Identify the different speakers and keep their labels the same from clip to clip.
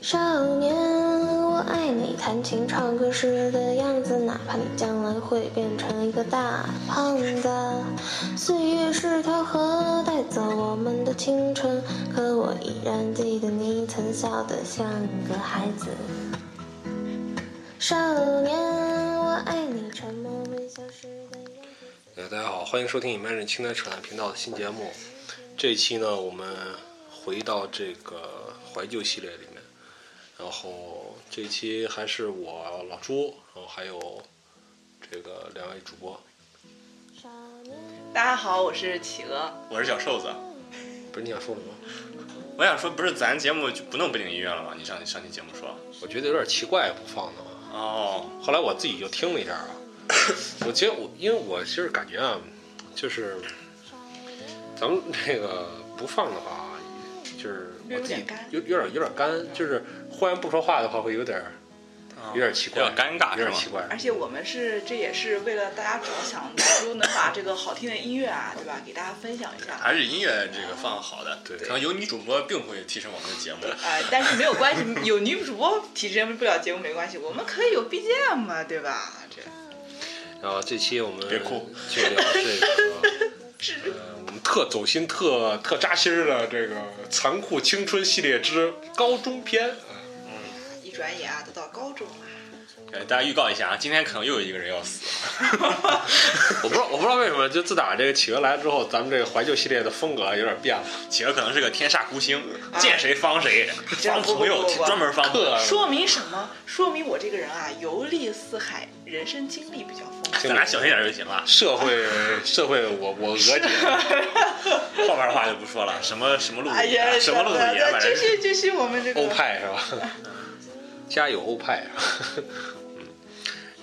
Speaker 1: 少年，我爱你，弹琴唱歌时的样子，哪怕你将来会变成一个大胖子。岁月是条河，带走我们的青春，可我依然记得你曾笑得像个孩子。少年，我爱你，沉默微笑时的样子。
Speaker 2: 呃，大家好，欢迎收听 Imagine 清单扯淡频道的新节目。这一期呢，我们回到这个怀旧系列里面，然后这一期还是我老朱，然后还有这个两位主播，
Speaker 1: 少年，
Speaker 3: 大家好，我是企鹅。
Speaker 4: 我是小瘦子，
Speaker 2: 不是你想说什么？
Speaker 4: 我想说，不是咱节目就不弄背景音乐了吗？你上上期节目说，
Speaker 2: 我觉得有点奇怪不放的啊嘛。
Speaker 4: 哦，
Speaker 2: 后来我自己就听了一下 啊，我觉得我因为我其实感觉啊，就是
Speaker 1: 少年。
Speaker 2: 咱们那个不放的话，就是我自己
Speaker 3: 有点干
Speaker 2: 有有点有点干，就是忽然不说话的话会有点
Speaker 4: 哦
Speaker 2: 有点奇怪，
Speaker 4: 有点尴尬
Speaker 2: 有点
Speaker 4: 是
Speaker 2: 奇
Speaker 4: 吗？
Speaker 2: 怪。
Speaker 3: 而且我们是，这也是为了大家着想，就能把这个好听的音乐啊，对吧，给大家分享一下。
Speaker 4: 还是音乐这个放好的，
Speaker 2: 对
Speaker 4: 可能有你主播并不会提升我们的节目。
Speaker 3: 呃，但是没有关系，有女主播提升不了节目没关系，我们可以有 BGM 嘛，啊对吧？这
Speaker 2: 然后这期我们
Speaker 4: 别哭
Speaker 2: 就聊这个，
Speaker 3: 是
Speaker 2: 呃，我们特走心、特特扎心儿的这个《残酷青春》系列之高中篇。 啊
Speaker 3: 一转眼啊，都到高中了，
Speaker 4: 呃，大家预告一下啊，今天可能又有一个人要死。
Speaker 2: 我不知道，我不知道为什么，就自打这个企鹅来之后，咱们这个怀旧系列的风格有点变了，
Speaker 4: 企鹅可能是个天煞孤星，见谁方谁，
Speaker 3: 样
Speaker 4: 方朋
Speaker 3: 不
Speaker 4: 友
Speaker 3: 不不不，
Speaker 4: 专门方朋友
Speaker 2: 特。
Speaker 3: 说明什么？说明我这个人啊，游历四海，人生经历比较丰富。
Speaker 4: 咱俩小心点就行了，
Speaker 2: 社会社会我，我讹你了。
Speaker 4: 后边的话就不说了，什么什么路子
Speaker 3: 哎呀，
Speaker 4: 野， 什么路子野，
Speaker 3: 咱
Speaker 4: 反
Speaker 3: 继
Speaker 4: 正
Speaker 3: 续继续我们这
Speaker 2: 欧
Speaker 3: 个。
Speaker 2: 派是吧？家有欧派是吧？嗯，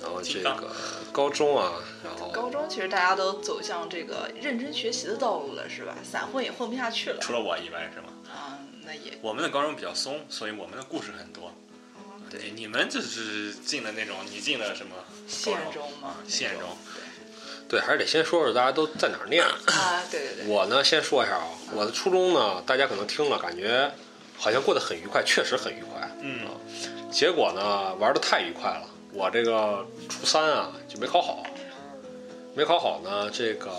Speaker 2: 然后这个高中啊，然
Speaker 3: 高
Speaker 2: 后
Speaker 3: 中其实大家都走向这个认真学习的道路了，是吧？散混也混不下去了。
Speaker 4: 除了我以外是吗？
Speaker 3: 啊，那也
Speaker 4: 我们的高中比较松，所以我们的故事很多。
Speaker 3: 啊
Speaker 4: 对，
Speaker 3: 对，
Speaker 4: 你们就是进了那种，你进了什么
Speaker 3: 县
Speaker 4: 高
Speaker 3: 中嘛，那
Speaker 4: 县
Speaker 3: 种
Speaker 4: 中
Speaker 2: 对，还是得先说说大家都在哪儿念。
Speaker 3: 啊，对对对，
Speaker 2: 我呢，先说一下啊，我的初中呢，大家可能听了感觉好像过得很愉快，确实很愉快。
Speaker 4: 嗯
Speaker 2: 啊，结果呢，玩的太愉快了，我这个初三啊就没考好，没考好呢，这个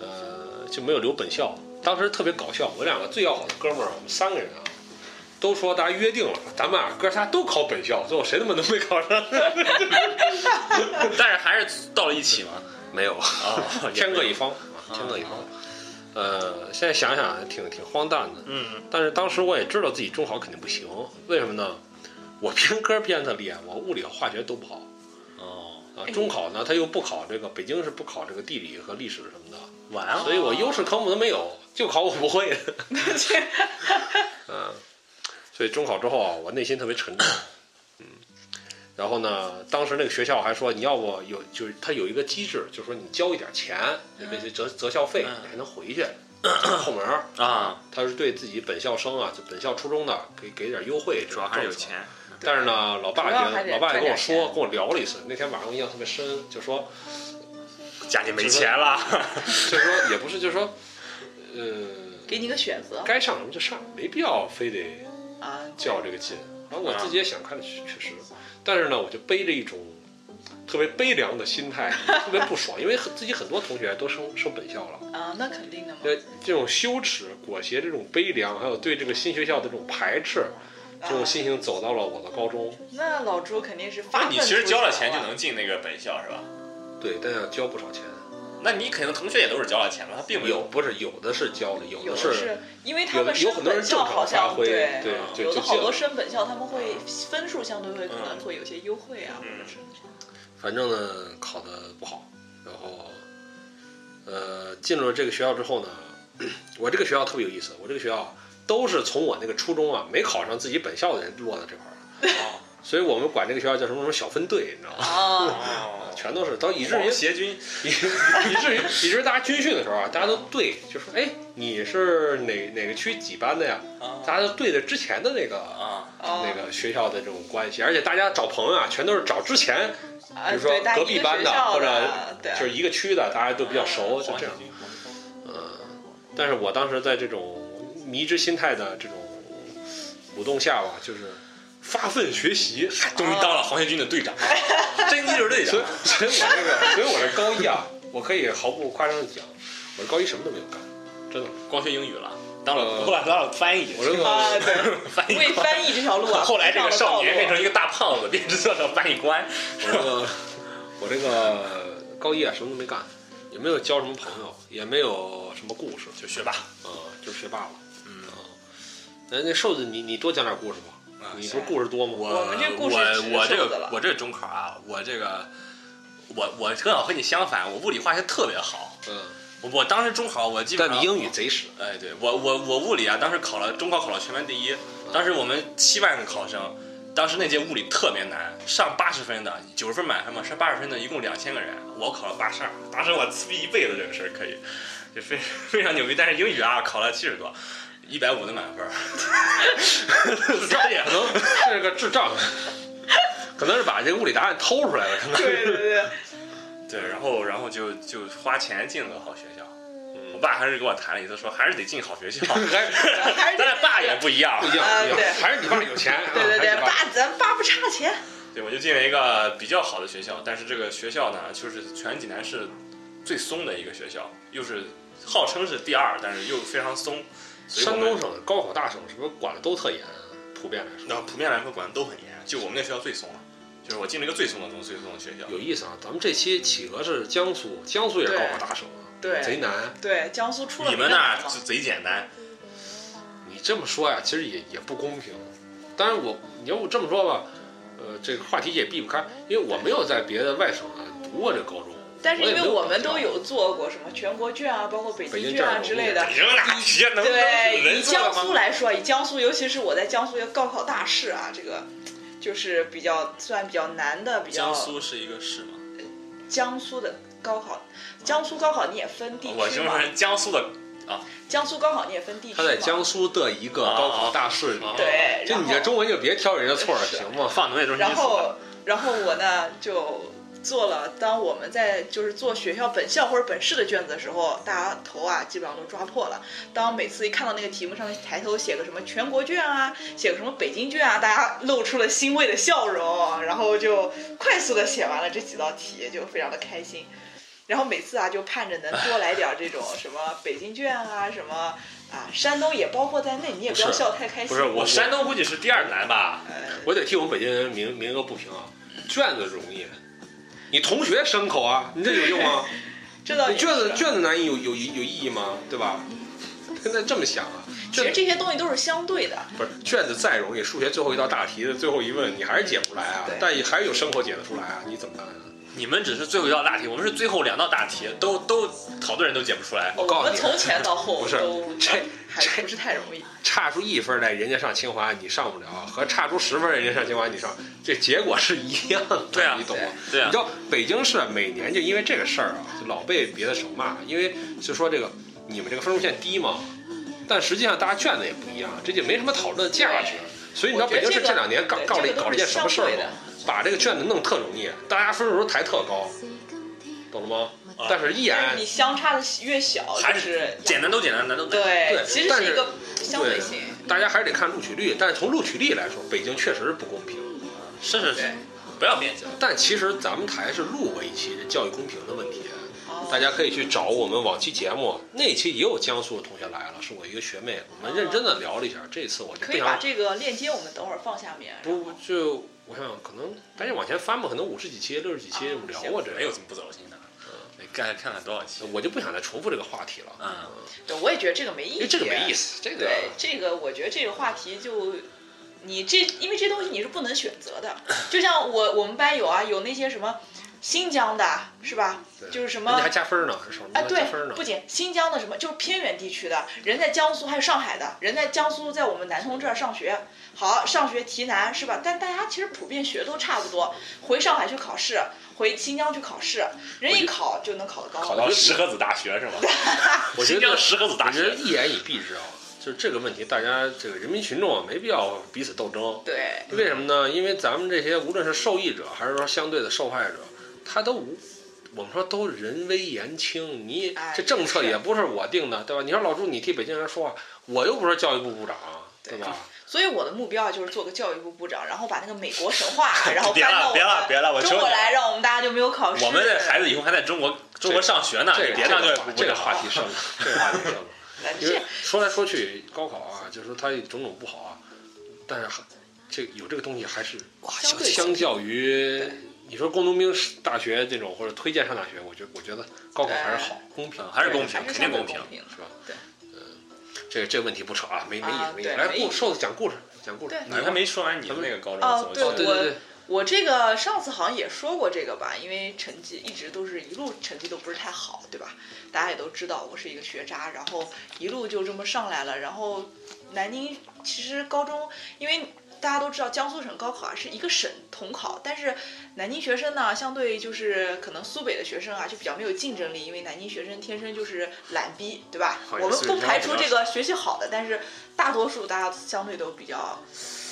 Speaker 2: 呃就没有留本校。当时特别搞笑，我两个最要好的哥们儿，我们三个人啊，都说大家约定了，咱们俩哥仨都考本校，最后谁他妈都没考上，
Speaker 4: 但是还是到了一起嘛。
Speaker 2: 没有。
Speaker 4: 哦
Speaker 2: 天各一方，啊天各一方。呃，现在想想挺挺荒诞的，
Speaker 4: 嗯，
Speaker 2: 但是当时我也知道自己中考肯定不行，为什么呢？我偏科偏的厉害，我物理和化学都不好
Speaker 4: 哦，
Speaker 2: 啊。
Speaker 3: 哎
Speaker 2: 中考呢，他又不考这个，北京是不考这个地理和历史什么的，
Speaker 4: 完了，
Speaker 2: 所以我优势科目都没有，就考我不会的。嗯，所以中考之后啊，我内心特别沉重。嗯，然后呢，当时那个学校还说，你要不有就是他有一个机制，就是说你交一点钱，就类似于折折校费，
Speaker 4: 嗯
Speaker 2: 你还能回去。后门儿，
Speaker 4: 啊，
Speaker 2: 他是对自己本校生啊，就本校初中的给给点优惠，
Speaker 4: 主要还是有。钱。
Speaker 2: 但是呢，老爸
Speaker 3: 主要还
Speaker 2: 觉得，
Speaker 3: 得
Speaker 2: 老爸也跟我
Speaker 3: 赚点
Speaker 2: 说，跟我聊了一次。那天晚上我印象特别深，就说
Speaker 4: 家里没钱了，
Speaker 2: 就说也不是，就说，呃，
Speaker 3: 给你个选择
Speaker 2: 该上什么就上，没必要非得
Speaker 3: 啊，
Speaker 2: 较这个劲。然后我自己也想看的确确实，但是呢，我就背着一种特别悲凉的心态，特别不爽，因为很自己很多同学都升升本校了，
Speaker 3: 啊，那肯定的嘛
Speaker 2: 呃，这种羞耻裹挟这种悲凉，还有对这个新学校的这种排斥，这种
Speaker 3: 啊，
Speaker 2: 心情走到了我的高中。
Speaker 3: 那老朱肯定是发。
Speaker 4: 你其实交了钱
Speaker 3: 啊
Speaker 4: 就。能进那个本校是吧？
Speaker 2: 对，但要交不少钱，
Speaker 4: 那你可能同学也都是交了钱了，他并没
Speaker 2: 有不是有的是交了，有
Speaker 3: 有
Speaker 2: 的
Speaker 3: 的
Speaker 2: 是
Speaker 3: 是因为他
Speaker 2: 有
Speaker 3: 们
Speaker 2: 的有
Speaker 3: 升
Speaker 2: 很多
Speaker 3: 本
Speaker 2: 人正
Speaker 3: 校
Speaker 2: 常发
Speaker 3: 好像
Speaker 2: 挥，对
Speaker 3: 对，啊
Speaker 2: 就
Speaker 3: 有
Speaker 2: 就
Speaker 3: 的好
Speaker 2: 进
Speaker 3: 多
Speaker 2: 了。嗯
Speaker 3: 升本校他们会分数相对会可能会有些优惠啊，或
Speaker 4: 嗯
Speaker 3: 者是
Speaker 2: 反正呢考的不好，然后，呃，进了这个学校之后呢，我这个学校特别有意思，我这个学校都是从我那个初中啊没考上自己本校的人落到这块儿了，
Speaker 4: 哦
Speaker 2: 所以我们管这个学校叫什么什么小分队，你知道吗？
Speaker 3: 啊，
Speaker 4: 哦，
Speaker 2: 全都是，到以
Speaker 4: 以
Speaker 2: 至于
Speaker 4: 至于协军
Speaker 2: 以以至于以至于大家军训的时候啊，大家都对，就说哎你是哪哪个区几班的呀？
Speaker 4: 啊
Speaker 2: 大家都对着之前的那个
Speaker 4: 啊，
Speaker 3: 哦
Speaker 2: 那个学校的这种关系，而且大家找朋友啊，全都是找之前，
Speaker 3: 啊
Speaker 2: 比如说
Speaker 3: 对大家
Speaker 2: 隔
Speaker 3: 一
Speaker 2: 壁
Speaker 3: 个
Speaker 2: 班
Speaker 3: 学
Speaker 2: 的
Speaker 3: 校
Speaker 2: 或
Speaker 3: 的
Speaker 2: 者
Speaker 3: 对嗯
Speaker 2: 就是一个区的，大家都比较熟，哦就这样
Speaker 4: 黄。协军
Speaker 2: 但是我当时在这种迷之心态的这种舞动下吧，就是发奋学习。
Speaker 4: 终于当了黄协军的队长，真一就是队长
Speaker 2: 所以，所以我这个，所以我这高一啊，我可以毫不夸张的讲，我这高一什么都没有干，真的。
Speaker 4: 光学英语了，当
Speaker 2: 呃
Speaker 4: 了后来当了翻译，
Speaker 2: 我这
Speaker 3: 啊，
Speaker 2: 个
Speaker 3: 对，
Speaker 4: 翻 译
Speaker 3: 为
Speaker 4: 官。
Speaker 3: 翻译这条路啊，
Speaker 4: 后来这个少年变
Speaker 3: 变
Speaker 4: 成一个大胖子，变成了翻译官。
Speaker 2: 我这个我这个高一啊，什么都没干，也没有交什么朋友，也没有什么故事，
Speaker 4: 就学霸，
Speaker 2: 啊、就是学霸了。
Speaker 4: 嗯
Speaker 2: 啊那那瘦子，你你多讲点故事吧
Speaker 4: 啊，
Speaker 2: 你不是故事多吗？
Speaker 3: 我们这故事
Speaker 4: 呃
Speaker 3: 只是
Speaker 4: 我我这
Speaker 3: 瘦子
Speaker 4: 个
Speaker 3: 了
Speaker 4: 我这个中考啊，我这个我我正好和你相反，我物理化学特别好。
Speaker 2: 嗯，
Speaker 4: 我我当时中考我基本
Speaker 2: 但
Speaker 4: 上
Speaker 2: 你英语贼屎，
Speaker 4: 哎，对我我我物理啊，当时考了中考考了全班第一，当时我们七万个考生，当时那届物理特别难，上八十分的，九十分满分嘛，上八十分的一共两千个人，我考了八十二，当时我自闭一辈子这个事儿可以，就非非常牛逼，但是英语啊考了七十多。一百五的满分， 所以
Speaker 2: 可 能是个智障， 可能是把这个物理答案偷出来了，可能。
Speaker 3: 对对对，
Speaker 4: 对，然后然后就就花钱进了个好学校。我爸还是给我谈了一次，说还是得进好学校，
Speaker 2: 还是
Speaker 3: 还是
Speaker 4: 咱俩爸也不一样
Speaker 2: 不，一样，
Speaker 3: 啊
Speaker 2: 不一样
Speaker 3: 对
Speaker 2: 还是你爸有 钱，啊
Speaker 3: 对对
Speaker 2: 还是
Speaker 3: 对，
Speaker 2: 你爸
Speaker 3: 爸咱爸不差钱，
Speaker 4: 对，我就进了一个比较好的学校，但是这个学校呢，就是全济南市最松的一个学校，又是号称是第二，但是又非常松。所以我
Speaker 2: 山
Speaker 4: 们
Speaker 2: 东省高考大省是不是管的都特严啊？普遍来说，
Speaker 4: 那普遍来说管的都很严，就我们那学校最松了，就是我进了一个最松的中最松的学校。
Speaker 2: 有意思啊！咱们这期企鹅是江苏，江苏也是高考大省啊，
Speaker 3: 对
Speaker 2: 贼难。
Speaker 3: 对，江苏出了
Speaker 4: 你们
Speaker 3: 名
Speaker 4: 那
Speaker 3: 的地方
Speaker 4: 贼简单，
Speaker 2: 你这么说呀，其实也也不公平。当然我你要我这么说吧，呃，这个话题也避不开，因为我没有在别的外省啊读过这高中，
Speaker 3: 但是因
Speaker 2: 也
Speaker 3: 为
Speaker 2: 没
Speaker 3: 我们都
Speaker 2: 考
Speaker 3: 有做过什么全国卷啊，包括北
Speaker 2: 啊北京
Speaker 3: 京卷啊
Speaker 2: 卷
Speaker 3: 之类的
Speaker 4: 北。京那学啊能
Speaker 3: 对，以
Speaker 4: 能做
Speaker 3: 江
Speaker 4: 了吗？
Speaker 3: 苏来说，以江苏，尤其是我在江苏高考大市啊，这个就是比较算比较难的，比较
Speaker 4: 江苏是一个市吗？
Speaker 3: 江苏的高考，江苏高考你也分地
Speaker 4: 我
Speaker 3: 区
Speaker 4: 听
Speaker 3: 嘛
Speaker 4: 说，是江苏的
Speaker 3: 江苏高考你也分地区
Speaker 2: 他
Speaker 3: 嘛。
Speaker 2: 在江苏的一个高考大市里，
Speaker 4: 啊
Speaker 3: 对，
Speaker 2: 就
Speaker 3: 然
Speaker 2: 你这
Speaker 3: 后
Speaker 2: 中文就别挑人家错了，
Speaker 3: 是
Speaker 2: 行吗？
Speaker 4: 放农业中心
Speaker 3: 然
Speaker 4: 所
Speaker 3: 后，然后我呢就做了，当我们在就是做学校本校或者本市的卷子的时候，大家头啊基本上都抓破了。当每次一看到那个题目上面抬头写个什么全国卷啊，写个什么北京卷啊，大家露出了欣慰的笑容，然后就快速的写完了这几道题，就非常的开心。然后每次啊，就盼着能多来点儿这种什么北京卷啊，什么啊，山东也包括在内，你也不要
Speaker 2: 不是
Speaker 3: 笑太开心。
Speaker 4: 不是我山东估计是第二难吧？
Speaker 2: 我得替我们北京人鸣鸣个不平啊！卷子容易，你同学牲口啊，你这有用 吗？
Speaker 3: 这道
Speaker 2: 你卷子
Speaker 3: 也是
Speaker 2: 卷子难易有有有意义吗？对吧？现在这么想啊，
Speaker 3: 其实
Speaker 2: 卷子
Speaker 3: 这些东西都是相对的。
Speaker 2: 不是卷子再容易，数学最后一道大题的最后一问你还是解不出来啊
Speaker 3: 对，
Speaker 2: 但也还是有牲口解得出来啊，你怎么办啊？
Speaker 4: 你们只是最后一道大题，我们是最后两道大题，都都好多人都解不出来。
Speaker 2: 我告
Speaker 3: 我
Speaker 2: 诉
Speaker 3: 们
Speaker 2: 你
Speaker 3: 从前到后
Speaker 2: 不是
Speaker 3: 都
Speaker 2: 这
Speaker 3: 还
Speaker 2: 这
Speaker 3: 不是太容易。
Speaker 2: 差出一分来，人家上清华你上不了，和差出十分人家上清华你上，这结果是一样的，
Speaker 4: 对啊
Speaker 2: 你懂吗？
Speaker 4: 对
Speaker 2: 你
Speaker 4: 啊
Speaker 2: 知，道北京市每年就因为这个事儿啊，就老被别的省骂，因为就说这个你们这个分数线低嘛，但实际上大家卷子也不一样，这就没什么讨论的价值。所以你知道北京市这两年搞
Speaker 3: 我觉得这
Speaker 2: 搞了搞
Speaker 3: 个对这个
Speaker 2: 了一件什么事儿
Speaker 3: 都是相对
Speaker 2: 吗
Speaker 3: 的？
Speaker 2: 把这个卷子弄特容易，大家分数都抬特高，懂了吗？
Speaker 4: 啊
Speaker 2: 但是依
Speaker 3: 嗯但
Speaker 2: 然
Speaker 3: 是你相差的越小，
Speaker 4: 还
Speaker 3: 就是
Speaker 4: 简单都简单，难都难。
Speaker 3: 对
Speaker 2: 对，
Speaker 3: 其实
Speaker 2: 但
Speaker 3: 是
Speaker 2: 是
Speaker 3: 一个相
Speaker 2: 对啊
Speaker 3: 性。，
Speaker 2: 大家还是得看录取率。但是从录取率来说，北京确实是不公平。
Speaker 4: 是是是
Speaker 3: 对，
Speaker 4: 不要辩解。
Speaker 2: 但其实咱们台是录过一期这教育公平的问题，
Speaker 3: 哦
Speaker 2: 大家可以去找我们往期节目，那期也有江苏的同学来了，是我一个学妹，我们认真的聊了一下。这次我就
Speaker 3: 可
Speaker 2: 不
Speaker 3: 以把
Speaker 2: 想
Speaker 3: 这个链接我们等会儿放下面。
Speaker 2: 不就我想可能大家往前翻吧，可能五十几期、六十几期
Speaker 3: 啊
Speaker 2: 我们聊过这
Speaker 4: 没有
Speaker 2: 个，
Speaker 4: 这么不走心的，得看看看多啊少期。
Speaker 2: 我就不想再重复这个话题了，
Speaker 4: 嗯，
Speaker 3: 对，我也觉得这个没意
Speaker 2: 因
Speaker 3: 义。
Speaker 2: 为这个没意。思，啊这个
Speaker 3: 对，这个我觉得这个话题就。你这，因为这东西你是不能选 择的，就像我我们班有啊，有那些什么新疆的，是吧？
Speaker 2: 对
Speaker 3: 就是什
Speaker 2: 人
Speaker 3: 么
Speaker 2: 家还加分呢，这时候人
Speaker 3: 啊，
Speaker 2: 家
Speaker 3: 对
Speaker 2: 加分，呢
Speaker 3: 不，仅新疆的什么，就是偏远地区的人在江苏还有上海的人在江苏，在我们南通这儿上学，好上学题难是吧？但大家其实普遍学都差不多，回上海去考试，回新疆去考试，人一考就能考得高。
Speaker 2: 考
Speaker 4: 跑
Speaker 2: 得
Speaker 4: 到石河子大学是吗？
Speaker 2: 我觉
Speaker 4: 新
Speaker 2: 得
Speaker 4: 疆石河子
Speaker 2: 我
Speaker 4: 大
Speaker 2: 觉得
Speaker 4: 学。
Speaker 2: 一言以蔽之啊，就是这个问题，大家这个人民群众啊，没必要彼此斗争。
Speaker 3: 对
Speaker 2: 为什么呢？因为咱们这些无论是受益者还是说相对的受害者，他都无，我们说都人微言轻。你
Speaker 3: 哎
Speaker 2: 这政策
Speaker 3: 是
Speaker 2: 也不是我定的，对吧？你说老朱，你替北京人说话，我又不是教育部部长，对吧？
Speaker 3: 所以我的目标啊就是做个教育部部长，然后把那个美国神 话，然后
Speaker 4: 别了
Speaker 3: 搬到我
Speaker 4: 别了别了我
Speaker 3: 们
Speaker 4: 求
Speaker 3: 中国
Speaker 4: 你了
Speaker 3: 来，让我们大家就没有考试。
Speaker 4: 我们的孩子以后还在中国中国上学呢，
Speaker 2: 这
Speaker 4: 你
Speaker 2: 个
Speaker 4: 别
Speaker 2: 这
Speaker 4: 当
Speaker 2: 个
Speaker 4: 教育
Speaker 2: 话这
Speaker 4: 部部
Speaker 2: 个
Speaker 4: 长
Speaker 2: 话题上了，这个话题上 了。
Speaker 3: 哎
Speaker 2: 因
Speaker 3: 这
Speaker 2: 为说来说去，高考啊，就是说它种种不好啊，但是还这有这个东西还是
Speaker 3: 相对
Speaker 2: 相较于
Speaker 3: 对
Speaker 2: 你说工农兵大学这种或者推荐上大学，我觉得我觉得高考还是好，公平
Speaker 4: 嗯还是公平
Speaker 2: 对
Speaker 3: 还是
Speaker 4: 肯定
Speaker 3: 相对
Speaker 4: 公平
Speaker 3: 平。
Speaker 2: 是吧？
Speaker 3: 对，
Speaker 2: 嗯，这这问题不扯啊，没没意
Speaker 3: 啊
Speaker 2: 思没意思。
Speaker 3: 对
Speaker 2: 来
Speaker 3: 没
Speaker 2: 故
Speaker 3: 意思
Speaker 2: 瘦子讲故事，讲故事
Speaker 3: 对。
Speaker 2: 你
Speaker 4: 哎，他没说完你的那个高中
Speaker 3: 哦
Speaker 4: 怎么
Speaker 2: 对
Speaker 4: 去
Speaker 3: 我
Speaker 2: 对对，
Speaker 3: 我这个上次好像也说过这个吧，因为成绩一直都是一路成绩都不是太好，对吧？大家也都知道我是一个学渣，然后一路就这么上来了。然后南京其实高中，因为大家都知道江苏省高考啊是一个省统考，但是南京学生呢，相对就是可能苏北的学生啊就比较没有竞争力，因为南京学生天生就是懒逼，对吧？
Speaker 4: 好
Speaker 3: 我们
Speaker 4: 所以
Speaker 3: 不
Speaker 4: 说
Speaker 3: 排
Speaker 4: 比
Speaker 3: 除
Speaker 4: 较
Speaker 3: 这个学习好的，但是大多数大家相对都比较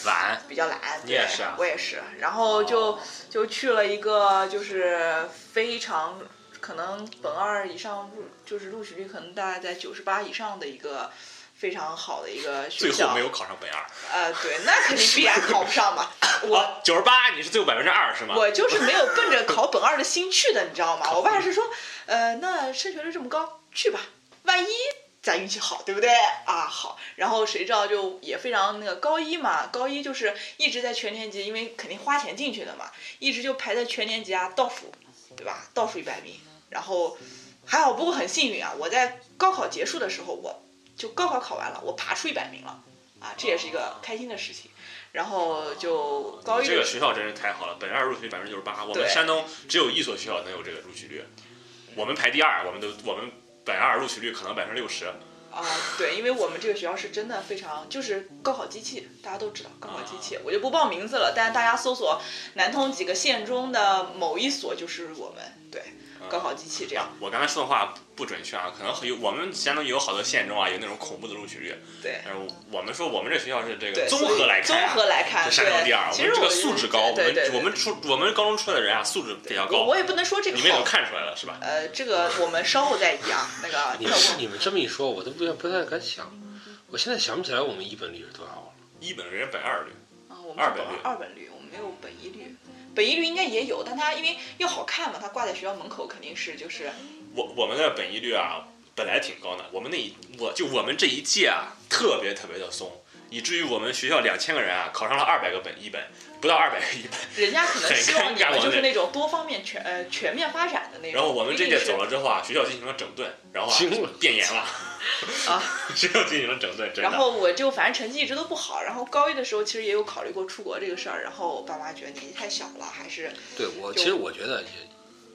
Speaker 4: 晚
Speaker 3: 比较懒，
Speaker 4: 你
Speaker 3: 对
Speaker 4: 也是啊
Speaker 3: 我也是。然后就就去了一个就是非常可能本二以上录就是录取率可能大概在九十八以上的一个非常好的一个学
Speaker 4: 最
Speaker 3: 校。
Speaker 4: 后没有考上北二
Speaker 3: 呃，对，那肯定必然考不上 嘛。我
Speaker 4: 啊，九十八你是最后百分之二是吗？
Speaker 3: 我就是没有奔着考本二的心去的，你知 道吗？我爸是说，呃，那升学率这么高，去吧，万一咱运气好，对不对啊？好，然后谁知道就也非常那个高一嘛，高一就是一直在全年级，因为肯定花钱进去的嘛，一直就排在全年级啊倒数，对吧？倒数一百名，然后还好，不过很幸运啊，我在高考结束的时候，我就高考考完了，我爬出一百名了。啊，这也是一个开心的事情。然后就高一
Speaker 4: 这
Speaker 3: 的
Speaker 4: 个
Speaker 3: 时
Speaker 4: 学校真是太好了，本二录取率百分之九十八，我们
Speaker 3: 对
Speaker 4: 山东只有一所学校能有这个录取率，我们排第二，我们都我们本二录取率可能百分之六十，
Speaker 3: 啊、对，因为我们这个学校是真的非常，就是高考机器，大家都知道高考机
Speaker 4: 啊
Speaker 3: 器，我就不报名字了，但是大家搜索南通几个县中的某一所，就是我们对
Speaker 4: 啊
Speaker 3: 高考机器这样，
Speaker 4: 我刚才说的话不准确啊，可能有我们山东有好多县中啊有那种恐怖的录取率，
Speaker 3: 对
Speaker 4: 但是我们说我们这学校是这
Speaker 3: 对，
Speaker 4: 个综合来
Speaker 3: 所以综
Speaker 4: 看啊，
Speaker 3: 合来看，
Speaker 4: 是山东
Speaker 3: 对
Speaker 4: 第二，啊我
Speaker 3: 其
Speaker 4: 们
Speaker 3: 实
Speaker 4: 这
Speaker 3: 我
Speaker 4: 个素质高，我
Speaker 3: 对
Speaker 4: 们
Speaker 3: 对对
Speaker 4: 我们出我们高中出来的人啊素质比较
Speaker 3: 我
Speaker 4: 高
Speaker 3: 我，也不能说这个
Speaker 4: 你们也
Speaker 3: 好
Speaker 4: 能，看出来了是吧？
Speaker 3: 呃，这个我们稍后再议啊，那个
Speaker 2: 你
Speaker 3: 那
Speaker 2: 们
Speaker 3: 我
Speaker 2: 你们这么一说，我都不不太敢想。我现在想不起来我们一本率是多少了。
Speaker 4: 一本人本二率，
Speaker 3: 啊，我们
Speaker 4: 二
Speaker 3: 是
Speaker 4: 本率
Speaker 3: 二本率，我们没有本一率，本一率应该也有，但它因为要好看嘛，它挂在学校门口肯定是就是
Speaker 4: 我我们的本一率啊，本来挺高的，我们那一我就我们这一届啊，特别特别的松，以至于我们学校两千个人啊，考上了二百个本一本，不到二百个一本。
Speaker 3: 人家可能希望你
Speaker 4: 很尴尬
Speaker 3: 们就是
Speaker 4: 我们
Speaker 3: 那种多方面全呃全面发展的那种。
Speaker 4: 然后我们这届走
Speaker 3: 了
Speaker 4: 了之后啊，学校进行了整顿，然后啊
Speaker 2: 惊了
Speaker 4: 变严了，
Speaker 3: 啊，
Speaker 4: 学校进行了整顿，真的。
Speaker 3: 然后我就反正成绩一直都不好，然后高一的时候其实也有考虑过出国这个事儿，然后我爸妈觉得年纪太小了，还是
Speaker 2: 对我
Speaker 3: 就
Speaker 2: 其实我觉得也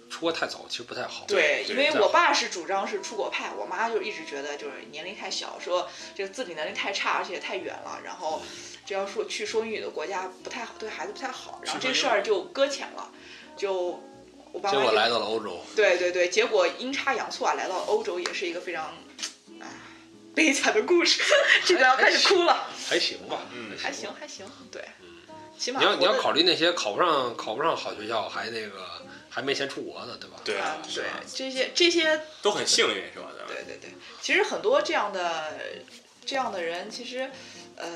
Speaker 2: 出国太早，其实不太好。
Speaker 3: 对，
Speaker 4: 对
Speaker 3: 因为
Speaker 2: 对
Speaker 3: 我爸是主张是出国派，我妈就一直觉得就是年龄太小，说这个自理能力太差，而且太远了，然后这要说去说英语的国家不太好，对孩子不太好，然后这事儿就搁浅了，就我爸
Speaker 2: 结
Speaker 3: 妈
Speaker 2: 果
Speaker 3: 就
Speaker 2: 来到了欧洲，
Speaker 3: 对对对，结果阴差阳错啊，来到欧洲也是一个非常，唉悲惨的故事。这个要开始哭了，
Speaker 2: 还行吧，
Speaker 4: 嗯
Speaker 3: 还行还行，对，起码
Speaker 2: 嗯你要你要
Speaker 3: 活得
Speaker 2: 考虑那些考不上考不上好学校，还那个还没钱出国的，对吧？
Speaker 4: 对
Speaker 3: 啊
Speaker 4: 啊，，
Speaker 3: 对这些这些，
Speaker 4: 都很幸运是吧？咱们
Speaker 3: 对对对，其实很多这样的这样的人，其实呃，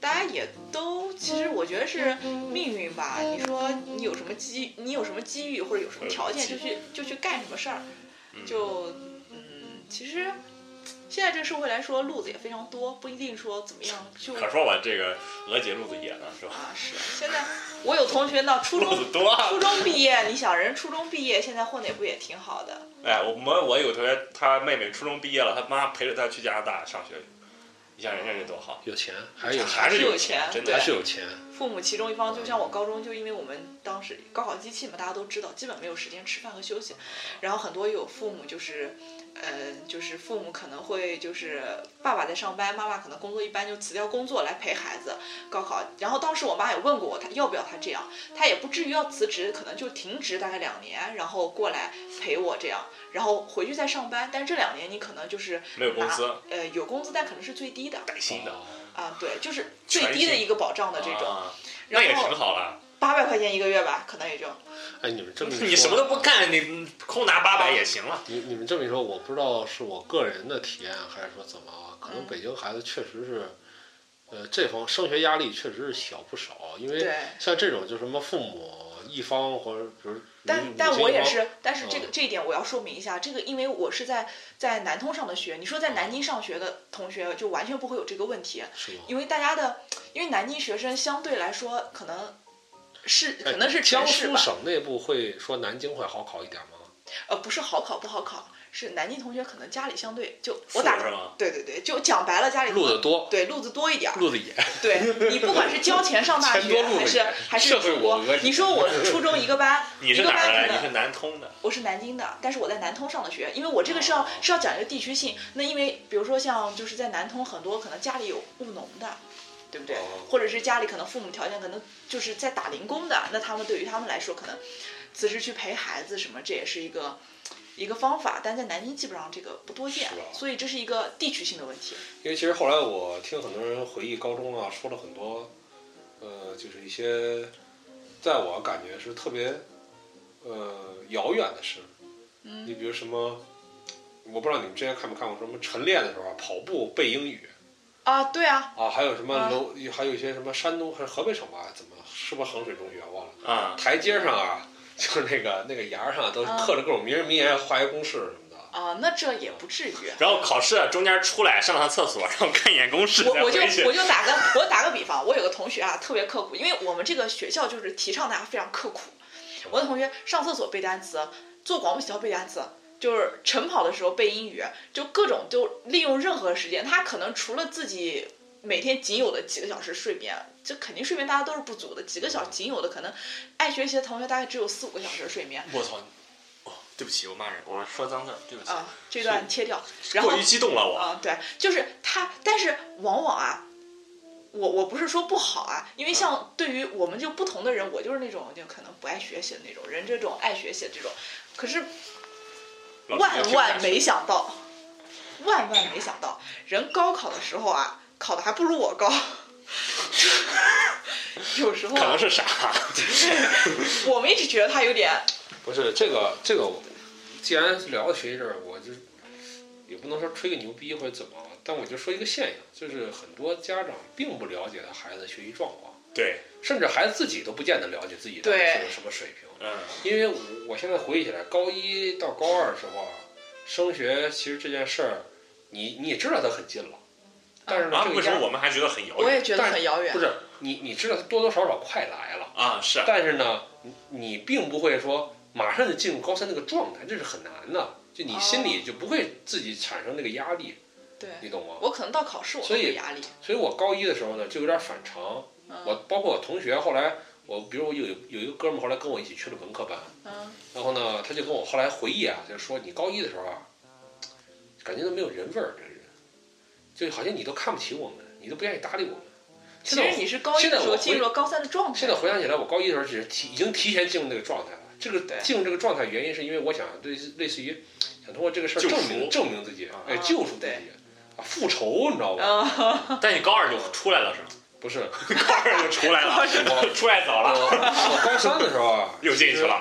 Speaker 3: 大家也都其实我觉得是命运吧。你说你有什么机，你有什么机遇或者有什么条件，就去就去干什么事儿。
Speaker 4: 嗯
Speaker 3: 就嗯，其实现在这个社会来说，路子也非常多，不一定说怎么样就
Speaker 4: 可说我这个娥姐路子野呢是吧？
Speaker 3: 啊是。现在我有同学呢，初
Speaker 4: 路
Speaker 3: 中
Speaker 4: 子多啊。
Speaker 3: 初中毕业，你想人初中毕业，现在混的也不也挺好的
Speaker 4: 哎，我们我有个同学，他妹妹初中毕业了，他妈陪着他去加拿大上学，你想人家这多好，
Speaker 2: 有钱还是有
Speaker 4: 还是啊
Speaker 3: 有
Speaker 4: 有钱，
Speaker 3: 钱
Speaker 4: 真
Speaker 3: 对
Speaker 4: 的
Speaker 2: 还是有钱，
Speaker 3: 父母其中一方，就像我高中，就因为我们当时高考机器嘛，大家都知道，基本没有时间吃饭和休息。然后很多有父母就是，呃，就是父母可能会就是爸爸在上班，妈妈可能工作一般就辞掉工作来陪孩子高考。然后当时我妈也问过我，她要不要她这样，她也不至于要辞职，可能就停职大概两年，然后过来陪我这样，然后回去再上班。但是这两年你可能就是
Speaker 4: 没有工
Speaker 3: 拿
Speaker 4: 资，
Speaker 3: 呃，有工资但可能是最低的
Speaker 4: 带薪的，
Speaker 3: 啊，对，就是最
Speaker 4: 全
Speaker 3: 低的
Speaker 4: 薪
Speaker 3: 一个保障的这种。
Speaker 4: 啊那也
Speaker 3: 然后
Speaker 4: 挺好了。
Speaker 3: 八百块钱一个月吧，可能也就
Speaker 2: 哎，你们这么一说
Speaker 4: 你什么都不干，你空拿八百也行了。
Speaker 2: 你你们这么一说，我不知道是我个人的体验还是说怎么啊？可能
Speaker 3: 嗯
Speaker 2: 北京孩子确实是呃，这方升学压力确实是小不少，因为
Speaker 3: 对
Speaker 2: 像这种就什么父母一方或者比如女
Speaker 3: 但
Speaker 2: 女
Speaker 3: 但
Speaker 2: 性
Speaker 3: 我
Speaker 2: 一
Speaker 3: 也
Speaker 2: 方
Speaker 3: 是，但是这个
Speaker 2: 嗯
Speaker 3: 这一点我要说明一下，这个因为我是在在南通上的学，你说在南京上学的同学就完全不会有这个问题，
Speaker 2: 是吗？哎
Speaker 3: 因为大家的，因为南京学生相对来说可能是
Speaker 2: 哎
Speaker 3: 可能是
Speaker 2: 江
Speaker 3: 城市
Speaker 2: 苏
Speaker 3: 吧，
Speaker 2: 省内部会说南京会好考一点吗？
Speaker 3: 呃，不是好考不好考，是南京同学可能家里相对就我
Speaker 4: 富
Speaker 3: 打
Speaker 4: 是吗
Speaker 3: 对对对，就讲白了家里
Speaker 2: 路子多，
Speaker 3: 对路子多一点儿，
Speaker 2: 路子野，
Speaker 3: 对你不管是交钱上大
Speaker 2: 钱多
Speaker 3: 学
Speaker 2: 路
Speaker 3: 还是
Speaker 2: 远
Speaker 3: 还是
Speaker 2: 社会
Speaker 3: 出国
Speaker 2: 我们，
Speaker 3: 你说我初中一个 班，
Speaker 4: 你
Speaker 3: 一
Speaker 4: 是
Speaker 3: 个
Speaker 4: 哪
Speaker 3: 班
Speaker 4: 儿的
Speaker 3: 可
Speaker 4: 来？
Speaker 3: 能
Speaker 4: 你是南通的，
Speaker 3: 我是南京的，但是我在南通上的学，因为我这个是
Speaker 2: 哦
Speaker 3: 要是要讲一个地区性。那因为比如说像就是在南通，很多可能家里有务农的，对不对
Speaker 4: 哦？
Speaker 3: 或者是家里可能父母条件可能就是在打零工的，那他们对于他们来说，可能辞职去陪孩子什么，这也是一个一个方法。但在南京基本上这个不多见
Speaker 2: 是吧，啊
Speaker 3: 所以这是一个地区性的问题。
Speaker 2: 因为其实后来我听很多人回忆高中啊，说了很多，呃，就是一些，在我感觉是特别，呃，遥远的事。
Speaker 3: 嗯
Speaker 2: 你比如什么，我不知道你们之前看没看过什么晨练的时候啊，跑步背英语
Speaker 3: 啊，对啊，
Speaker 2: 啊，还有什么
Speaker 3: 啊
Speaker 2: 楼，还有一些什么山东还是河北省吧，怎么是不是衡水中学忘了？
Speaker 4: 啊，
Speaker 2: 台阶上啊，就是那个那个沿儿上啊都
Speaker 3: 啊
Speaker 2: 刻着各种名人名言、化学公式什么的。
Speaker 3: 啊，那这也不至于。
Speaker 4: 然后考试啊中间出来上趟厕所，然后看一眼公式
Speaker 3: 我
Speaker 4: 再
Speaker 3: 我就
Speaker 4: 回去
Speaker 3: 我。就打个 我打个比方，我有个同学啊，特别刻苦，因为我们这个学校就是提倡大家非常刻苦。我的同学上厕所背单词，做广播体操背单词，就是晨跑的时候背英语，就各种就利用任何时间。他可能除了自己每天仅有的几个小时睡眠，这肯定睡眠大家都是不足的，几个小时仅有的可能爱学习的同学大概只有四五个小时的睡眠
Speaker 4: 我操！哦，对不起，我骂人，我说脏字儿，对不起，
Speaker 3: 啊，这段切掉。然后
Speaker 4: 过于激动了我。
Speaker 3: 啊，对，就是他，但是往往啊，我我不是说不好啊，因
Speaker 2: 嗯
Speaker 3: 为像对于我们就不同的人，我就是那种就可能不爱学习的那种人，这种爱学习的这种，可是
Speaker 4: 老师
Speaker 3: 万
Speaker 4: 听不下
Speaker 3: 万
Speaker 4: 去
Speaker 3: 没想到，万万没想到，人高考的时候啊，考的还不如我高。 有时候、
Speaker 4: 可能
Speaker 3: 啊，
Speaker 4: 是傻，
Speaker 3: 我们一直觉得他有点
Speaker 2: 不是这个这个，既然聊到学习这儿，我就也不能说吹个牛逼或者怎么，但我就说一个现象，就是很多家长并不了解他孩子的学习状况，
Speaker 4: 对，
Speaker 2: 甚至孩子自己都不见得了解自己到底
Speaker 3: 对
Speaker 2: 是个什么水平。
Speaker 4: 嗯，
Speaker 2: 因为我我现在回忆起来，高一到高二的时候啊，升学其实这件事儿，你你也知道它很近了，但是呢，
Speaker 4: 啊，
Speaker 2: 这个
Speaker 4: 为什么
Speaker 2: 压
Speaker 4: 我们还觉得很遥
Speaker 3: 我
Speaker 4: 远
Speaker 3: 也觉得
Speaker 2: 但是
Speaker 3: 很遥远
Speaker 2: 不。是你你知道它多多少少快来了，
Speaker 4: 啊？是
Speaker 2: 但是呢，你你并不会说马上就进入高三那个状态，这是很难的。就你心里就不会自己产生那个压力，
Speaker 3: 对，
Speaker 2: 你懂吗？
Speaker 3: 我可能到考试我
Speaker 2: 所
Speaker 3: 会
Speaker 2: 以
Speaker 3: 有压力。
Speaker 2: 所以我高一的时候呢，就有点反常。我
Speaker 3: 嗯
Speaker 2: 包括我同学后来，我比如我有有一个哥们儿后来跟我一起去了文科班，
Speaker 3: 嗯
Speaker 2: 然后呢，他就跟我后来回忆啊，就说你高一的时候啊，感觉都没有人味儿，这个人，就好像你都看不起我们，你都不愿意搭理我们。
Speaker 3: 其
Speaker 2: 现在
Speaker 3: 实
Speaker 2: 我
Speaker 3: 你是高一
Speaker 2: 现在
Speaker 3: 的时候
Speaker 2: 我回
Speaker 3: 进入了高三的状态。
Speaker 2: 现在回想起来，我高一的时候只是提已经提前进入那个状态了。这个
Speaker 3: 对
Speaker 2: 进入这个状态原因是因为我想对类似于想通过这个事儿
Speaker 4: 救赎
Speaker 2: 证明证明自己，哎，
Speaker 3: 啊
Speaker 2: 救赎自己
Speaker 3: 对
Speaker 2: 啊，复仇，你知道吧？
Speaker 3: 啊，
Speaker 4: 但你高二就出来了是吗？
Speaker 2: 不是，
Speaker 4: 高二就出来了，出来早
Speaker 2: 我
Speaker 4: 了，，
Speaker 2: 我高三的时候啊
Speaker 4: 又进去了。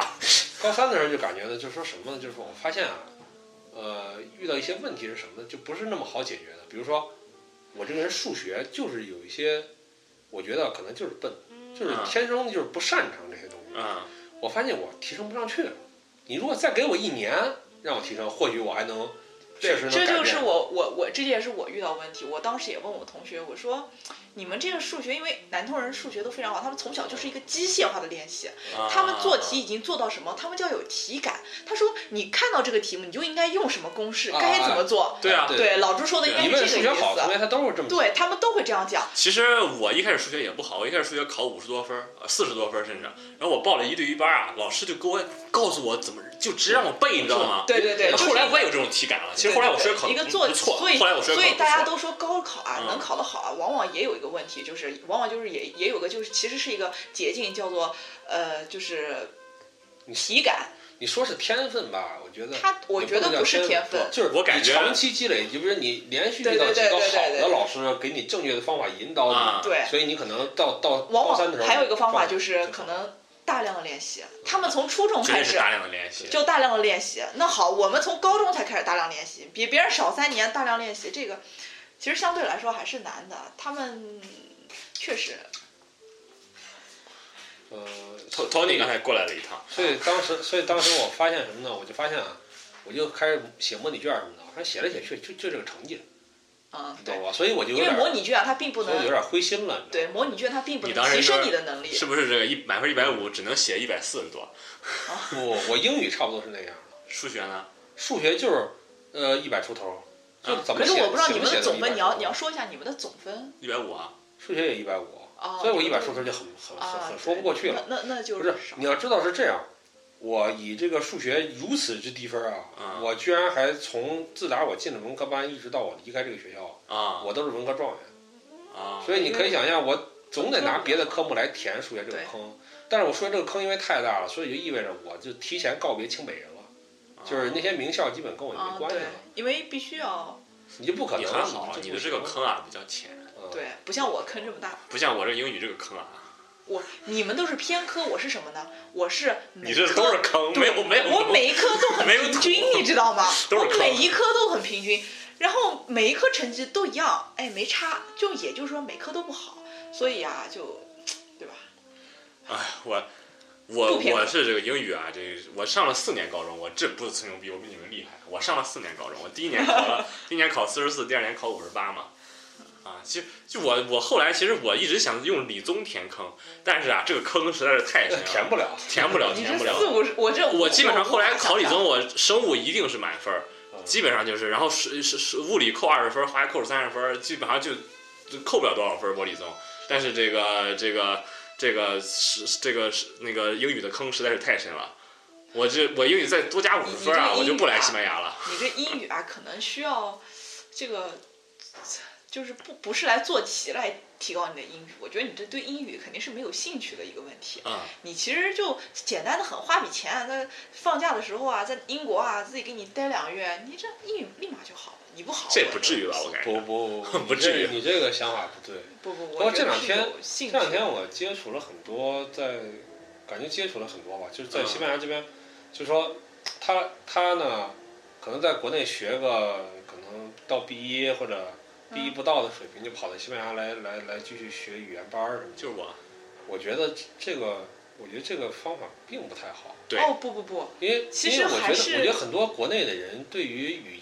Speaker 2: 高三的时候就感觉呢，就是说什么呢？就是说我发现啊，呃，遇到一些问题是什么呢？就不是那么好解决的。比如说，我这个人数学就是有一些，我觉得可能就是笨，就是
Speaker 4: 嗯
Speaker 2: 天生就是不擅长这些东西。
Speaker 4: 嗯，
Speaker 2: 我发现我提升不上去。你如果再给我一年让我提升，或许我还能确实能
Speaker 3: 这
Speaker 2: 改
Speaker 3: 就是
Speaker 2: 变。
Speaker 3: 我我我这也是我遇到问题。我当时也问我同学，我说你们这个数学，因为南通人数学都非常好，他们从小就是一个机械化的练习，
Speaker 2: 啊
Speaker 4: 啊
Speaker 3: 他们做题已经做到什么，他们叫有题感。他说你看到这个题目，你就应该用什么公式，
Speaker 2: 啊
Speaker 3: 该怎么做。
Speaker 4: 对啊
Speaker 2: 对
Speaker 3: 对，老朱说的应该
Speaker 2: 你
Speaker 3: 是
Speaker 2: 问
Speaker 3: 这
Speaker 2: 数
Speaker 3: 个
Speaker 2: 学
Speaker 3: 意
Speaker 2: 好的同
Speaker 3: 思。
Speaker 2: 学，他都是这么
Speaker 3: 对他们都会这样讲，
Speaker 4: 其实我一开始数学也不好，我一开始数学考五十多分儿，呃四十多分儿甚至，然后我报了一对一班儿啊，老师就给我告诉我怎么，就直接让我背，你知道吗？
Speaker 3: 对对对，就是
Speaker 4: 后来我也有这种体感了。其实后来我数学考
Speaker 3: 一个
Speaker 4: 的
Speaker 3: 做
Speaker 4: 不错，
Speaker 3: 所以
Speaker 4: 后来我数学考
Speaker 3: 所
Speaker 4: 得
Speaker 3: 以
Speaker 4: 不
Speaker 3: 大家
Speaker 4: 错
Speaker 3: 都说高考啊
Speaker 4: 嗯，
Speaker 3: 能考得好啊，往往也有一个问题，就是往往就是也也有个就是其实是一个捷径，叫做呃就是
Speaker 2: 你
Speaker 3: 体感。
Speaker 2: 你说是天分吧？我觉得
Speaker 3: 他我觉
Speaker 2: 也
Speaker 3: 得
Speaker 2: 不能叫
Speaker 3: 不是
Speaker 2: 天
Speaker 3: 天分
Speaker 2: 就是
Speaker 4: 我感觉
Speaker 2: 你长期积累，就比如你连续遇
Speaker 3: 对
Speaker 2: 到
Speaker 3: 对
Speaker 2: 几
Speaker 3: 对
Speaker 2: 个
Speaker 3: 对对
Speaker 2: 好的
Speaker 3: 对
Speaker 2: 老师给你正确的方法引导
Speaker 4: 啊
Speaker 2: 你，
Speaker 3: 对，
Speaker 2: 所以你可能到到
Speaker 3: 往
Speaker 2: 高三的
Speaker 3: 往
Speaker 2: 时候
Speaker 3: 还有一个方法就是
Speaker 2: 就
Speaker 3: 可能大量的练习，他们从初中
Speaker 4: 绝
Speaker 3: 开
Speaker 4: 对是
Speaker 3: 始
Speaker 4: 大量的练习。
Speaker 3: 就大量的练习。那好，我们从高中才开始大量练习，比别人少三年大量练习，这个其实相对来说还是难的。他们确实，
Speaker 2: 呃，
Speaker 4: 托托尼刚才过来了一趟，
Speaker 2: 所以当时，所以当时我发现什么呢？我就发现啊，我就开始写模拟卷什么的，我说写来写去就就这个成绩，
Speaker 3: 嗯，
Speaker 2: 你
Speaker 3: 对
Speaker 2: 懂，吧？所以我就有
Speaker 3: 因为
Speaker 2: 点，
Speaker 3: 模拟卷啊它并不
Speaker 2: 所以我就有
Speaker 3: 能
Speaker 2: 点灰心了。你知道
Speaker 3: 对模拟卷它并不
Speaker 4: 你当
Speaker 3: 能
Speaker 4: 时
Speaker 3: 提升
Speaker 4: 是
Speaker 3: 你的能力，
Speaker 4: 是不是这个一满分一百五只能写一百四十多？
Speaker 2: 吗不，我英语差不多是那样的，
Speaker 4: 数学呢？
Speaker 2: 数学就是呃一百出头，就
Speaker 4: 啊
Speaker 2: 怎么
Speaker 3: 嗯可是
Speaker 2: 写？
Speaker 3: 我不知道你
Speaker 2: 写
Speaker 3: 们
Speaker 2: 不写
Speaker 3: 的
Speaker 2: 都
Speaker 3: 总分，
Speaker 2: 100
Speaker 3: 你要
Speaker 2: 出头
Speaker 3: 你要说一下你们的总分
Speaker 4: 一百五啊？
Speaker 2: 数学也一百五，
Speaker 3: 哦
Speaker 2: 所以我
Speaker 3: 这
Speaker 2: 一
Speaker 3: 个
Speaker 2: 百出头就很很很
Speaker 3: 啊，
Speaker 2: 很说不
Speaker 3: 对
Speaker 2: 过去了。
Speaker 3: 那那那就
Speaker 2: 不是
Speaker 3: 少，
Speaker 2: 你要知道是这样，我以这个数学如此之低分啊，
Speaker 4: 啊
Speaker 2: 我居然还从自打我进了文科班一直到我离开这个学校，
Speaker 4: 啊
Speaker 2: 我都是文科状元，
Speaker 4: 啊！
Speaker 2: 所以你可以想象，我总得拿别的科目来填数学这个
Speaker 3: 对
Speaker 2: 坑。但是我数学这个坑因为太大了，所以就意味着我就提前告别清北人了，
Speaker 4: 啊
Speaker 2: 就是那些名校基本跟我就
Speaker 3: 啊
Speaker 2: 没关系
Speaker 3: 对
Speaker 2: 了，，
Speaker 3: 因为必须要
Speaker 2: 你就不可能。
Speaker 4: 你很好，
Speaker 2: 就
Speaker 4: 你
Speaker 2: 不
Speaker 4: 的这个
Speaker 2: 行
Speaker 4: 坑啊比较浅，
Speaker 2: 嗯
Speaker 3: 对，不像我坑这么大。
Speaker 4: 不像我这英语这个坑啊，
Speaker 3: 我你们都是偏科，我是什么呢？我是每
Speaker 4: 你这都是
Speaker 3: 科
Speaker 4: 坑，没有没有，
Speaker 3: 我每一科都很
Speaker 4: 没有
Speaker 3: 平
Speaker 4: 土
Speaker 3: 均，你知道吗？
Speaker 4: 都是
Speaker 3: 我
Speaker 4: 坑
Speaker 3: 每一科都很平均，然后每一科成绩都一样，哎，没差，就也就是说每科都不好，所以啊，就对吧？
Speaker 4: 哎，我我
Speaker 3: 不偏
Speaker 4: 我
Speaker 3: 科
Speaker 4: 是这个英语啊，这个我上了四年高中，我这不是吹牛逼，我比你们厉害。我上了四年高中，我第一年考了，第一年考四十四，第二年考五十八嘛。啊，其实就我我后来其实我一直想用理综填坑，但是啊，这个坑实在是太深
Speaker 2: 嗯
Speaker 4: 了，
Speaker 2: 填不了。
Speaker 4: 填不了，
Speaker 3: 你
Speaker 4: 填
Speaker 3: 这
Speaker 4: 不了。
Speaker 3: 四五十，我这
Speaker 4: 我基本上后来
Speaker 3: 无法
Speaker 4: 考理
Speaker 3: 想象
Speaker 4: 综，我生物一定是满分儿，
Speaker 2: 嗯
Speaker 4: 基本上就是，然后是是是物理扣二十分儿，化学扣三十分儿，基本上就就扣不了多少分儿我理综。但是这个这个这个是这个是那个英语的坑实在是太深了，我这我英语再多加五十分儿啊，
Speaker 3: 你你
Speaker 4: 我
Speaker 3: 这个英语啊
Speaker 4: 就不来西班牙了。
Speaker 3: 你这英语啊，可能需要这个，就是不不是来做题来提高你的英语。我觉得你这对英语肯定是没有兴趣的一个问题。
Speaker 4: 啊、
Speaker 3: 你其实就简单的很，花笔钱啊，在放假的时候啊，在英国啊，自己给你待两个月，你这英语立马就好了。你不好，
Speaker 4: 这也不至于吧？我
Speaker 3: 我
Speaker 4: 感觉
Speaker 2: 不不不，
Speaker 4: 不
Speaker 2: 你
Speaker 4: 至
Speaker 2: 这
Speaker 4: 于
Speaker 2: 你这个想法不对。
Speaker 3: 不不，
Speaker 2: 不过
Speaker 3: 我
Speaker 2: 这两天
Speaker 3: 这
Speaker 2: 这两天我接触了很多在，感觉接触了很多吧，就是在
Speaker 4: 嗯
Speaker 2: 西班牙这边，就说他他呢，可能在国内学个可能到 B 一或者
Speaker 3: 嗯
Speaker 2: B 一不到的水平，就跑到西班牙来来来继续学语言班儿什么的。
Speaker 4: 就是我，
Speaker 2: 我觉得这个，我觉得这个方法并不太好，
Speaker 4: 对
Speaker 3: 哦不不不，
Speaker 2: 因为
Speaker 3: 其
Speaker 2: 因
Speaker 3: 实
Speaker 2: 为我觉
Speaker 3: 还
Speaker 2: 得
Speaker 3: 是
Speaker 2: 我觉得很多国内的人对于语语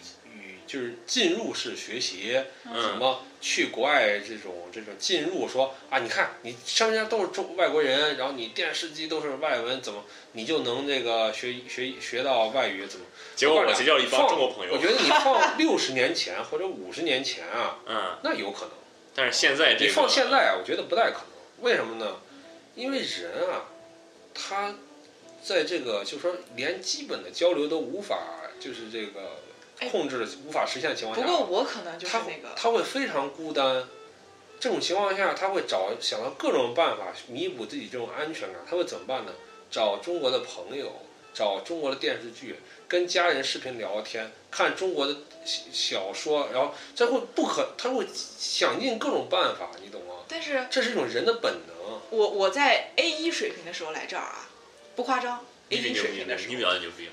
Speaker 2: 就是进入式学习，什
Speaker 4: 嗯，
Speaker 2: 么去国外这种这种进入说啊，你看你商家都是中外国人，然后你电视机都是外文，怎么你就能这个学学学到外语？怎么？
Speaker 4: 结果我
Speaker 2: 告诉
Speaker 4: 结
Speaker 2: 你
Speaker 4: 交了一帮
Speaker 2: 放
Speaker 4: 中国朋友
Speaker 2: 我觉，得你放六十年前或者五十年前啊，
Speaker 4: 嗯，
Speaker 2: 那有可能。
Speaker 4: 但是现在这
Speaker 2: 你
Speaker 4: 个
Speaker 2: 放现在啊，我觉得不太可能。为什么呢？因为人啊，他在这个就是说连基本的交流都无法，就是这个
Speaker 3: 哎
Speaker 2: 控制无法实现的情况
Speaker 3: 不
Speaker 2: 下啊，
Speaker 3: 过我可能就是
Speaker 2: 他
Speaker 3: 那个，
Speaker 2: 他会非常孤单。这种情况下，他会找想到各种办法弥补自己这种安全感。他会怎么办呢？找中国的朋友，找中国的电视剧，跟家人视频聊天，看中国的小小说，然后这会不可，他会想尽各种办法，你懂吗？
Speaker 3: 但是
Speaker 2: 这是一种人的本能。
Speaker 3: 我我在 A 一水平的时候来这儿啊，不夸张，A
Speaker 4: 你比
Speaker 3: 一
Speaker 4: 牛
Speaker 3: 水
Speaker 4: 逼
Speaker 3: 平的时，
Speaker 4: 你比
Speaker 3: 候，
Speaker 4: 较牛逼，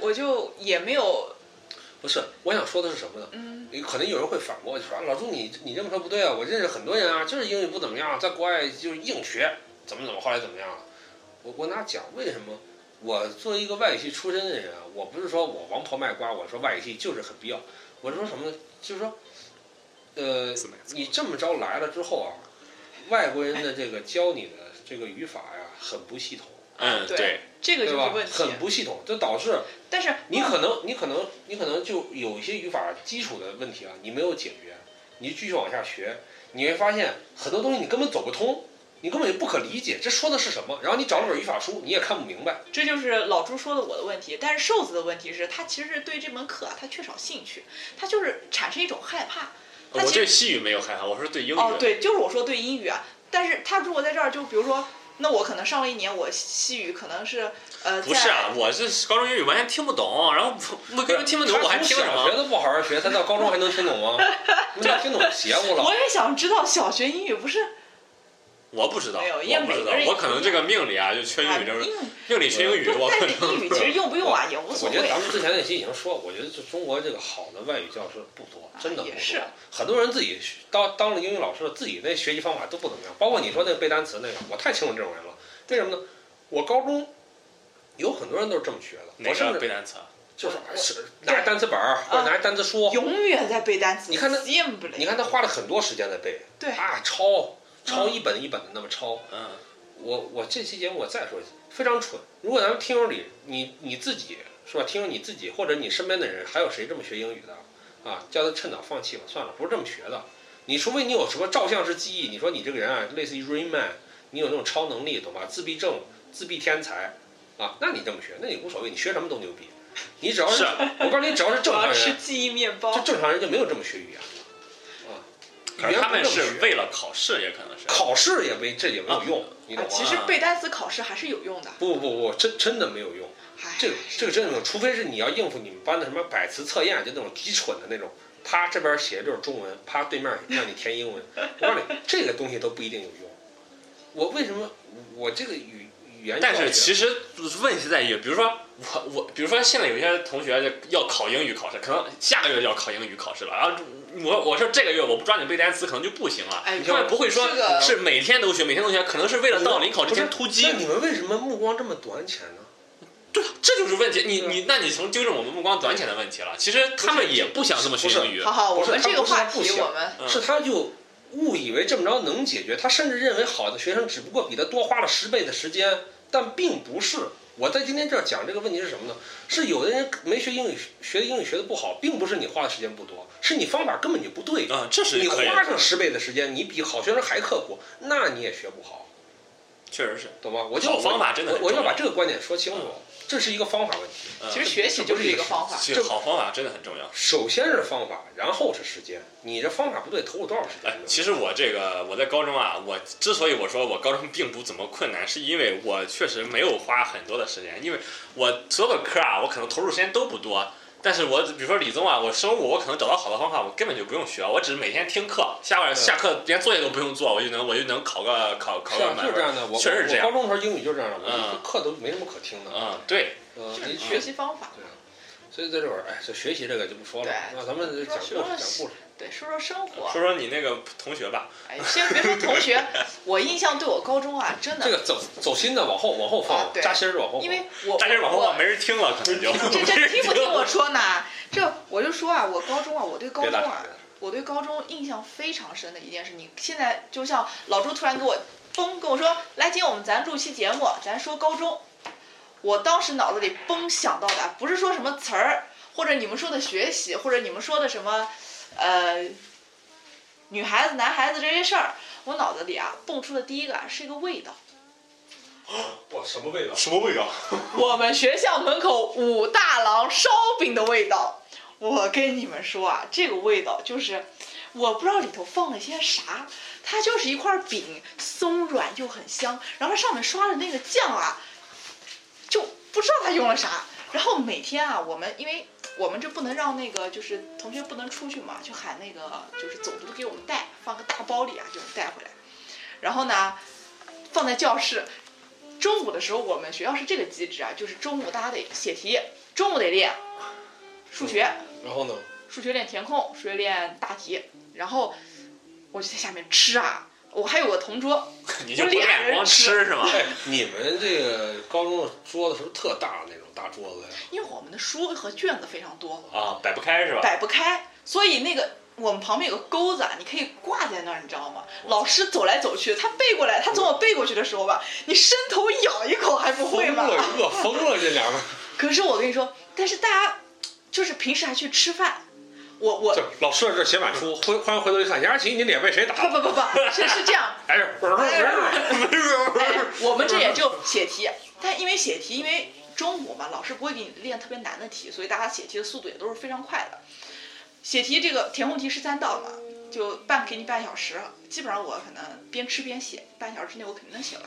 Speaker 3: 我就也没有
Speaker 2: 不是，我想说的是什么呢？
Speaker 3: 嗯，
Speaker 2: 你可能有人会反驳，就说啊老朱你你这么说不对啊，我认识很多人啊，就是英语不怎么样，在国外就是硬学，怎么怎么后来怎么样了。我我哪讲为什么？我作为一个外语系出身的人啊，我不是说我王婆卖瓜，我说外语系就是很必要。我是说什么呢？就是说，呃，
Speaker 4: 怎么样？
Speaker 2: 你这么着来了之后啊，外国人的这个教你的这个语法呀，很不系统，
Speaker 4: 嗯，
Speaker 3: 对
Speaker 4: 对，
Speaker 3: 这个
Speaker 2: 对
Speaker 3: 就
Speaker 2: 吧
Speaker 3: 是问？题
Speaker 2: 很。不系统，这导致
Speaker 3: 但是嗯
Speaker 2: 你可能，你可能，你可能就有一些语法基础的问题啊，你没有解决，你继续往下学，你会发现很多东西你根本走不通，你根本就不可理解这说的是什么。然后你找了本语法书，你也看不明白。
Speaker 3: 这就是老朱说的我的问题，但是瘦子的问题是他其实是对这门课啊，他缺少兴趣，他就是产生一种害怕。他
Speaker 4: 我
Speaker 3: 其
Speaker 4: 对
Speaker 3: 实
Speaker 4: 西语没有害怕，我是对英语。
Speaker 3: 哦，对，就是我说对英语啊，但是他如果在这儿，就比如说，那我可能上了一年，我西语可能是呃，
Speaker 4: 不是啊
Speaker 3: 在，
Speaker 4: 我是高中英语完全听不懂，然后我我根本听不懂，我还听啊
Speaker 2: 他
Speaker 4: 什
Speaker 2: 从小学
Speaker 4: 么？
Speaker 2: 都不好好学，他到高中还 能听懂吗？你能听懂邪乎了
Speaker 3: 我。也想知道小学英语不是
Speaker 4: 我不知道，
Speaker 3: 没有因为
Speaker 4: 我不知道
Speaker 3: 每个人，
Speaker 4: 我可能这个命里啊就缺英语，就是
Speaker 3: 英语
Speaker 4: 命里缺英语，
Speaker 3: 不是
Speaker 4: 我
Speaker 3: 但
Speaker 4: 可
Speaker 3: 是英
Speaker 4: 能
Speaker 3: 语其实用不用啊也无 所
Speaker 2: 我觉得
Speaker 3: 谓
Speaker 2: 咱。们之前那期已经说，我觉得就中国这个好的外语教师不多，真的不
Speaker 3: 也
Speaker 2: 多。
Speaker 4: 啊
Speaker 3: 是
Speaker 2: 很多人自己学当当了英语老师，自己那学习方法都不怎么样。包括你说那个背单词那个，我太清楚这种人了。为什么呢？我高中有很多人都是这么学的，
Speaker 4: 哪
Speaker 2: 我甚
Speaker 4: 个背
Speaker 2: 至
Speaker 4: 单词啊？
Speaker 2: 就是是拿单词本
Speaker 4: 啊
Speaker 2: 儿或者拿单词书，
Speaker 3: 永远在背单词，
Speaker 2: 你看他
Speaker 3: s i m p l
Speaker 2: 你看他花了很多时间在背，
Speaker 3: 对
Speaker 2: 啊，抄抄一本一本的那么抄。
Speaker 4: 嗯，
Speaker 2: 我我这期节目我再说一次，非常蠢。如果咱们听友里你你自己是吧，听友你自己或者你身边的人，还有谁这么学英语的啊？叫他趁早放弃吧，算了，不是这么学的。你除非你有什么照相式记忆，你说你这个人啊，类似于 Rain Man，你有那种超能力，懂吧？自闭症、自闭天才啊，那你这么学，那也无所谓，你学什么都牛逼。你只要
Speaker 3: 啊
Speaker 4: 是啊
Speaker 2: 我告诉你，只要是正
Speaker 3: 我
Speaker 2: 常
Speaker 3: 要吃
Speaker 2: 人，
Speaker 3: 记忆面
Speaker 2: 就
Speaker 3: 包。
Speaker 2: 正常人就没有这么学语言的啊。
Speaker 4: 可是他们
Speaker 2: 语言
Speaker 4: 是
Speaker 2: 不这么学
Speaker 4: 为了考试，也可能是。
Speaker 2: 考试也没这也没有用，你懂
Speaker 3: 啊
Speaker 2: 吗？
Speaker 3: 其实背单词考试还是有用的。
Speaker 2: 不不不，真真的没有用，
Speaker 3: 唉
Speaker 2: 这个这个真的没有，除非是你要应付你们班的什么百词测验，就那种极蠢的那种，啪这边写的就是中文，啪对面让你填英文，我告诉你，这个东西都不一定有用。我为什么我这个语语言
Speaker 4: 但是其
Speaker 2: 实
Speaker 4: 实问题在于，比如说我我，比如说现在有些同学要考英语考试，可能下个月就要考英语考试了，然后我我说这个月我不抓紧背单词可能就不行了，
Speaker 3: 哎
Speaker 4: 他们不会说
Speaker 3: 这个
Speaker 4: 是每天都学，每天都学，可能是为了到临考之前突击
Speaker 2: 那。你们为什么目光这么短浅呢？
Speaker 4: 对，这就是问题。你
Speaker 2: 对啊
Speaker 4: 你，那你从纠正我们目光短浅的问题了。其实他们也不想这么学英语
Speaker 3: 好，好，我
Speaker 2: 不是
Speaker 3: 们
Speaker 2: 他
Speaker 3: 这个
Speaker 2: 不是
Speaker 3: 话
Speaker 2: 不
Speaker 3: 题
Speaker 2: 行
Speaker 3: 我们
Speaker 4: 嗯
Speaker 2: 是他就误以为这么着能解决，他甚至认为好的学生只不过比他多花了十倍的时间，但并不是。我在今天这儿讲这个问题是什么呢？是有的人没学英语，学英语学的不好，并不是你花的时间不多，是你方法根本就不对。
Speaker 4: 嗯，这是
Speaker 2: 你
Speaker 4: 可以的，
Speaker 2: 花上十倍的时间，你比好学生还刻苦，那你也学不好，
Speaker 4: 确实是。
Speaker 2: 懂吗？我就
Speaker 4: 好方法真的
Speaker 2: 我
Speaker 4: 很
Speaker 2: 我要
Speaker 4: 重要
Speaker 2: 把这个观点说清楚
Speaker 4: 嗯，
Speaker 2: 这是一个方法问题。
Speaker 4: 嗯
Speaker 3: 其实学习就是一个方法。
Speaker 4: 其实好方法真的很重要。
Speaker 2: 首先是方法，然后是时间。你这方法不对，投入多少时间
Speaker 4: 哎
Speaker 2: 呢？，
Speaker 4: 其实我这个我在高中啊，我之所以我说我高中并不怎么困难，是因为我确实没有花很多的时间，因为我所有的科啊，我可能投入时间都不多。但是我比如说理综啊，我生物我可能找到好的方法，我根本就不用学，啊我只是每天听课，下晚下课连作业都不用做，我就能我就能考个考考
Speaker 2: 是
Speaker 4: 个
Speaker 2: 啊，
Speaker 4: 满
Speaker 2: 就是
Speaker 4: 分
Speaker 2: 这。样的。我
Speaker 4: 确实是这样
Speaker 2: 我高中的时候英语就是这样的，我
Speaker 4: 嗯
Speaker 2: 课都没什么可听的。
Speaker 4: 嗯，对，
Speaker 2: 嗯，
Speaker 3: 就是啊
Speaker 2: 你
Speaker 3: 学
Speaker 2: 学，
Speaker 3: 习方法。
Speaker 2: 所以在这会儿，哎，这学习这个就不说了
Speaker 3: 对。
Speaker 2: 那咱们就讲故事，
Speaker 3: 说
Speaker 2: 讲
Speaker 3: 说
Speaker 2: 故事。
Speaker 3: 对，说说生活。
Speaker 4: 说说你那个同学吧，
Speaker 3: 哎，先别说同 学，我印象对我高中啊，真
Speaker 2: 这
Speaker 3: 的，
Speaker 2: 个走走心的往后往后
Speaker 3: 啊
Speaker 2: 放，
Speaker 3: 对
Speaker 2: 扎心儿往后放。
Speaker 3: 因为我
Speaker 4: 但是往后
Speaker 3: 哦我
Speaker 4: 放没人听了，可能就
Speaker 3: 这
Speaker 4: 没
Speaker 3: 这
Speaker 4: 人
Speaker 3: 听不
Speaker 4: 了
Speaker 3: 听我说呢？这我就说啊，我高中啊，我对高
Speaker 2: 别
Speaker 3: 中
Speaker 2: 打岔
Speaker 3: 啊，我对高中印象非常深的一件事，你现在就像老朱突然给我嘣跟我说，来姐，我们咱录期节目，咱说高中。我当时脑子里嘣想到的，不是说什么词儿，或者你们说的学习，或者你们说的什么，呃，女孩子、男孩子这些事儿，我脑子里啊蹦出的第一个啊是一个味道。
Speaker 2: 哇，什么味道？
Speaker 4: 什么味道？
Speaker 3: 我们学校门口武大郎烧饼的味道，我跟你们说啊，这个味道就是，我不知道里头放了些啥，它就是一块饼，松软又很香，然后它上面刷的那个酱啊，就不知道他用了啥。然后每天啊，我们因为我们这不能让那个就是同学不能出去嘛，就喊那个就是总督给我们带，放个大包里啊，就是带回来。然后呢，放在教室。中午的时候，我们学校是这个机制啊，就是中午大家得写题，中午得练数学，
Speaker 2: 然后呢？
Speaker 3: 数学练填空，数学练大题，然后我就在下面吃啊。我还有个同桌，
Speaker 4: 你就不练光吃是吗？
Speaker 2: 哎，你们这个高中的桌子是不是特大那种大桌子呀？
Speaker 3: 因为我们的书和卷子非常多，
Speaker 4: 啊，摆不开是吧？
Speaker 3: 摆不开，所以那个我们旁边有个钩子啊，你可以挂在那儿，你知道吗？老师走来走去，他背过来，他从我背过去的时候吧，你伸头咬一口还不会
Speaker 2: 疯
Speaker 3: 吗？
Speaker 2: 了，饿疯了，这两个。
Speaker 3: 可是我跟你说，但是大家就是平时还去吃饭，我我
Speaker 2: 这老师在这写板书，回欢迎回头一看，杨佳琪，你脸被谁打
Speaker 3: 不
Speaker 2: 了？
Speaker 3: 不不不，是是这样，
Speaker 2: 哎呀，
Speaker 3: 哎， 我们这也就写题，但因为写题，因为中午嘛，老师不会给你练特别难的题，所以大家写题的速度也都是非常快的。写题这个填空题十三道嘛，就半给你半小时，基本上我可能边吃边写，半小时之内我肯定能写完。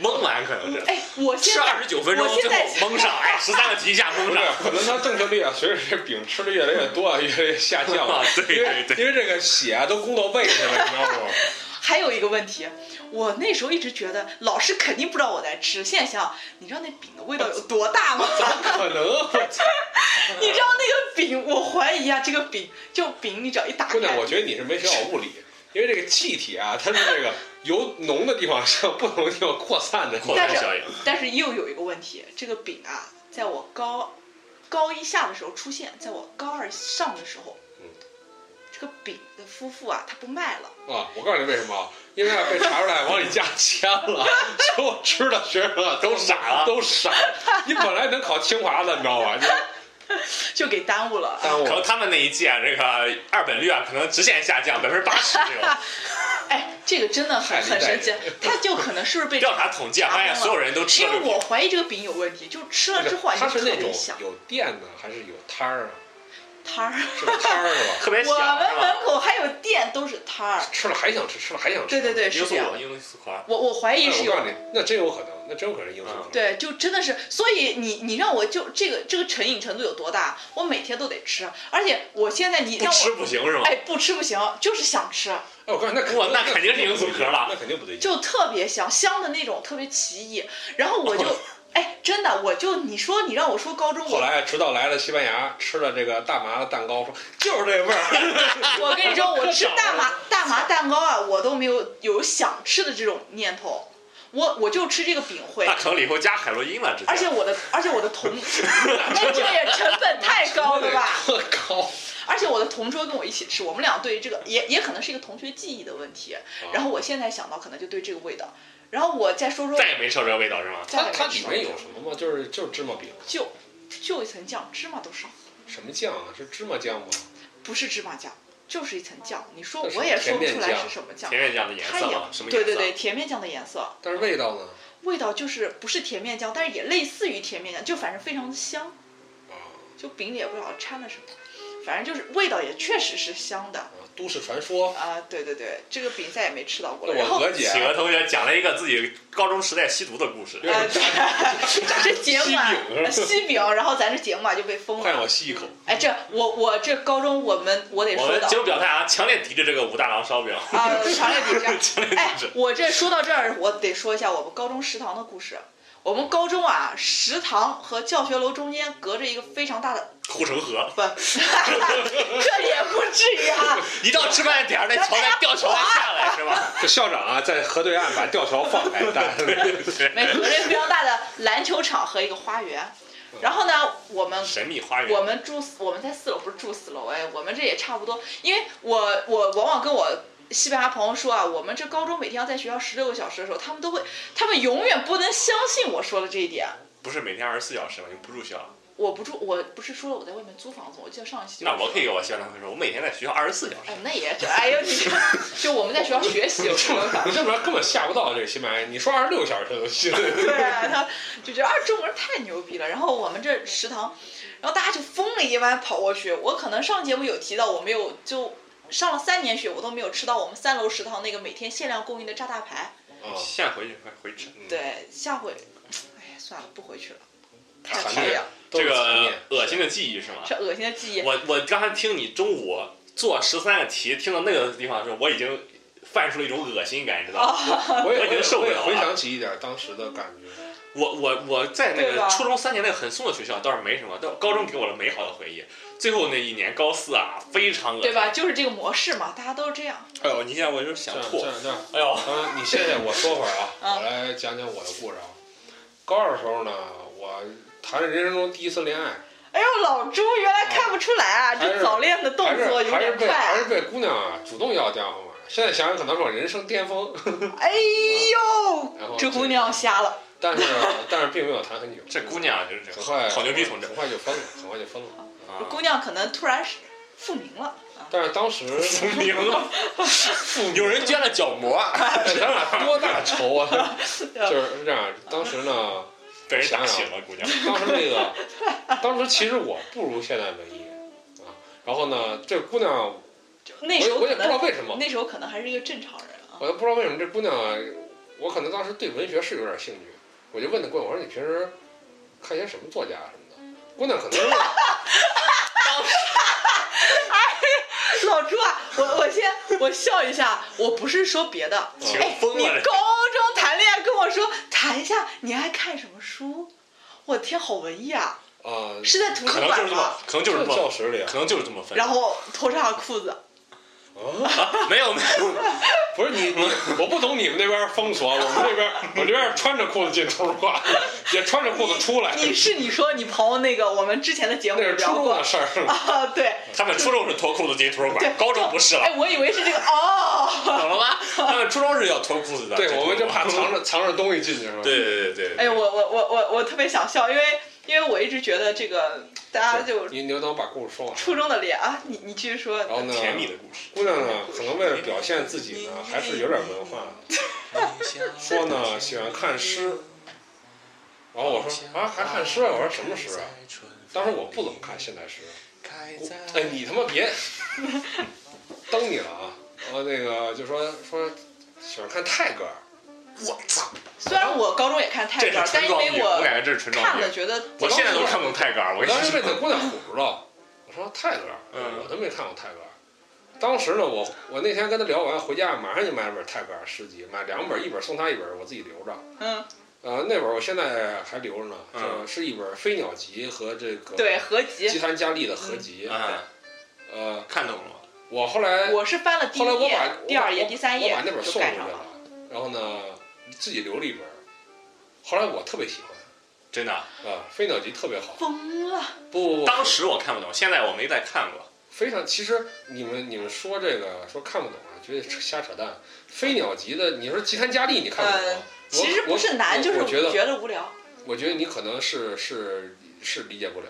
Speaker 4: 蒙完可能是。
Speaker 3: 哎，我现
Speaker 4: 吃
Speaker 3: 在
Speaker 4: 二十九分钟，
Speaker 3: 我现
Speaker 4: 最后
Speaker 3: 在
Speaker 4: 蒙上，哎，十三个题一下蒙
Speaker 2: 不是可能他
Speaker 4: 上。，
Speaker 2: 正确率啊，随着这饼吃的越来越多，啊，越来越下降了
Speaker 4: 。对对对
Speaker 2: 因为因为这个血啊都攻到胃去了，你知道吗？
Speaker 3: 还有一个问题，我那时候一直觉得老师肯定不知道我在吃。现在想，你知道那饼的味道有多大吗？
Speaker 2: 可能啊
Speaker 3: 你知道那个饼，我怀疑啊，这个饼就饼，你只要一打
Speaker 2: 姑娘，
Speaker 3: 开
Speaker 2: 我，觉得你是没学好物理，因为这个气体啊，它是这个由浓的地方向不同的地方扩散的。
Speaker 4: 扩
Speaker 3: 但
Speaker 4: 散
Speaker 3: 是
Speaker 4: 效应。
Speaker 3: 但是又有一个问题，这个饼啊，在我高高一下的时候出现，在我高二上的时候，
Speaker 2: 嗯
Speaker 3: 这个饼的夫妇啊，他不卖了。
Speaker 2: 啊！我告诉你为什么，因为啊被查出来往里加铅了，所有吃的学生 啊都傻
Speaker 4: 了
Speaker 2: 都傻。你本来能考清华的，你知道 吧？就
Speaker 3: 就给耽 误了。
Speaker 2: 耽误
Speaker 4: 可能
Speaker 2: 了。
Speaker 4: 他们那一届啊这个二本率啊，可能直线下降百分之八十 这种。
Speaker 3: 哎，这个真的
Speaker 2: 太
Speaker 3: 很很
Speaker 2: 厉害
Speaker 3: 神
Speaker 2: 了
Speaker 3: 奇，他就可能是 不是被
Speaker 4: 调查统计啊，发现所有人都吃
Speaker 3: 因
Speaker 4: 了
Speaker 3: 为
Speaker 4: 这个
Speaker 3: 我怀疑这个饼有问题，就吃了之后啊，
Speaker 2: 他
Speaker 3: 就是特
Speaker 2: 那
Speaker 3: 别
Speaker 2: 种
Speaker 3: 香
Speaker 2: 有店的，还是有摊儿啊？
Speaker 3: 摊儿。
Speaker 2: 是有摊儿是吧？
Speaker 4: 特别
Speaker 3: 我
Speaker 4: 香，
Speaker 3: 们
Speaker 4: 是吧？
Speaker 3: 门口还有店，都是摊儿。
Speaker 2: 吃了还想吃，吃了还想吃。
Speaker 3: 对对对，
Speaker 4: 罂
Speaker 3: 是这
Speaker 4: 粟
Speaker 3: 样。
Speaker 4: 果，罂粟花。
Speaker 3: 我我怀疑
Speaker 2: 哎
Speaker 3: 是
Speaker 2: 我
Speaker 3: 有
Speaker 2: 告诉你，那真有可能，那真有可能罂粟
Speaker 4: 嗯
Speaker 2: 花。
Speaker 3: 对，就真的是，所以你你让我就这个这个成瘾程度有多大？我每天都得吃，而且我现在你
Speaker 4: 不
Speaker 3: 让
Speaker 4: 吃
Speaker 3: 我
Speaker 4: 不行是吗？
Speaker 3: 哎不吃不行，就是想吃，
Speaker 2: 哎，我告诉你，那
Speaker 4: 哇那肯定是罂粟壳了
Speaker 2: 那肯定不对劲。
Speaker 3: 就特别香，香的那种特别奇异。然后我就 哎真的我就你说你让我说高中
Speaker 2: 后
Speaker 3: 我
Speaker 2: 来直到来了西班牙，吃了这个大麻的蛋糕，说就是这味儿。
Speaker 3: 我跟你说我吃大麻大麻蛋糕啊，我都没有有想吃的这种念头，我我就吃这个饼会
Speaker 4: 那。可能以后加海洛因了，直接。
Speaker 3: 而且我的，而且我的 同，那这也成本太高了 吧？
Speaker 2: 我靠！
Speaker 3: 而且我的同桌跟我一起吃，我们俩对于这个也也可能是一个同学记忆的问题。 然后我现在想到，可能就对这个味道。然后我再说说，
Speaker 4: 再也没吃到这个味道是吗？
Speaker 2: 它
Speaker 3: 再
Speaker 2: 它里面有什么吗？就是就是芝麻饼，
Speaker 3: 就就一层酱，芝麻都少，
Speaker 2: 什么酱啊？是芝麻酱吗？
Speaker 3: 不是芝麻酱，就是一层酱。你说
Speaker 2: 那是
Speaker 3: 我也说不
Speaker 2: 甜
Speaker 3: 出
Speaker 2: 面
Speaker 3: 来
Speaker 2: 酱
Speaker 3: 是什么酱，
Speaker 4: 甜面酱的颜
Speaker 3: 它
Speaker 4: 色
Speaker 3: 也
Speaker 4: 吗？什么颜
Speaker 3: 对
Speaker 4: 色？
Speaker 3: 对对，甜面酱的颜色，
Speaker 2: 但是味道呢？
Speaker 3: 味道就是不是甜面酱，但是也类似于甜面酱，就反正非常的香。
Speaker 2: 啊，
Speaker 3: 就饼里也不知道掺了什么，反正就是味道也确实是香的。
Speaker 2: 啊都市传说。
Speaker 3: 啊，对对对，这个饼再也没吃到过
Speaker 2: 那
Speaker 3: 了。然
Speaker 2: 我啊
Speaker 3: 后
Speaker 2: 娥姐
Speaker 4: 企鹅同学讲了一个自己高中时代吸毒的故事，
Speaker 3: 呃，对这节目啊，西饼，然后咱这节目啊就被封
Speaker 2: 快让
Speaker 3: 了。
Speaker 2: 我吸一口。
Speaker 3: 哎，这我我这高中我们我得
Speaker 4: 我
Speaker 3: 说
Speaker 4: 们
Speaker 3: 到
Speaker 4: 节目表态啊，强烈抵制这个武大郎烧饼。
Speaker 3: 啊，强烈 抵制。
Speaker 4: 强烈
Speaker 3: 哎
Speaker 4: 抵制，。
Speaker 3: 我这说到这儿，我得说一下我们高中食堂的故事。我们高中啊，食堂和教学楼中间隔着一个非常大的
Speaker 4: 护城河，
Speaker 3: 不， 这也不至于 啊。
Speaker 4: 一到吃饭点儿，那桥在吊桥还下来是 吧？
Speaker 2: 这校长啊，在河对岸把吊桥放 开，但是
Speaker 3: 没隔着一个非常大的篮球场和一个花园。然后呢，我们
Speaker 4: 神秘花
Speaker 3: 我
Speaker 4: 园，
Speaker 3: 们住四我们在四楼不是住四楼哎，我们这也差不多，因为我我往往跟我西班牙朋友说啊，我们这高中每天要在学校十六个小时的时候，他们都会，他们永远不能相信我说的这一点。
Speaker 4: 不是每天二十四小时吗？你不啊住校？
Speaker 3: 我不住，我不是说了我在外面租房子吗，我记得上一期就
Speaker 4: 那我可以给我西班牙同学说，我每天在学校二十四小时。
Speaker 3: 哎，那也这，哎呦你，就我们在学校学习有十六个小时。
Speaker 2: 这边根本吓不到这个西班牙。你说二十六小时都信？
Speaker 3: 对，他就觉得啊，中国人太牛逼了。然后我们这食堂，然后大家就疯了一般跑过去。我可能上节目有提到，我没有就上了三年学，我都没有吃到我们三楼食堂那个每天限量供应的炸大排。
Speaker 2: 啊，
Speaker 4: 哦现在回去，快回吃。
Speaker 3: 对，下回，哎呀，算了，不回去了，太
Speaker 2: 残啊
Speaker 3: 疲
Speaker 2: 念
Speaker 3: 了，，
Speaker 2: 都
Speaker 4: 这
Speaker 2: 是残念
Speaker 4: 个恶心的记忆是吗？
Speaker 3: 这恶心的记忆。
Speaker 4: 我我刚才听你中午做十三个题，听到那个地方的时候，我已经泛出了一种恶心感，你知道
Speaker 3: 哦
Speaker 4: 吗？
Speaker 2: 我也
Speaker 4: 我已经受不了了啊
Speaker 2: 我也回想起一点当时的感觉。
Speaker 4: 我我我在那
Speaker 3: 对
Speaker 4: 个
Speaker 3: 吧
Speaker 4: 初中三年那个很松的学校倒是没什么，到高中给我了美好的回忆。最后那一年高四啊，非常恶心，
Speaker 3: 对吧？？就是这个模式嘛，大家都是这样。
Speaker 4: 哎呦，你现在我就想
Speaker 2: 这样
Speaker 4: 吐
Speaker 2: 这。样这样，
Speaker 4: 哎呦，
Speaker 2: 嗯，你谢谢我说会儿 啊，
Speaker 3: 啊
Speaker 2: 我来讲讲我的故事啊。高二的时候呢，我谈了人生中第一次恋爱，
Speaker 3: 哎呦，老朱原来看不出来啊，
Speaker 2: 还是
Speaker 3: 这早恋的动
Speaker 2: 还是
Speaker 3: 作有
Speaker 2: 还是
Speaker 3: 点
Speaker 2: 被还
Speaker 3: 快
Speaker 2: 是。被姑娘啊主动要电话号码。现在想想，可能是我人生巅峰，
Speaker 3: 哎
Speaker 2: 然
Speaker 3: 呦
Speaker 2: 后，
Speaker 3: 这
Speaker 2: 这
Speaker 3: 姑
Speaker 2: 个
Speaker 3: 娘瞎了。
Speaker 2: 但是但是并没有谈很久。
Speaker 4: 这姑娘就是这
Speaker 2: 很快
Speaker 4: 样，好牛逼同志
Speaker 2: 很快就分了，很快就分了。
Speaker 4: 啊！
Speaker 2: 嗯
Speaker 3: 姑娘可能突然是复明了啊，
Speaker 2: 但是当 时
Speaker 4: 复明啊了， 有人捐了角膜，啊
Speaker 2: 咱俩多大仇 啊！就是这样，当时呢，
Speaker 4: 被人打醒了，姑娘。
Speaker 2: 当时那个，当时其实我不如现在文艺啊。然后呢，这姑娘，
Speaker 3: 就
Speaker 2: 我
Speaker 3: 那时
Speaker 2: 也
Speaker 3: 候
Speaker 2: 我
Speaker 3: 可
Speaker 2: 也不知道
Speaker 3: 能
Speaker 2: 为什么，
Speaker 3: 那时候可能还是一个正常人啊。
Speaker 2: 我也不知道为什么这姑娘啊，我可能当时对文学是有点兴趣，我就问她姑娘，我说你平时看些什么作家什么的？姑娘可能是
Speaker 3: 老朱啊，我我先我笑一下，我不是说别的。
Speaker 4: 请
Speaker 3: 哎，
Speaker 4: 疯
Speaker 3: 你
Speaker 4: 了
Speaker 3: 高中谈恋爱跟我说谈一下，你爱看什么书？我天，好文艺啊！
Speaker 2: 啊，
Speaker 3: 是在图
Speaker 4: 可
Speaker 3: 书
Speaker 4: 能就
Speaker 3: 馆
Speaker 4: 是这
Speaker 3: 吗
Speaker 4: 么？，可能就是这
Speaker 2: 这
Speaker 4: 么
Speaker 2: 教，室里啊
Speaker 4: 可，能就是这么分。
Speaker 3: 然后脱上了裤子，
Speaker 2: 啊
Speaker 4: 没有没有，
Speaker 2: 不是你，你我不懂你们那边风俗啊，我们这边我这边穿着裤子进图书馆，也穿着裤子出来，
Speaker 3: 你是你说你朋友那个我们之前的节目
Speaker 2: 哎那是初
Speaker 3: 聊
Speaker 2: 中
Speaker 3: 过
Speaker 2: 的事儿。
Speaker 3: 啊？对
Speaker 4: 他们初中是脱裤子进图书
Speaker 3: 对
Speaker 4: 馆，，高中不是了，
Speaker 3: 哎，我以为是这个哦。
Speaker 4: 懂了吧？他们初中是要脱裤子的。
Speaker 2: 对，我们就
Speaker 4: 这
Speaker 2: 怕藏着藏着东西进去，是吧？
Speaker 4: 对对对对。
Speaker 3: 哎，我我我我我特别想笑，因为因为我一直觉得这个大家就
Speaker 2: 你你就等我把故事说完。
Speaker 3: 初中的恋啊，你你继续说。
Speaker 2: 然后呢，
Speaker 4: 甜蜜的故事。
Speaker 2: 姑娘呢，可能为了表现自己呢，还是有点文化，说呢喜欢看诗。然后我说啊，还看诗啊？我说什么诗啊？当时我不怎么看现代诗。哎，你他妈别蹬你了啊！然后那个就说说喜欢看泰戈尔，
Speaker 4: 我操，
Speaker 3: 虽然我高中也看泰
Speaker 4: 这
Speaker 3: 戈尔
Speaker 4: 是，
Speaker 3: 但
Speaker 4: 纯
Speaker 3: 因为
Speaker 4: 装逼，我感觉
Speaker 3: 我
Speaker 4: 这是纯装
Speaker 3: 看
Speaker 4: 逼
Speaker 3: 了。觉得
Speaker 4: 我现在都看不懂泰戈尔，我跟
Speaker 2: 当时被
Speaker 4: 你
Speaker 2: 那
Speaker 4: 说。
Speaker 2: 姑娘唬住了，我说泰戈尔，
Speaker 4: 嗯
Speaker 2: 我都没看过泰戈尔。当时呢，我我那天跟他聊完，回家马上就买了本泰戈尔诗集，买两本，一本送他一本，我自己留着。
Speaker 3: 嗯，
Speaker 2: 呃，那本我现在还留着呢，
Speaker 4: 嗯
Speaker 2: 叫是一本《飞鸟集》和这个
Speaker 3: 对合
Speaker 2: 吉
Speaker 3: 集，
Speaker 2: 檀伽利的合集。
Speaker 4: 嗯，
Speaker 2: 呃，
Speaker 4: 看懂了吗？
Speaker 2: 我后来
Speaker 3: 我是翻了第
Speaker 2: 后来
Speaker 3: 一
Speaker 2: 我把
Speaker 3: 页、第二页、
Speaker 2: 我
Speaker 3: 第三
Speaker 2: 我
Speaker 3: 页
Speaker 2: 把那本
Speaker 3: 就
Speaker 2: 送出
Speaker 3: 盖
Speaker 2: 去
Speaker 3: 上了
Speaker 2: 了。，然后呢，自己留了一本。后来我特别喜欢
Speaker 4: 真的，
Speaker 2: 啊，《飞鸟集》特别好。
Speaker 3: 疯了，
Speaker 2: 不不不，
Speaker 4: 当时我看不懂，现在我没再看过。
Speaker 2: 非常，其实你们你们说这个说看不懂啊，觉得扯瞎扯淡。飞鸟集的，你说吉檀伽利你看不懂
Speaker 3: 呃
Speaker 2: 吗？我
Speaker 3: 其实不是难，
Speaker 2: 我
Speaker 3: 就是
Speaker 2: 我觉得，
Speaker 3: 无聊。
Speaker 2: 我觉得你可能是是是理解不了。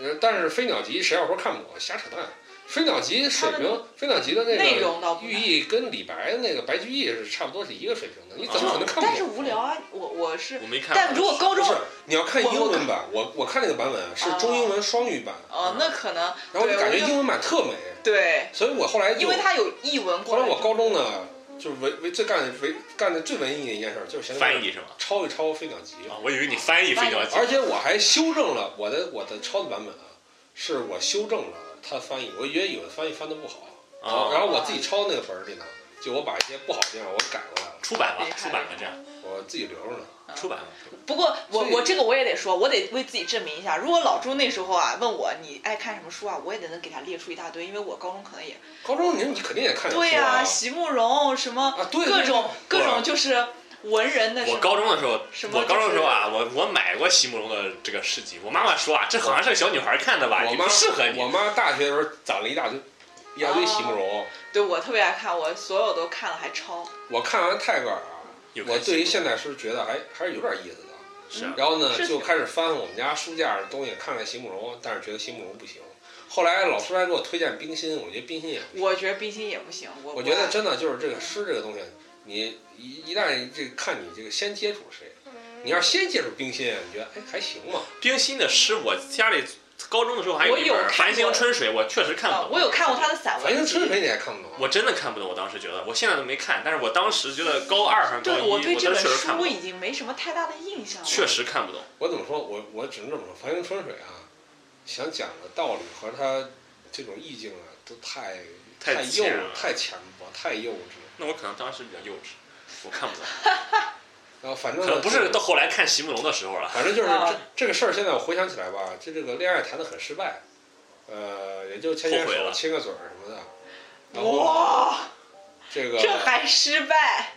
Speaker 2: 呃，但是飞鸟集谁要说看不懂，瞎扯淡。飞鸟集水
Speaker 3: 他
Speaker 2: 平，飞鸟集的那
Speaker 3: 内容倒
Speaker 2: 个
Speaker 3: 不难
Speaker 2: 寓意跟李白的那个白居易是差不多是一个水平的，你怎么可能看不懂？
Speaker 3: 但是无聊啊，我我是，
Speaker 4: 我没看过。
Speaker 3: 但如果高
Speaker 2: 不
Speaker 3: 中
Speaker 2: 是，你要看
Speaker 3: 我
Speaker 2: 英
Speaker 3: 我
Speaker 2: 文
Speaker 3: 看
Speaker 2: 版，我我看那个版本是
Speaker 3: 啊
Speaker 2: 中英文双语版，
Speaker 3: 哦，那可能
Speaker 2: 然后就
Speaker 3: 对
Speaker 2: 感觉
Speaker 3: 我就
Speaker 2: 英文版特美，
Speaker 3: 对，
Speaker 2: 所以我后来就
Speaker 3: 因为它有译文过
Speaker 2: 后来
Speaker 3: 来之
Speaker 2: 我
Speaker 3: 后。
Speaker 2: 高中呢，就是文文最干文干的最文艺的一件事，就是闲着
Speaker 4: 翻译是吗？
Speaker 2: 抄一抄《飞鸟集》
Speaker 4: 啊，我以为你翻译飞鸟集
Speaker 2: 而且我还修正了我的我的抄的版本啊，是我修正了它的翻译，我觉得有的翻译翻的不好，然后
Speaker 3: 哦
Speaker 4: 啊
Speaker 2: 然后我自己抄那个本儿里呢，就我把一些不好的地方我改过来了，
Speaker 4: 出版了
Speaker 3: 厉，害
Speaker 4: 出版了这样，
Speaker 2: 我自己留着呢。
Speaker 4: 出版了。
Speaker 3: 不过我
Speaker 2: 所以
Speaker 3: 我这个我也得说，我得为自己证明一下。如果老朱那时候啊问我你爱看什么书啊，我也得能给他列出一大堆，因为我高中可能也
Speaker 2: 高中你你肯定也看
Speaker 3: 对
Speaker 2: 呀、
Speaker 3: 呀、席慕容什么
Speaker 2: 啊对
Speaker 3: 各种
Speaker 2: 对
Speaker 3: 各
Speaker 2: 对
Speaker 3: 种就是文人的什
Speaker 4: 我
Speaker 3: 么。
Speaker 4: 高中的时候
Speaker 3: 什，么
Speaker 4: 我高中的时候啊，我我买过席慕容的这个诗集，我妈妈说啊，这好像是小女孩看的吧，
Speaker 2: 我
Speaker 4: 你
Speaker 2: 妈
Speaker 4: 不适合你
Speaker 2: 我。妈大学的时候攒了一大堆一
Speaker 3: 哦
Speaker 2: 大堆席慕容，
Speaker 3: 对我特别爱看，我所有都看了还抄。
Speaker 2: 我看完泰戈尔啊，
Speaker 4: 有看
Speaker 2: 我对于
Speaker 4: 席
Speaker 2: 现
Speaker 4: 慕
Speaker 2: 代诗觉得还还是有点意思的。
Speaker 4: 容是啊，
Speaker 2: 然后呢，
Speaker 3: 是
Speaker 2: 就开始翻我们家书架上的东西，看看席慕容，但是觉得席慕容不行。后来老师还给我推荐冰心，我觉得冰心也不行。
Speaker 3: 我觉得冰心也不行，我
Speaker 2: 我觉得
Speaker 3: 不爱
Speaker 2: 真的就是这个诗这个东西，你一一旦这个看你这个先接触谁，
Speaker 3: 嗯
Speaker 2: 你要先接触冰心，你觉得哎还行吧？
Speaker 4: 冰心的诗，我家里高中的时候还有一
Speaker 3: 我有
Speaker 4: 本
Speaker 3: 看
Speaker 4: 《
Speaker 3: 过
Speaker 4: 繁星春水》，我确实看不
Speaker 3: 啊，
Speaker 4: 懂。
Speaker 3: 我有看过他的散
Speaker 2: 反
Speaker 3: 文
Speaker 2: 正
Speaker 3: 集
Speaker 2: 春水你也看不懂。
Speaker 4: 我真的看不懂，我当时觉得，我现在都没看，但是我当时觉得高二还是高
Speaker 3: 对
Speaker 4: 一，我
Speaker 3: 我对这
Speaker 4: 当
Speaker 3: 本
Speaker 4: 时确实看不
Speaker 3: 书
Speaker 4: 懂，
Speaker 3: 已经没什么太大的印象了。
Speaker 4: 确实看不懂。
Speaker 2: 我怎么说？我我只能这么说，《繁星春水》啊，想讲的道理和他这种意境啊，都太
Speaker 4: 太
Speaker 2: 太幼
Speaker 4: 浅了
Speaker 2: 太浅薄、太幼稚。
Speaker 4: 那我可能当时比较幼稚，我看不 懂，
Speaker 2: 然后呃反正
Speaker 4: 可
Speaker 2: 呢
Speaker 4: 能不
Speaker 2: 就是
Speaker 4: 到后来看席慕容的时候了。
Speaker 2: 反正就是
Speaker 3: 啊
Speaker 2: 这这个事儿，现在我回想起来吧，这这个恋爱谈的很失败，呃，也就牵牵
Speaker 4: 后悔
Speaker 2: 手、
Speaker 4: 了
Speaker 2: 亲个嘴儿什么的。然后
Speaker 3: 哇，
Speaker 2: 这个，
Speaker 3: 这还失败，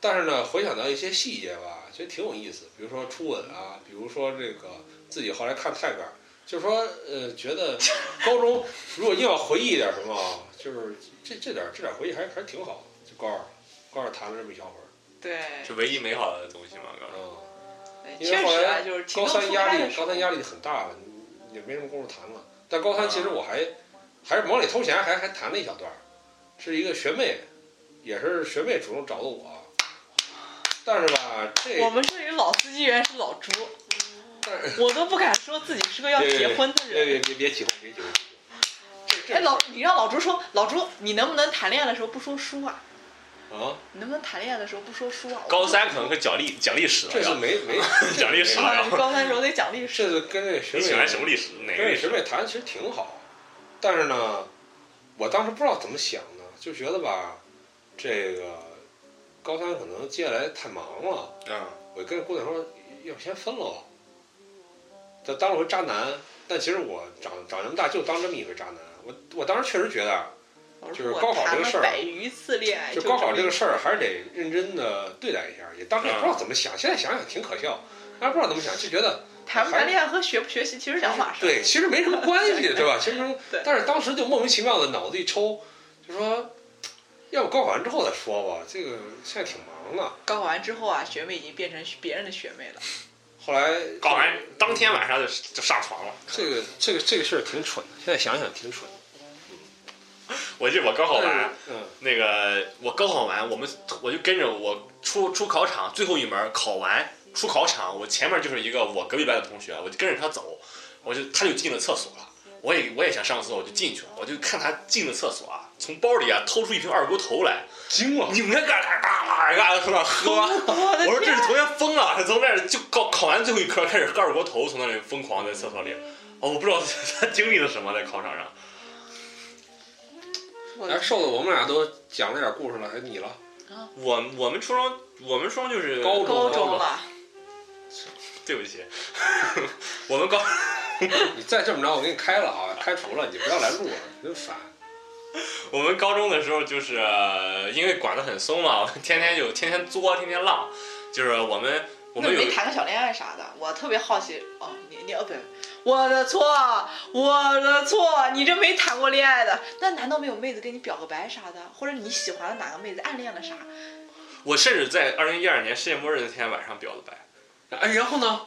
Speaker 2: 但是呢，回想到一些细节吧，觉得挺有意思，比如说初吻啊，比如说这个自己后来看泰戈尔，就是说呃，觉得高中如果硬要回忆点什么啊，就是这这点儿这点儿回忆还还挺好。就高二，高二谈了这么一小会儿，
Speaker 3: 对，
Speaker 4: 是唯一美好的东西嘛？高中
Speaker 2: 嗯，
Speaker 3: 对
Speaker 2: 因为
Speaker 3: 确
Speaker 2: 后
Speaker 3: 实啊，
Speaker 2: 来
Speaker 3: 就是情
Speaker 2: 高
Speaker 3: 窦
Speaker 2: 三
Speaker 3: 初
Speaker 2: 压
Speaker 3: 开
Speaker 2: 力
Speaker 3: 的，时
Speaker 2: 高
Speaker 3: 候
Speaker 2: 三压力很大，也没什么功夫谈了。但高三其
Speaker 3: 啊
Speaker 2: 实我还、还是忙里偷闲还，还谈了一小段儿，是一个学妹，也是学妹主动找的我。但是吧，这
Speaker 3: 我们这里老司机原来是老朱，
Speaker 2: 但是
Speaker 3: 我都不敢说自己是个要结婚的
Speaker 2: 别别
Speaker 3: 人。
Speaker 2: 哎别别起哄，别起哄。这
Speaker 3: 哎，老你让老朱说，老朱，你能不能谈恋爱的时候不说书啊？
Speaker 2: 啊，
Speaker 3: 你能不能谈恋爱的时候不说书啊？我
Speaker 4: 高三可能是讲历讲历史了
Speaker 2: 这次
Speaker 4: 呀，
Speaker 2: 没 没
Speaker 4: 讲历史
Speaker 2: 没
Speaker 4: 了
Speaker 3: 哎啊，你
Speaker 4: 呀。
Speaker 3: 高三时候得讲历史。
Speaker 2: 这次跟这个学
Speaker 4: 你
Speaker 2: 妹
Speaker 4: 喜欢什么历史？哪
Speaker 2: 跟
Speaker 4: 个
Speaker 2: 这
Speaker 4: 历
Speaker 2: 学
Speaker 4: 史？
Speaker 2: 妹谈的其实挺好，但是呢，我当时不知道怎么想的，就觉得吧，这个高三可能接下来太忙了，
Speaker 4: 啊，
Speaker 2: 我跟姑娘说要先分了。他当了回渣男，但其实我长长这么大就当这么一回渣男。我我当时确实觉得，
Speaker 3: 我
Speaker 2: 就是
Speaker 3: 我
Speaker 2: 高考
Speaker 3: 谈
Speaker 2: 这个
Speaker 3: 了
Speaker 2: 事儿
Speaker 3: 百余次恋爱，
Speaker 2: 就高考这个事儿还是得认真的对待一下。也当时也不知道怎么想，现在想想挺可笑，但是不知道怎么想，就觉得
Speaker 3: 谈不谈恋爱和学不学习其实两码事。
Speaker 2: 对，，其实没什么关系，对吧？其实没什么
Speaker 3: 对
Speaker 2: 但是当时就莫名其妙的脑子一抽，就说要不高考完之后再说吧，这个现在挺忙的。
Speaker 3: 高考完之后啊，学妹已经变成别人的学妹 了。
Speaker 2: 后来
Speaker 4: 搞完当天晚上就就上床了。
Speaker 2: 这个这个这个事儿挺蠢的，现在想想挺蠢的。
Speaker 4: 我记得我高考完，
Speaker 2: 嗯，
Speaker 4: 那个我高考完，我们我就跟着我出出考场最后一门考完出考场，我前面就是一个我隔壁班的同学，我就跟着他走，我就他就进了厕所了，我也我也想上厕所，我就进去了，我就看他进了厕所啊，从包里啊掏出一瓶二锅头来，
Speaker 2: 惊了，
Speaker 4: 你们干啥？嘎嘎嘎从那喝，
Speaker 3: 我的
Speaker 4: 我说这是同学疯了，他从那儿就考考完最后一科开始喝二锅头，从那里疯狂在厕所里。哦，我不知道他经历了什么在考场上。
Speaker 3: 我
Speaker 2: 哎，瘦子，我们俩都讲了点故事了，还你了？
Speaker 4: 我我们初中我们初中就是
Speaker 2: 高中
Speaker 3: 高中了，
Speaker 4: 对不起， 我们高
Speaker 2: 你再这么着，我给你开了啊，开除了，你不要来录了，真烦。
Speaker 4: 我们高中的时候就是、呃因为管得很松嘛，我们天天就天天作，天天浪，就是我们我
Speaker 3: 那
Speaker 4: 们有
Speaker 3: 没谈个小恋爱啥的，我特别好奇。哦，你你哦不，我的错，我的错，你这没谈过恋爱的，那难道没有妹子跟你表个白啥的，或者你喜欢了哪个妹子暗恋了啥？
Speaker 4: 我甚至在二零一二年世界末日那天晚上表的白，
Speaker 2: 哎，然后呢？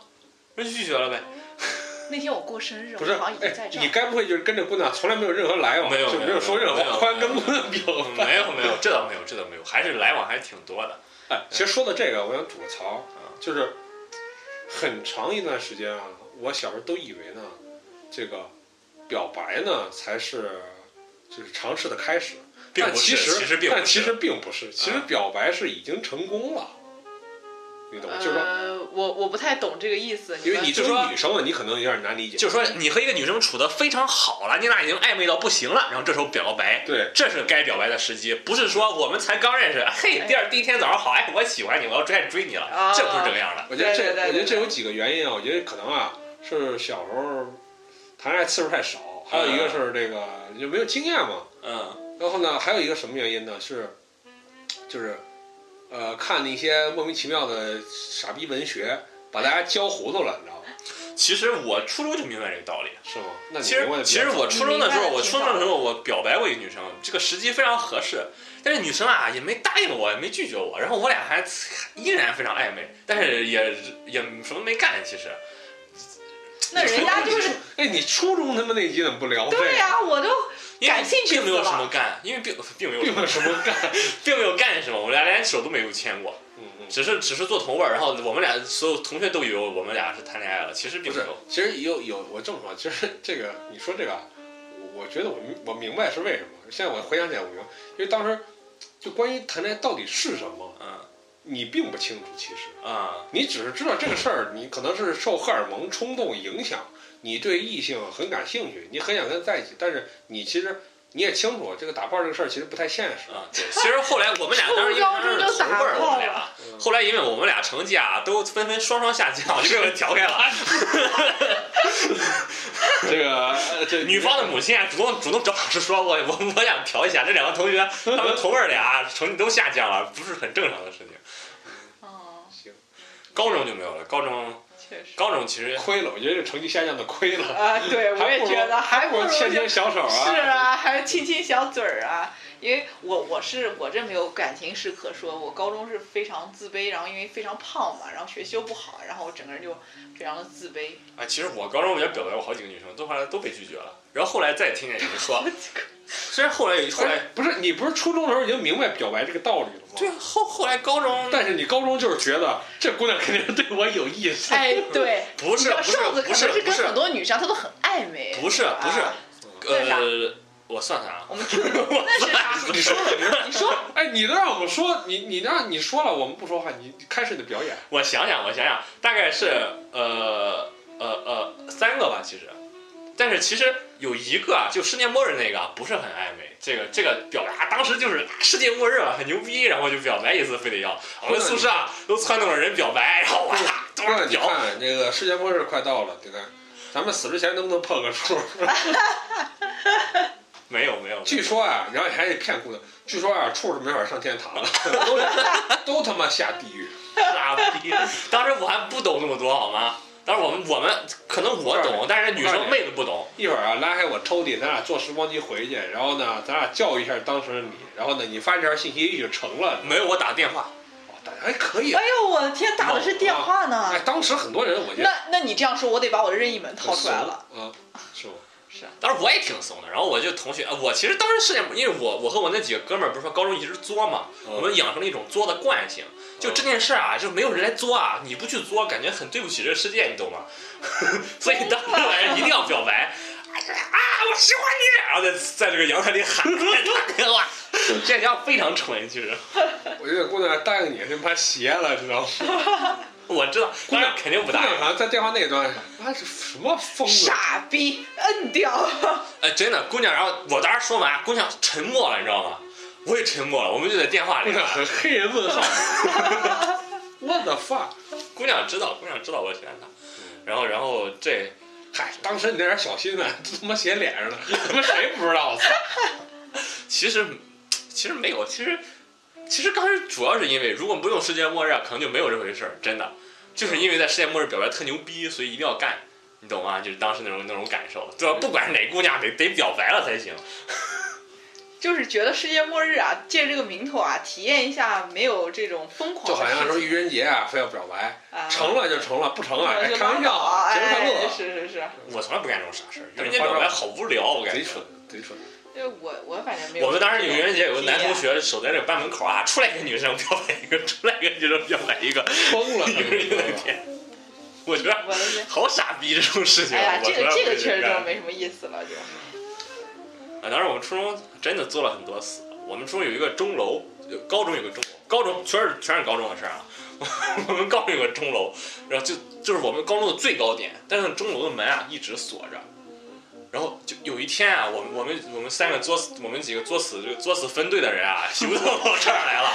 Speaker 4: 那就拒绝了呗。
Speaker 3: 那天我过生日，
Speaker 2: 不是，
Speaker 3: 我好像已经
Speaker 2: 哎
Speaker 3: 在，这
Speaker 2: 你
Speaker 3: 儿。
Speaker 2: 该不会就是跟这姑娘从来没有任何来往，
Speaker 4: 没有
Speaker 2: 就
Speaker 4: 没有
Speaker 2: 说任
Speaker 4: 没有
Speaker 2: 何，突然
Speaker 4: 没有
Speaker 2: 跟姑娘表
Speaker 4: 嗯没有没有，这倒没有，这倒没有，还是来往还是挺多的。
Speaker 2: 哎，其实说到这个，我想吐个槽
Speaker 4: 啊，
Speaker 2: 就是很长一段时间啊，我小时候都以为呢，这个表白呢才是就是尝试的开始，
Speaker 4: 并不
Speaker 2: 但其
Speaker 4: 是，
Speaker 2: 实
Speaker 4: 其实并不
Speaker 2: 但
Speaker 4: 是。啊
Speaker 2: 其实并不是，其实表白是已经成功了，你懂吗？就是说，
Speaker 3: 呃，我我不太懂这个意思，
Speaker 2: 因为
Speaker 3: 们
Speaker 2: 你
Speaker 4: 就
Speaker 2: 作
Speaker 4: 说
Speaker 2: 为女生嘛，你可能有点难理解，
Speaker 4: 就是说，你和一个女生处的非常好了，你俩已经暧昧到不行了，然后这时候表个白，
Speaker 2: 对
Speaker 4: 这是该表白的时机，不是说我们才刚认识，
Speaker 2: 哎
Speaker 4: 嘿，第二第一天早上好，哎，我喜欢你，我要追追你了
Speaker 2: 哦
Speaker 3: 啊，
Speaker 4: 这不是这个样的。
Speaker 2: 我觉得这，
Speaker 3: 对对对
Speaker 2: 我觉得
Speaker 3: 对
Speaker 2: 这有几个原因啊。我觉得可能啊，是小时候谈恋爱次数太少，还有一个是这个就没有经验嘛。
Speaker 4: 嗯，
Speaker 2: 然后呢，还有一个什么原因呢？是，就是，呃，看那些莫名其妙的傻逼文学，把大家教糊涂了，你知道吗？
Speaker 4: 其实我初中就明白这个道理。
Speaker 2: 是吗？那你
Speaker 4: 其实
Speaker 2: 嗯明白得比较
Speaker 4: 其实我初中的时候，
Speaker 3: 明白
Speaker 4: 我初中的时候我表白过一个女生，这个时机非常合适，但是女生啊也没答应我，也没拒绝我，然后我俩还依然非常暧昧，但是也也什么没干，其实。
Speaker 3: 那人家就是
Speaker 2: 哎，你初中他妈那集怎么不聊这个？
Speaker 3: 对呀、我都
Speaker 4: 因为
Speaker 3: 感兴趣
Speaker 4: 并没有
Speaker 3: 死
Speaker 4: 什
Speaker 3: 了
Speaker 4: 么干，因为并并没有什
Speaker 2: 并没
Speaker 4: 么
Speaker 2: 有什么干。
Speaker 4: 并没有干什么，我俩连手都没有牵过，
Speaker 2: 嗯嗯。
Speaker 4: 只是只是做同位儿，然后我们俩所有同学都以为我们俩是谈恋爱了，其实并
Speaker 2: 不
Speaker 4: 没
Speaker 2: 是
Speaker 4: 有。，
Speaker 2: 其实有有我这么说，其实这个你说这个啊，我我觉得我明我明白是为什么。现在我回想起来，我明白，因为当时就关于谈恋爱到底是什么，
Speaker 4: 嗯
Speaker 2: 你并不清楚。其实
Speaker 4: 啊、
Speaker 2: 你只是知道这个事儿，你可能是受荷尔蒙冲动影响，你对异性很感兴趣，你很想跟他在一起，但是你其实你也清楚，这个打炮这个事儿其实不太现实。
Speaker 3: 嗯
Speaker 4: 啊，对，其实后来我们俩当时因 为当时是同辈儿，我们俩啊后来因为我们俩成绩啊都纷纷双双下降，就被我们调开了。
Speaker 2: 这 个呃这
Speaker 4: 女方的母亲啊主动主动找老师说，我我我想调一下，这两个同学他们同辈儿俩成绩都下降了，不是很正常的事情。
Speaker 3: 哦，
Speaker 2: 行
Speaker 4: 高中就没有了，高中
Speaker 3: 确实
Speaker 4: 高中其实
Speaker 2: 亏了，我觉得这成绩下降的亏了，
Speaker 3: 啊，对我也觉得还
Speaker 2: 不
Speaker 3: 不
Speaker 2: 如
Speaker 3: 如
Speaker 2: 牵
Speaker 3: 就
Speaker 2: 牵小手啊。
Speaker 3: 是啊，还是亲亲小嘴儿啊。因为我我是我这没有感情史可说，我高中是非常自卑，然后因为非常胖嘛，然后学习又不好，然后我整个人就非常的自卑。
Speaker 4: 哎，其实我高中也表白过好几个女生，都后来都被拒绝了。然后后来再听见有人说，虽然后来有后
Speaker 2: 哎
Speaker 4: 来，
Speaker 2: 不是你不是初中的时候已经明白表白这个道理了吗？
Speaker 4: 对啊后后来高中，
Speaker 2: 但是你高中就是觉得这姑娘肯定对我有意思。
Speaker 3: 哎，对，
Speaker 4: 不
Speaker 3: 你知
Speaker 4: 是
Speaker 3: 道
Speaker 4: 不是
Speaker 3: 瘦子可
Speaker 4: 不
Speaker 3: 能是
Speaker 4: 是不
Speaker 3: 跟
Speaker 4: 是
Speaker 3: 很多女生她都很暧昧。
Speaker 4: 不是不
Speaker 3: 啊
Speaker 4: 是，
Speaker 3: 那是啥
Speaker 4: 呃，我算算啊，
Speaker 3: 我们听那是 啥？
Speaker 2: 你说说，你说，
Speaker 3: 你说
Speaker 2: 哎，你都让我们说，你你让你说了，我们不说话，你你开始你的 表演。
Speaker 4: 我想想我想想，大概是呃呃呃三个吧，其实但是其实有一个啊，就世界末日那个啊不是很暧昧，这个这个表达当时就是啊世界末日了，很牛逼，然后就表白一次非得要，
Speaker 2: 哦
Speaker 4: 我们宿舍啊都撺掇着人表白，然后啊哇，多
Speaker 2: 那
Speaker 4: 少
Speaker 2: 你
Speaker 4: 表，
Speaker 2: 看这个世界末日快到了，对吧？咱们死之前能不能破个数？
Speaker 4: 没有没有，
Speaker 2: 据说啊，然后还得骗姑娘。据说啊，处是没法上天 堂的，都都他妈下地狱。
Speaker 4: 傻逼，当时我还不懂那么多好吗？当时我们我们可能我懂，但是
Speaker 2: 我
Speaker 4: 女
Speaker 2: 告诉
Speaker 4: 生
Speaker 2: 你
Speaker 4: 妹子不懂，
Speaker 2: 一会儿啊，拉开我抽屉，咱俩坐时光机回去，然后呢，咱俩教育一下当时的你，然后呢，你发这条信息也就成了。
Speaker 4: 没有我打电话，
Speaker 2: 哦大家还可以啊
Speaker 3: 哎。呦，我的天，打的是电话呢
Speaker 2: 哎，。当时很多人我觉得
Speaker 3: 那那你这样说，我得把我的任意门掏出来了。
Speaker 2: 怂啊，是吗？
Speaker 4: 当时我也挺怂的，然后我就同学，呃我其实当时世界，因为我我和我那几个哥们儿不是说高中一直作嘛，
Speaker 2: 嗯
Speaker 4: 我们养成了一种作的惯性。就这件事儿啊，就没有人来作啊，你不去作，感觉很对不起这个世界，你懂吗？ 所以当时晚上一定要表白，哎呀啊，我喜欢你，然后在在这个阳台里喊，打电话，这家伙非常蠢，其实
Speaker 2: 我觉得姑娘答应你他妈邪了，知道吗？
Speaker 4: 我知道，
Speaker 2: 姑
Speaker 4: 当
Speaker 2: 娘
Speaker 4: 然肯定不
Speaker 2: 姑
Speaker 4: 答
Speaker 2: 娘
Speaker 4: 应。
Speaker 2: 好像在电话那端，妈是什么疯子？
Speaker 3: 傻逼，摁掉。
Speaker 4: 哎，真的，姑娘，然后我当时说完，姑娘沉默了，你知道吗？我也沉默了，我们就在电话
Speaker 2: 姑
Speaker 4: 里。
Speaker 2: 娘很黑人问号。我的 fuck！
Speaker 4: 姑娘知道，姑娘知道我喜欢她，
Speaker 2: 嗯
Speaker 4: 然后然后这
Speaker 2: 嗨，当时你那点小心呢，这他妈写脸上了，他妈谁不知道？我操！
Speaker 4: 其实其实没有，其实其实当时主要是因为如果不用世界末日啊，可能就没有这回事儿，真的，就是因为在世界末日表白特牛逼，所以一定要干，你懂吗？就是当时那种那种感受，对吧？不管是哪姑娘，得得表白了才行。
Speaker 3: 就是觉得世界末日啊，借这个名头啊，体验一下没有这种疯狂
Speaker 2: 就
Speaker 3: 的事
Speaker 2: 好像
Speaker 3: 情。
Speaker 2: 说愚人节啊，非要表白，
Speaker 3: 啊
Speaker 2: 成了就成了，不成啊，哎
Speaker 3: 就
Speaker 2: 开玩
Speaker 3: 拉倒
Speaker 2: 笑
Speaker 3: 啊
Speaker 2: 啊，节日快
Speaker 3: 哎
Speaker 2: 乐，
Speaker 3: 是是是，
Speaker 4: 我从来不干这种傻事儿，愚人节表白好无聊，我感
Speaker 2: 贼
Speaker 4: 觉。
Speaker 2: 蠢，贼蠢。
Speaker 3: 因为我我反正没有。
Speaker 4: 我们当时有愚人节，有个男同，学守在这个班门口啊，出来一个女生表白一个，出来一个女生表白 一个，
Speaker 2: 疯了，
Speaker 4: 愚人节那天，我觉得
Speaker 3: 我的天。
Speaker 4: 好傻逼这种事情
Speaker 3: 哎
Speaker 4: 啊！
Speaker 3: 呀，
Speaker 4: 我
Speaker 3: 这
Speaker 4: 从
Speaker 3: 个
Speaker 4: 来
Speaker 3: 这
Speaker 4: 不
Speaker 3: 个
Speaker 4: 会
Speaker 3: 确实
Speaker 4: 干
Speaker 3: 就没什么意思了，就
Speaker 4: 啊，当时我们初中真的做了很多次。我们初中有一个钟楼，有高中有个钟楼，高中全是全是高中的事儿啊。 我们高中有个钟楼，然后就就是我们高中的最高点，但是钟楼的门啊一直锁着。然后就有一天啊，我们我们我们三个作死，我们几个作死这个作死分队的人啊，游到我这儿 来了。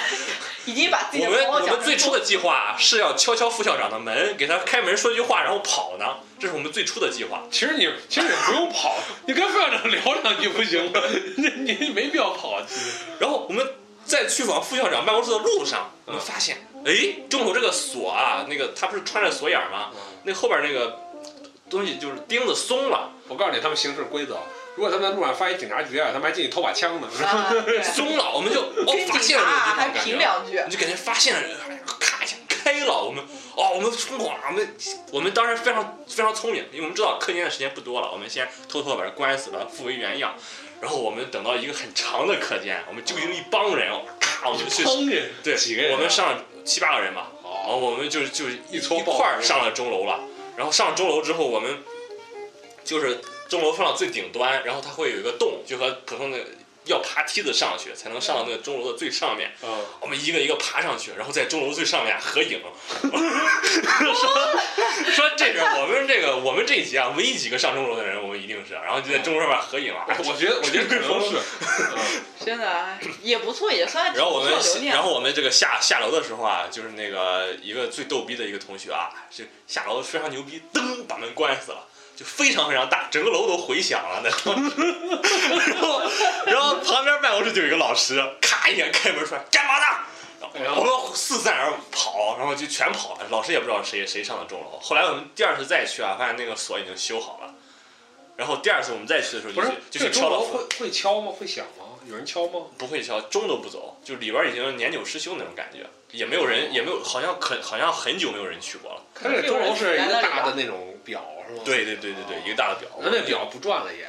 Speaker 3: 已经把自己
Speaker 4: 我
Speaker 3: 的
Speaker 4: 们
Speaker 3: 光
Speaker 4: 我
Speaker 3: 想
Speaker 4: 们最初的计划啊是要敲敲副校长的门，给他开门说句话，然后跑呢。这是我们最初的计划。
Speaker 2: 其实你其实你不用 跑，你跟校长聊两句不行吗？ 你你没必要跑。啊其实
Speaker 4: 然后我们在去往副校长办公室的路上，我们发现，哎，钟楼这个锁啊，那个他不是穿着锁眼儿吗？那后边那个东西就是钉子松了，
Speaker 2: 我告诉你，他们行事规则，如果他们在路上发现警察局啊，他们还进去偷把枪呢。
Speaker 3: 啊， 对
Speaker 4: 松了，我们就哦
Speaker 3: 跟
Speaker 4: 发
Speaker 3: 警
Speaker 4: 现
Speaker 3: 察
Speaker 4: 了
Speaker 3: 啊
Speaker 4: 这个地
Speaker 3: 还
Speaker 4: 方，感
Speaker 3: 评
Speaker 4: 觉
Speaker 3: 两句，
Speaker 4: 你就感觉发现了，哎呀咔一下开了，我们哦，我们冲过来，我们我们当时非常非常聪明，因为我们知道课间的时间不多了，我们先偷偷的把它关死，把它复为原样。然后我们等到一个很长的课间，我们揪进了一帮人，咔，我们去
Speaker 2: 坑人，
Speaker 4: 对，
Speaker 2: 几个人啊
Speaker 4: 我们上七八个人吧，然后
Speaker 2: 哦，
Speaker 4: 我们就就
Speaker 2: 一撮
Speaker 4: 一
Speaker 2: 爆
Speaker 4: 块儿
Speaker 2: 竹
Speaker 4: 上了钟楼了。然后上钟楼之后，我们就是钟楼放到最顶端，然后它会有一个洞，就和普通的要爬梯子上去才能上到那个钟楼的最上面。
Speaker 2: 嗯，
Speaker 4: 我们一个一个爬上去，然后在钟楼最上面啊合影， 说说这是我们这个我们这一集啊唯一几个上钟楼的人，我们一定是，然后就在钟楼上面合影啊。
Speaker 2: 我我觉得我觉得可能是，
Speaker 3: 真的啊也不错，也算是
Speaker 4: 然后我们
Speaker 3: 挺做留，念
Speaker 4: 然后我们这个下下楼的时候啊，就是那个一个最逗逼的一个同学啊，就下楼非常牛逼，噔把门关死了，就非常非常大，整个楼都回响了那当时。 然后，然后旁边办公室就有一个老师，咔一下开门出来，干嘛呢？然后我们四散而跑，然后就全跑了。老师也不知道谁谁上的钟楼。后来我们第二次再去啊，发现那个锁已经修好了。然后第二次我们再去的时 候，
Speaker 2: 不
Speaker 4: 就是去
Speaker 2: 这
Speaker 4: 就去
Speaker 2: 钟
Speaker 4: 敲了
Speaker 2: 楼
Speaker 4: 锁
Speaker 2: 会会敲吗？会响吗？有人敲吗？
Speaker 4: 不会敲，钟都不走，就里边已经年久失修那种感觉，也没有人，也没有，好像很好像很久没有人去过了。
Speaker 2: 他这钟楼是一个大的那种表是吗？，
Speaker 4: 对对对对对，一个大的表，
Speaker 2: 那那表不转了也，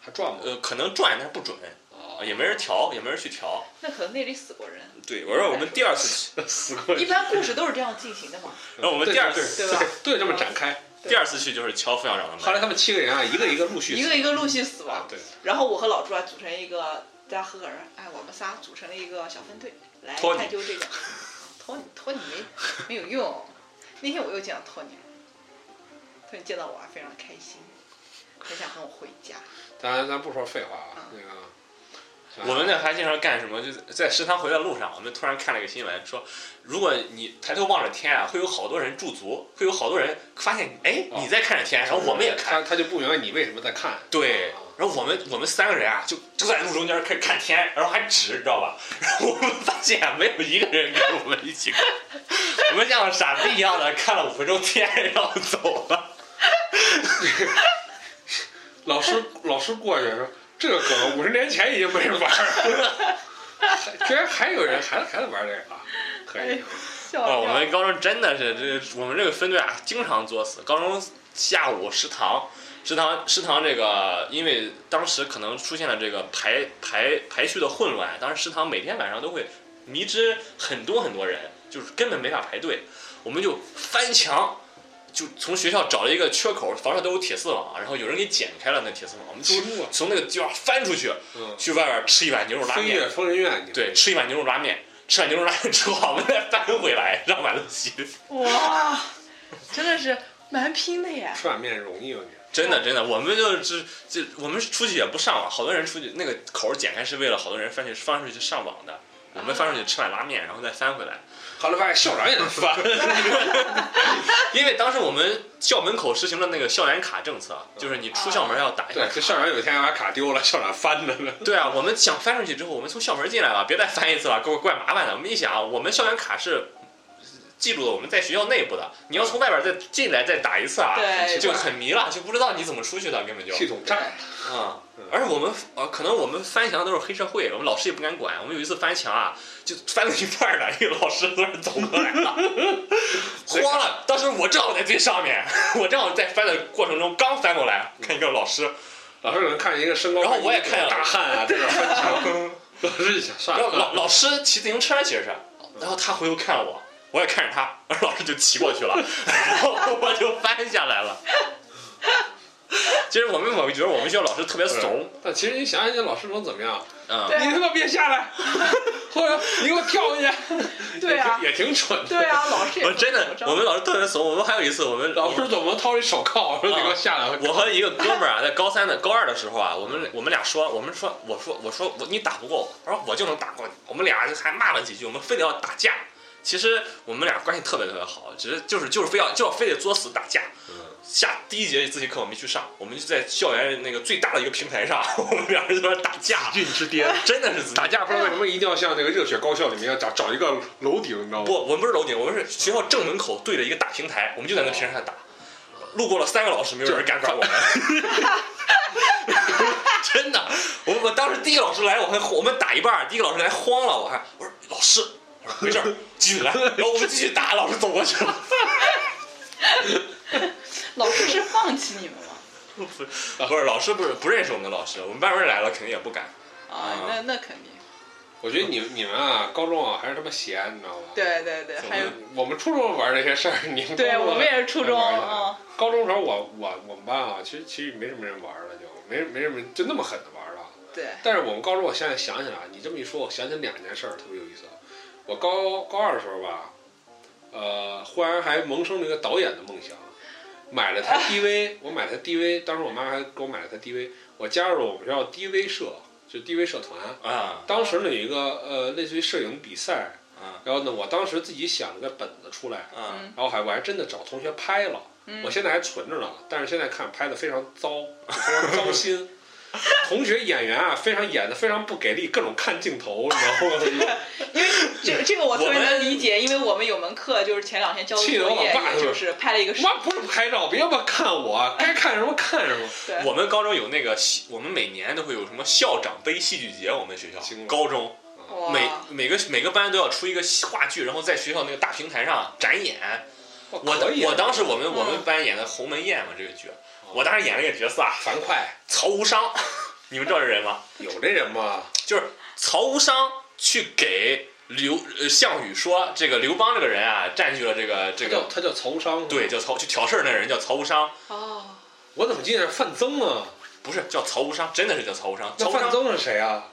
Speaker 2: 还转吗？
Speaker 4: 呃可能转，但是不准，
Speaker 2: 呃
Speaker 4: 啊也没人调，也没人去调。
Speaker 3: 那可能那里死过人，
Speaker 4: 对，我说我们第二次 去，
Speaker 2: 死过
Speaker 3: 一般故事都是这样进行的嘛，
Speaker 4: 然后我们
Speaker 2: 对
Speaker 4: 第二
Speaker 2: 对
Speaker 4: 次
Speaker 3: 对吧？
Speaker 2: 对，这么展开。
Speaker 4: 第二次去就是敲副校长的
Speaker 2: 后来
Speaker 4: 门，
Speaker 2: 他们七个人啊，一个一个陆续
Speaker 3: 一个一个陆续死
Speaker 2: 啊
Speaker 3: 亡，，
Speaker 2: 对，
Speaker 3: 然后我和老朱啊组成一个，大家合伙人，哎，我们仨组成了一个小分队来
Speaker 4: 托你
Speaker 3: 探究这个。托你托你没没有用，那天我又见到托尼了，托尼见到我啊非常开心，很想跟我回家。
Speaker 2: 咱咱不说废话
Speaker 3: 嗯
Speaker 2: 啊，那个
Speaker 4: 我们那还经常干什么？就是在食堂回的路上，我们突然看了一个新闻，说如果你抬头望着天啊，会有好多人驻足，会有好多人发现，哎，
Speaker 2: 哦
Speaker 4: 你在看着天，然后我们也看。
Speaker 2: 他他就不明白你为什么在 看，
Speaker 4: 对，然后我们我们三个人啊，就就在路中间开始看天，然后还指，知道吧？然后我们发现啊没有一个人跟我们一起看，我们像傻逼一样的看了五分钟天，然后走了。
Speaker 2: 老师老师过去说这个梗五十年前已经没人玩了， 还居然还有人还还在玩这个啊，可
Speaker 3: 哎
Speaker 2: 以
Speaker 3: 呦，笑
Speaker 4: 哦，我
Speaker 3: 掉了
Speaker 4: 们高中真的是这我们这个分队啊，经常作死。高中下午食堂，食堂食堂这个，因为当时可能出现了这个排排排序的混乱，当时食堂每天晚上都会迷之很多很多人，就是根本没法排队。我们就翻墙，就从学校找了一个缺口，房上都有铁丝网，然后有人给剪开了那铁丝网，我们
Speaker 2: 欺
Speaker 4: 就
Speaker 2: 负啊，
Speaker 4: 从那个地方翻出去，
Speaker 2: 嗯，
Speaker 4: 去外边吃一碗牛肉拉
Speaker 2: 飞
Speaker 4: 面。
Speaker 2: 跃疯人院，你
Speaker 4: 对，吃一碗牛肉拉面，吃完牛肉拉面之后，我们 再翻回来，让碗都洗。
Speaker 3: 哇，真的是蛮拼的 耶！
Speaker 2: 吃碗面容易吗？你
Speaker 4: 真的，真的，我们就是这，我们出去也不上网，好多人出去那个口儿剪开是为了好多人翻去翻出去上网的，我们翻出去吃碗拉面，然后再翻回来。
Speaker 2: 后来发现校长也能翻，
Speaker 4: 因为当时我们校门口实行了那个校园卡政策，就是你出校门要打一
Speaker 2: 对
Speaker 4: 张，
Speaker 2: 这
Speaker 4: 卡。
Speaker 2: 校长有一天把卡丢了，校长翻着呢，
Speaker 4: 对啊，我们想翻出去之后，我们从校门进来了，别再翻一次了，给我怪麻烦的。我们一想，啊我们校园卡是记住了我们在学校内部的，你要从外边再进来再打一次啊，
Speaker 3: 对
Speaker 4: 就很迷了，就不知道你怎么出去的，根本就
Speaker 2: 系统炸，
Speaker 4: 啊、而且我们呃，可能我们翻墙都是黑社会，我们老师也不敢管。我们有一次翻墙啊，就翻到一半儿了，一个老师突然走过来了， 慌了。当时我正好在最上面，我正好在翻的过程中刚翻过来，看一个老师，
Speaker 2: 老师可能看见一个身高，
Speaker 4: 然后我也看见了
Speaker 2: 大汉啊，在这翻 墙，老师一想算
Speaker 4: 然后
Speaker 2: 了，
Speaker 4: 老老师骑自行车其实是，然后他回头看我，我也看着他， 然后老师就骑过去了，然后我就翻下来了。其实我们我觉得我们学校老师特别怂，
Speaker 2: 但其实你想想，这老师能怎么样？
Speaker 4: 嗯
Speaker 3: 对，啊
Speaker 2: 你他妈别下来，或者你给我跳下去，
Speaker 3: 对 啊，
Speaker 2: 也挺也挺蠢的。
Speaker 3: 对啊，老师也
Speaker 4: 我
Speaker 3: 不
Speaker 4: 真的
Speaker 3: 怎么着
Speaker 4: 我们老师特别怂，我们还有一次我们
Speaker 2: 老师怎么掏一手铐说你给我下来？
Speaker 4: 我和一个哥们儿啊，在高三的高二的时候啊，我们我们俩说，我们说，我说我说我你打不过我，他说我就能打过你，我们俩还骂了几句，我们非得要打架。其实我们俩关系特别特别好，只是就是就是非要就要非得作死打架。下第一节自习课我没去上，我们就在校园那个最大的一个平台上，我们俩人在那打架，
Speaker 2: 俊之 巅，
Speaker 4: 真的是
Speaker 2: 打架不知道为什么一定要像那个热血高校里面要找找一个楼顶，你知道
Speaker 4: 不，
Speaker 2: 吗？
Speaker 4: 我们不是楼顶，我们是学校正门口对着一个大平台，我们就在那平台上打。路过了三个老师，没有人敢管我们。真的，我我当时第一个老师来，我还我们打一半儿，第一个老师来慌了，我还我说老师，我说没事儿，继续来。然后我们继续打，老师走过去了。
Speaker 3: 老师是放弃你们了
Speaker 4: 不是老师不是不认识我们的老师，我们班主任来了肯定也不敢。
Speaker 3: 啊
Speaker 4: 啊？
Speaker 3: 那那肯定，
Speaker 2: 我觉得你你们啊，高中啊还是他妈闲，你知道吧？
Speaker 3: 对对对，还有
Speaker 2: 我们初中玩这些事儿，你啊们
Speaker 3: 对
Speaker 2: 高中
Speaker 3: 我们也是初中
Speaker 2: 玩的
Speaker 3: 啊。
Speaker 2: 高中时候我我我们班啊，其实其实没什么人玩了，就没没什么就那么狠的玩了。
Speaker 3: 嗯对，
Speaker 2: 但是我们高中，我现在想起来，你这么一说，我想起两件事儿特别有意思。我高高二的时候吧，呃，忽然还萌生了一个导演的梦想，买了台 DV，我买了台 DV，当时我妈还给我买了台 DV，我加入了我们学校 DV 社，就 DV 社团。
Speaker 4: 啊
Speaker 2: 当时呢有一个呃类似于摄影比赛，
Speaker 4: 啊
Speaker 2: 然后呢我当时自己想了个本子出来，
Speaker 4: 啊
Speaker 2: 然后还我还真的找同学拍了，
Speaker 3: 嗯
Speaker 2: 我现在还存着呢，但是现在看拍的非常糟，就非常糟心。同学演员啊，非常演的非常不给力，各种看镜头，你知道吗？
Speaker 3: 这这个我特别
Speaker 4: 我们
Speaker 3: 能理解，因为我们有门课就是前两天交的作
Speaker 2: 气得我
Speaker 3: 业，
Speaker 2: 爸
Speaker 3: 也就是拍了一个视
Speaker 2: 妈不是拍照，别他妈看我，该看什么看什么。
Speaker 3: 对
Speaker 4: 我们高中有那个戏，我们每年都会有什么校长杯戏剧节，我们学校
Speaker 2: 行了
Speaker 4: 高中。
Speaker 3: 哇
Speaker 4: 每每个每个班都要出一个话剧，然后在学校那个大平台上展演。
Speaker 2: 我
Speaker 4: 我
Speaker 2: 可以啊哦
Speaker 4: 我当时我们
Speaker 3: 嗯
Speaker 4: 我们班演的《鸿门宴》嘛，这个剧，我当时演了一个角色啊，
Speaker 2: 樊哙
Speaker 4: 曹无伤， 你们知道这人吗？
Speaker 2: 有这人吗？
Speaker 4: 就是曹无伤去给刘呃项羽说，这个刘邦这个人啊，占据了这个这
Speaker 2: 他叫
Speaker 4: 个
Speaker 2: 他叫曹商。
Speaker 4: 对，，叫曹去挑事儿那人叫曹无伤，
Speaker 3: 哦，
Speaker 2: 我怎么记得是范增啊？
Speaker 4: 不是叫曹无伤，真的是叫曹无伤。
Speaker 2: 那
Speaker 4: 曹无
Speaker 2: 范
Speaker 4: 伤，
Speaker 2: 增是谁啊？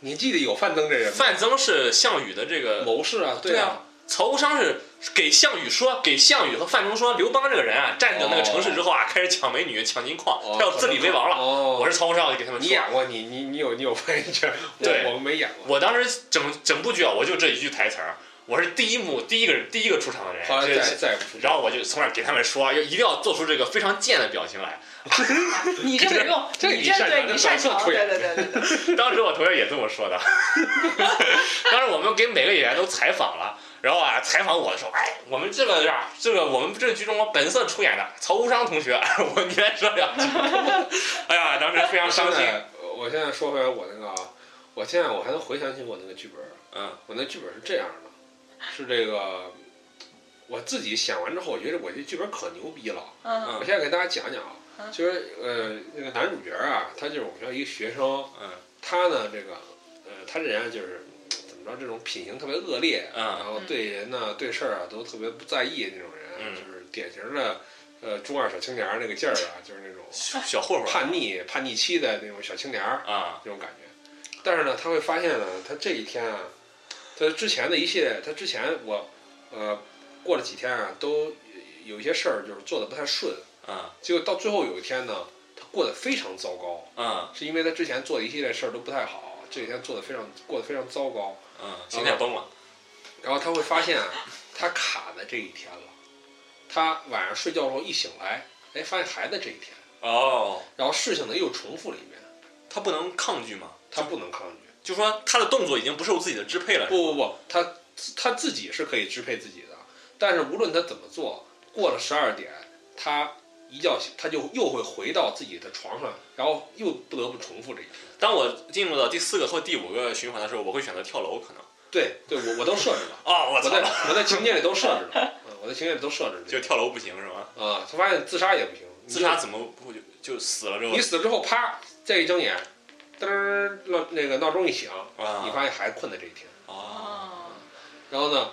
Speaker 2: 你记得有范增这人吗？
Speaker 4: 范增是项羽的这个
Speaker 2: 谋士啊，
Speaker 4: 对
Speaker 2: 啊。，
Speaker 4: 曹国昌是给项羽说，给项羽和范仲说，刘邦这个人啊，占领那个城市之后啊，开始抢美女、抢金矿，
Speaker 2: 哦
Speaker 4: 他要自立为王了。
Speaker 2: 哦
Speaker 4: 我是曹国昌，我就给他们
Speaker 2: 你
Speaker 4: 说。
Speaker 2: 演过，你你你有你有发言权，
Speaker 4: 对
Speaker 2: 我我没演过。
Speaker 4: 我当时整整部剧啊，我就这一句台词儿，我是第一幕第一个第一个出场的人，
Speaker 2: 后来
Speaker 4: 这
Speaker 2: 再再也不出
Speaker 4: 然后我就从那儿给他们说，要一定要做出这个非常贱的表情来。
Speaker 3: 你这没用，
Speaker 2: 这
Speaker 3: 你
Speaker 2: 你
Speaker 3: 这
Speaker 2: 擅
Speaker 3: 对
Speaker 2: 长
Speaker 3: 你
Speaker 2: 这
Speaker 3: 擅
Speaker 2: 转
Speaker 3: 长，
Speaker 2: 出
Speaker 3: 对
Speaker 2: 演
Speaker 3: 对对 对对。
Speaker 4: 当时我同学也这么说的。 当时我们给每个演员都采访了，然后啊，采访我的时候，哎，我们这个是吧这个我们这个剧中我本色出演的曹无伤同学， 我你来说两句。 哎呀，当时非常
Speaker 2: 我
Speaker 4: 伤
Speaker 2: 现
Speaker 4: 心。
Speaker 2: 在我现在说回来我那个啊，我现在我还能回想起我那个剧本，啊
Speaker 4: 嗯，
Speaker 2: 我那剧本是这样的，是这个我自己想完之后，我觉得我这剧本可牛逼了。
Speaker 3: 嗯
Speaker 2: 我现在给大家讲讲啊
Speaker 3: 嗯，
Speaker 2: 就是呃，那个男主角啊，他就是我们学校一个学生，
Speaker 4: 嗯
Speaker 2: 他呢这个呃，他这人啊就是怎么着，这种品行特别恶劣，
Speaker 4: 嗯
Speaker 2: 然后对人呢、对事儿啊都特别不在意那种人，
Speaker 4: 嗯
Speaker 2: 就是典型的呃中二小青年儿那个劲儿啊，就是那种
Speaker 4: 小小混混
Speaker 2: 叛逆叛逆期的那种小青年儿
Speaker 4: 啊，
Speaker 2: 那种感觉。但是呢，他会发现呢，他这一天啊，他之前的一系列，他之前我呃过了几天啊，都有一些事儿就是做的不太顺。
Speaker 4: 嗯
Speaker 2: 结果到最后有一天呢，他过得非常糟糕，
Speaker 4: 嗯
Speaker 2: 是因为他之前做的一系列事儿都不太好，这几天做的非常过得非常糟糕。
Speaker 4: 嗯，心态崩了。
Speaker 2: 然后他会发现啊，他卡在这一天了。他晚上睡觉的时候一醒来，哎，发现还在这一天，
Speaker 4: 哦，
Speaker 2: 然后事情呢又重复了一遍，
Speaker 4: 他不能抗拒吗？
Speaker 2: 他不能抗拒。
Speaker 4: 就说他的动作已经不受自己的支配了。是吧
Speaker 2: 不不不，他他自己是可以支配自己的，但是无论他怎么做，过了十二点，他一觉醒，他就又会回到自己的床上，然后又不得不重复这一天。
Speaker 4: 当我进入到第四个或第五个循环的时候，我会选择跳楼，可能。
Speaker 2: 对对，我我都设置了。
Speaker 4: 哦，我
Speaker 2: 我
Speaker 4: 操
Speaker 2: 在， 我在情节里都设置 了，嗯我在情节里都设置了
Speaker 4: 就跳楼不行是吗？
Speaker 2: 啊，他发现自杀也不行，你就
Speaker 4: 自杀怎么不就就死了之后
Speaker 2: 你死之后啪，再一睁眼，噔儿闹那个闹钟一响，
Speaker 4: 啊？
Speaker 2: 你发现还困在这一天。
Speaker 4: 啊，
Speaker 3: 哦
Speaker 2: 然后呢，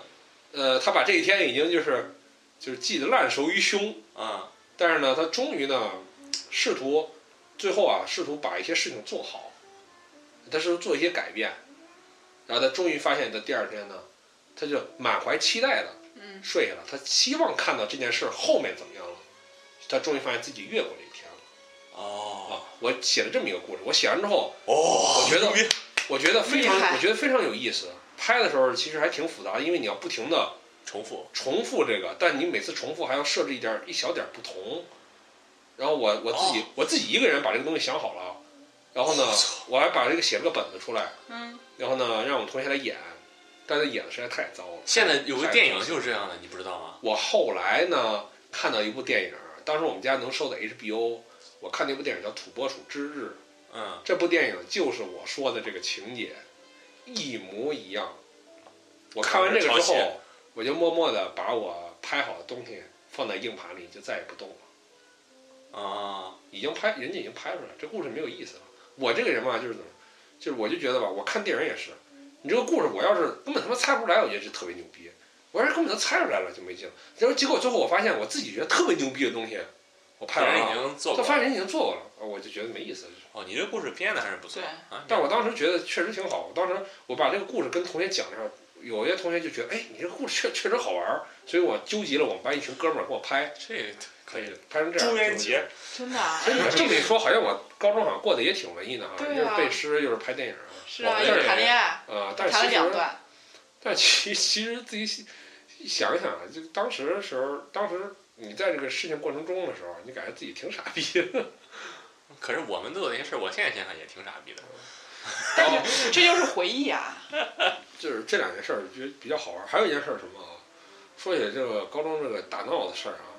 Speaker 2: 呃，他把这一天已经就是就是记得烂熟于胸，
Speaker 4: 啊，
Speaker 2: 但是呢，他终于呢试图最后啊试图把一些事情做好，他试图做一些改变，然后他终于发现，他第二天呢，他就满怀期待的
Speaker 3: 嗯
Speaker 2: 睡下了，他希望看到这件事后面怎么样了。他终于发现自己越过这一天了
Speaker 4: 哦
Speaker 2: 啊！我写了这么一个故事，我写完之后，
Speaker 4: 哦，
Speaker 2: 我觉得
Speaker 4: 牛逼
Speaker 2: 我觉得非常
Speaker 3: 厉，害
Speaker 2: 我觉得非常有意思。拍的时候其实还挺复杂的，因为你要不停的
Speaker 4: 重复
Speaker 2: 重复这个，但你每次重复还要设置一点儿一小点儿不同。然后我我自己、
Speaker 4: 哦
Speaker 2: 我自己一个人把这个东西想好了，然后呢
Speaker 4: 我操，
Speaker 2: 我还把这个写了个本子出来，
Speaker 3: 嗯
Speaker 2: 然后呢让我同学来演，但是演的实在太糟了。
Speaker 4: 现在有个
Speaker 2: 太
Speaker 4: 电影就是这样的，你不知道吗？
Speaker 2: 我后来呢看到一部电影，当时我们家能收的 HBO，我看那部电影叫《土拨鼠之日》，
Speaker 4: 嗯，
Speaker 2: 这部电影就是我说的这个情节，一模一样。我看完这个
Speaker 4: 抄
Speaker 2: 之
Speaker 4: 袭
Speaker 2: 后，我就默默的把我拍好的东西放在硬盘里，就再也不动了。
Speaker 4: 啊，
Speaker 2: 已经拍，人家已经拍出来，这故事没有意思了。我这个人嘛，就是怎么，就是我就觉得吧，我看电影也是，你这个故事我要是根本他妈猜不出来，我觉得这特别牛逼。我要是根本都猜出来了就没劲了。然后结果最后我发现我自己觉得特别牛逼的东西，我拍
Speaker 4: 别人已
Speaker 2: 完了，
Speaker 4: 经做
Speaker 2: 他
Speaker 4: 过
Speaker 2: 发现人已经做过了，呃我就觉得没意思了。
Speaker 4: 哦，你这故事编的还是不错
Speaker 3: 对
Speaker 4: 啊。
Speaker 2: 但我当时觉得确实挺好。我当时我把这个故事跟同学讲了一下，有些同学就觉得，哎，你这个故事确确实好玩儿，所以我纠集了我们班一群哥们儿给我拍，
Speaker 4: 这个可以，
Speaker 2: 拍成这样。
Speaker 4: 中元节
Speaker 3: 真的啊
Speaker 2: 所以我这么一说，好像我高中好像过得也挺文艺的哈，
Speaker 3: 对啊
Speaker 2: 又是背诗，又是拍电影啊
Speaker 3: 是啊，
Speaker 2: 我
Speaker 3: 又
Speaker 2: 这
Speaker 3: 谈恋爱，
Speaker 2: 啊、但
Speaker 3: 谈了
Speaker 2: 其
Speaker 3: 两
Speaker 2: 实，
Speaker 3: 段，
Speaker 2: 但其其实自己想想一想啊，就当时的时候，当时你在这个事情过程中的时候，你感觉自己挺傻逼的。
Speaker 4: 可是我们做的那些事儿，我现在想想也挺傻逼的。
Speaker 2: 然后
Speaker 3: 这就是回忆啊。
Speaker 2: 就是这两件事儿，觉得比较好玩儿。还有一件事儿是什么啊？说起这个高中这个打闹的事儿啊，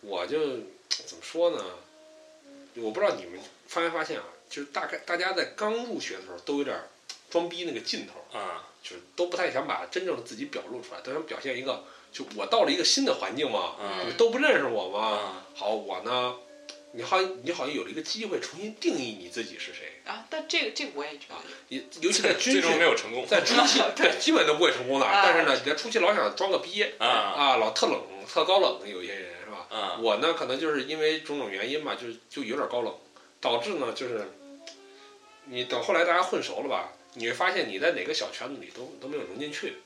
Speaker 2: 我就怎么说呢？我不知道你们发没发现啊，就是大概大家在刚入学的时候都有点儿装逼那个劲头儿，
Speaker 4: 嗯
Speaker 2: 就是都不太想把真正的自己表露出来，都想表现一个，就我到了一个新的环境嘛，
Speaker 4: 嗯
Speaker 2: 你们都不认识我嘛。
Speaker 4: 嗯，
Speaker 2: 好，我呢，你好像你好像有了一个机会重新定义你自己是谁，
Speaker 3: 啊，但这个这个我也觉
Speaker 2: 哎
Speaker 3: 得，
Speaker 2: 你尤其在
Speaker 4: 这
Speaker 2: 军
Speaker 4: 最终没
Speaker 2: 训，
Speaker 4: 有成功
Speaker 2: 在初 期
Speaker 3: 对
Speaker 2: 对基本都不会成功的，
Speaker 3: 啊
Speaker 2: 但是呢，你在初期老想装个逼，
Speaker 4: 啊
Speaker 2: 啊，老特冷、特高冷的有一些人是吧？
Speaker 4: 啊
Speaker 2: 我呢，可能就是因为种种原因吧，就就有点高冷，导致呢，就是你等后来大家混熟了吧，你会发现你在哪个小圈子里都都没有融进去，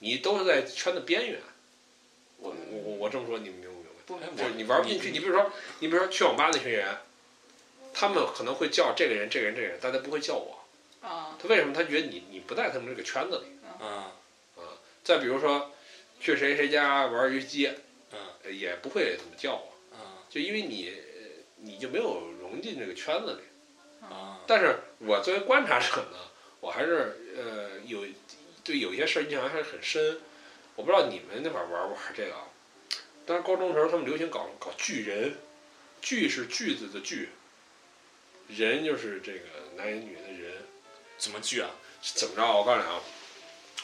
Speaker 2: 你都是在圈的边缘。我我我我这么说你们明不明白？
Speaker 3: 不明
Speaker 4: 哎
Speaker 2: 就
Speaker 4: 我
Speaker 2: 是你玩不进去。你比如说，你比如说去网吧那群人，他们可能会叫这个人、这个人、这个人，但他不会叫我。
Speaker 3: 啊，
Speaker 2: 他为什么？他觉得你你不在他们这个圈子里。
Speaker 4: 嗯
Speaker 2: 再比如说，去谁谁家玩游戏机，
Speaker 4: 嗯
Speaker 2: 呃也不会怎么叫我，
Speaker 4: 嗯
Speaker 2: 就因为你呃你就没有融进这个圈子里。
Speaker 4: 嗯
Speaker 2: 但是我作为观察者呢，我还是呃有对有些事儿印象还是很深。我不知道你们那会儿玩不玩这个啊？当时高中时候他们流行搞搞巨人，巨是句子的句，人就是这个男人女的人，
Speaker 4: 怎么聚啊？
Speaker 2: 是怎么着啊？我告诉你啊，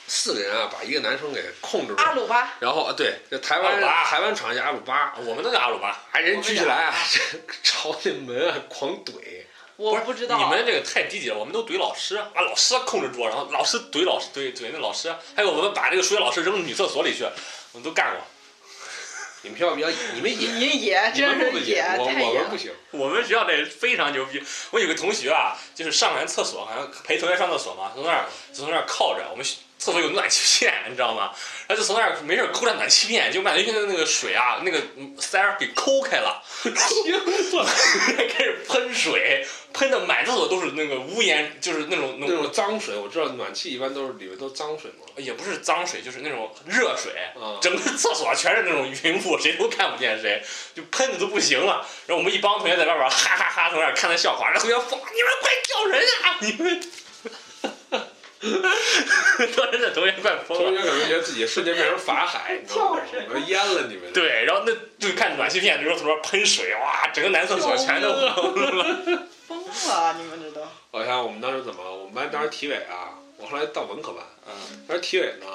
Speaker 2: 四个人啊把一个男生给控制住，
Speaker 3: 阿鲁巴
Speaker 2: 然后啊对，这台湾
Speaker 4: 阿鲁巴
Speaker 2: 台湾厂家阿鲁巴，
Speaker 4: 啊我们那个阿鲁巴，
Speaker 2: 把人举起来啊，朝那门啊狂怼。
Speaker 3: 我
Speaker 4: 是
Speaker 3: 不知道，啊
Speaker 4: 你们这个太低级了，我们都怼老师啊，把老师控制住，然后老师怼老师怼怼那老师，还有我们把这个数学老师扔女厕所里去，我们都干过。
Speaker 2: 你们学校比较，你们野，
Speaker 3: 你野
Speaker 2: 你们
Speaker 3: 真
Speaker 2: 不
Speaker 3: 是
Speaker 2: 野，
Speaker 3: 野，
Speaker 2: 我
Speaker 3: 太
Speaker 2: 我
Speaker 3: 野
Speaker 2: 们不
Speaker 3: 了。
Speaker 2: 行。
Speaker 4: 我们学校那非常牛逼，我有个同学啊，就是上完厕所好像陪同学上厕所嘛，
Speaker 3: 嗯
Speaker 4: 从那儿从那儿靠着，我们厕所有暖气片，你知道吗？他就从那儿没事儿抠着暖气片，就把那个那个水啊那个塞儿给抠开了， 开始喷水，喷的满厕所都是那个污烟，就是那种那
Speaker 2: 那
Speaker 4: 种
Speaker 2: 种脏水，我知道暖气一般都是里面都是脏水嘛。
Speaker 4: 也不是脏水，就是那种热水，
Speaker 2: 啊、
Speaker 4: 整个厕所全是那种云雾，谁都看不见谁，就喷的都不行了。然后我们一帮同学在外边哈哈哈，从那儿看他笑话，然后同学疯，你们快叫人啊！你们， 当时这同学快疯
Speaker 2: 同
Speaker 4: 了。
Speaker 2: 学可能觉得自己瞬间变成法海，你知道吗？
Speaker 3: 就是
Speaker 2: 我淹了你们。，
Speaker 4: 对，然后那就看暖气片，就说从那儿喷水，哇，整个男厕
Speaker 2: 啊
Speaker 4: 所 全都红了。
Speaker 3: 疯了，你们这都
Speaker 2: 我想我们当时怎么了？我们班当时体委啊，我后来到文科班，
Speaker 4: 嗯
Speaker 2: 当时体委呢，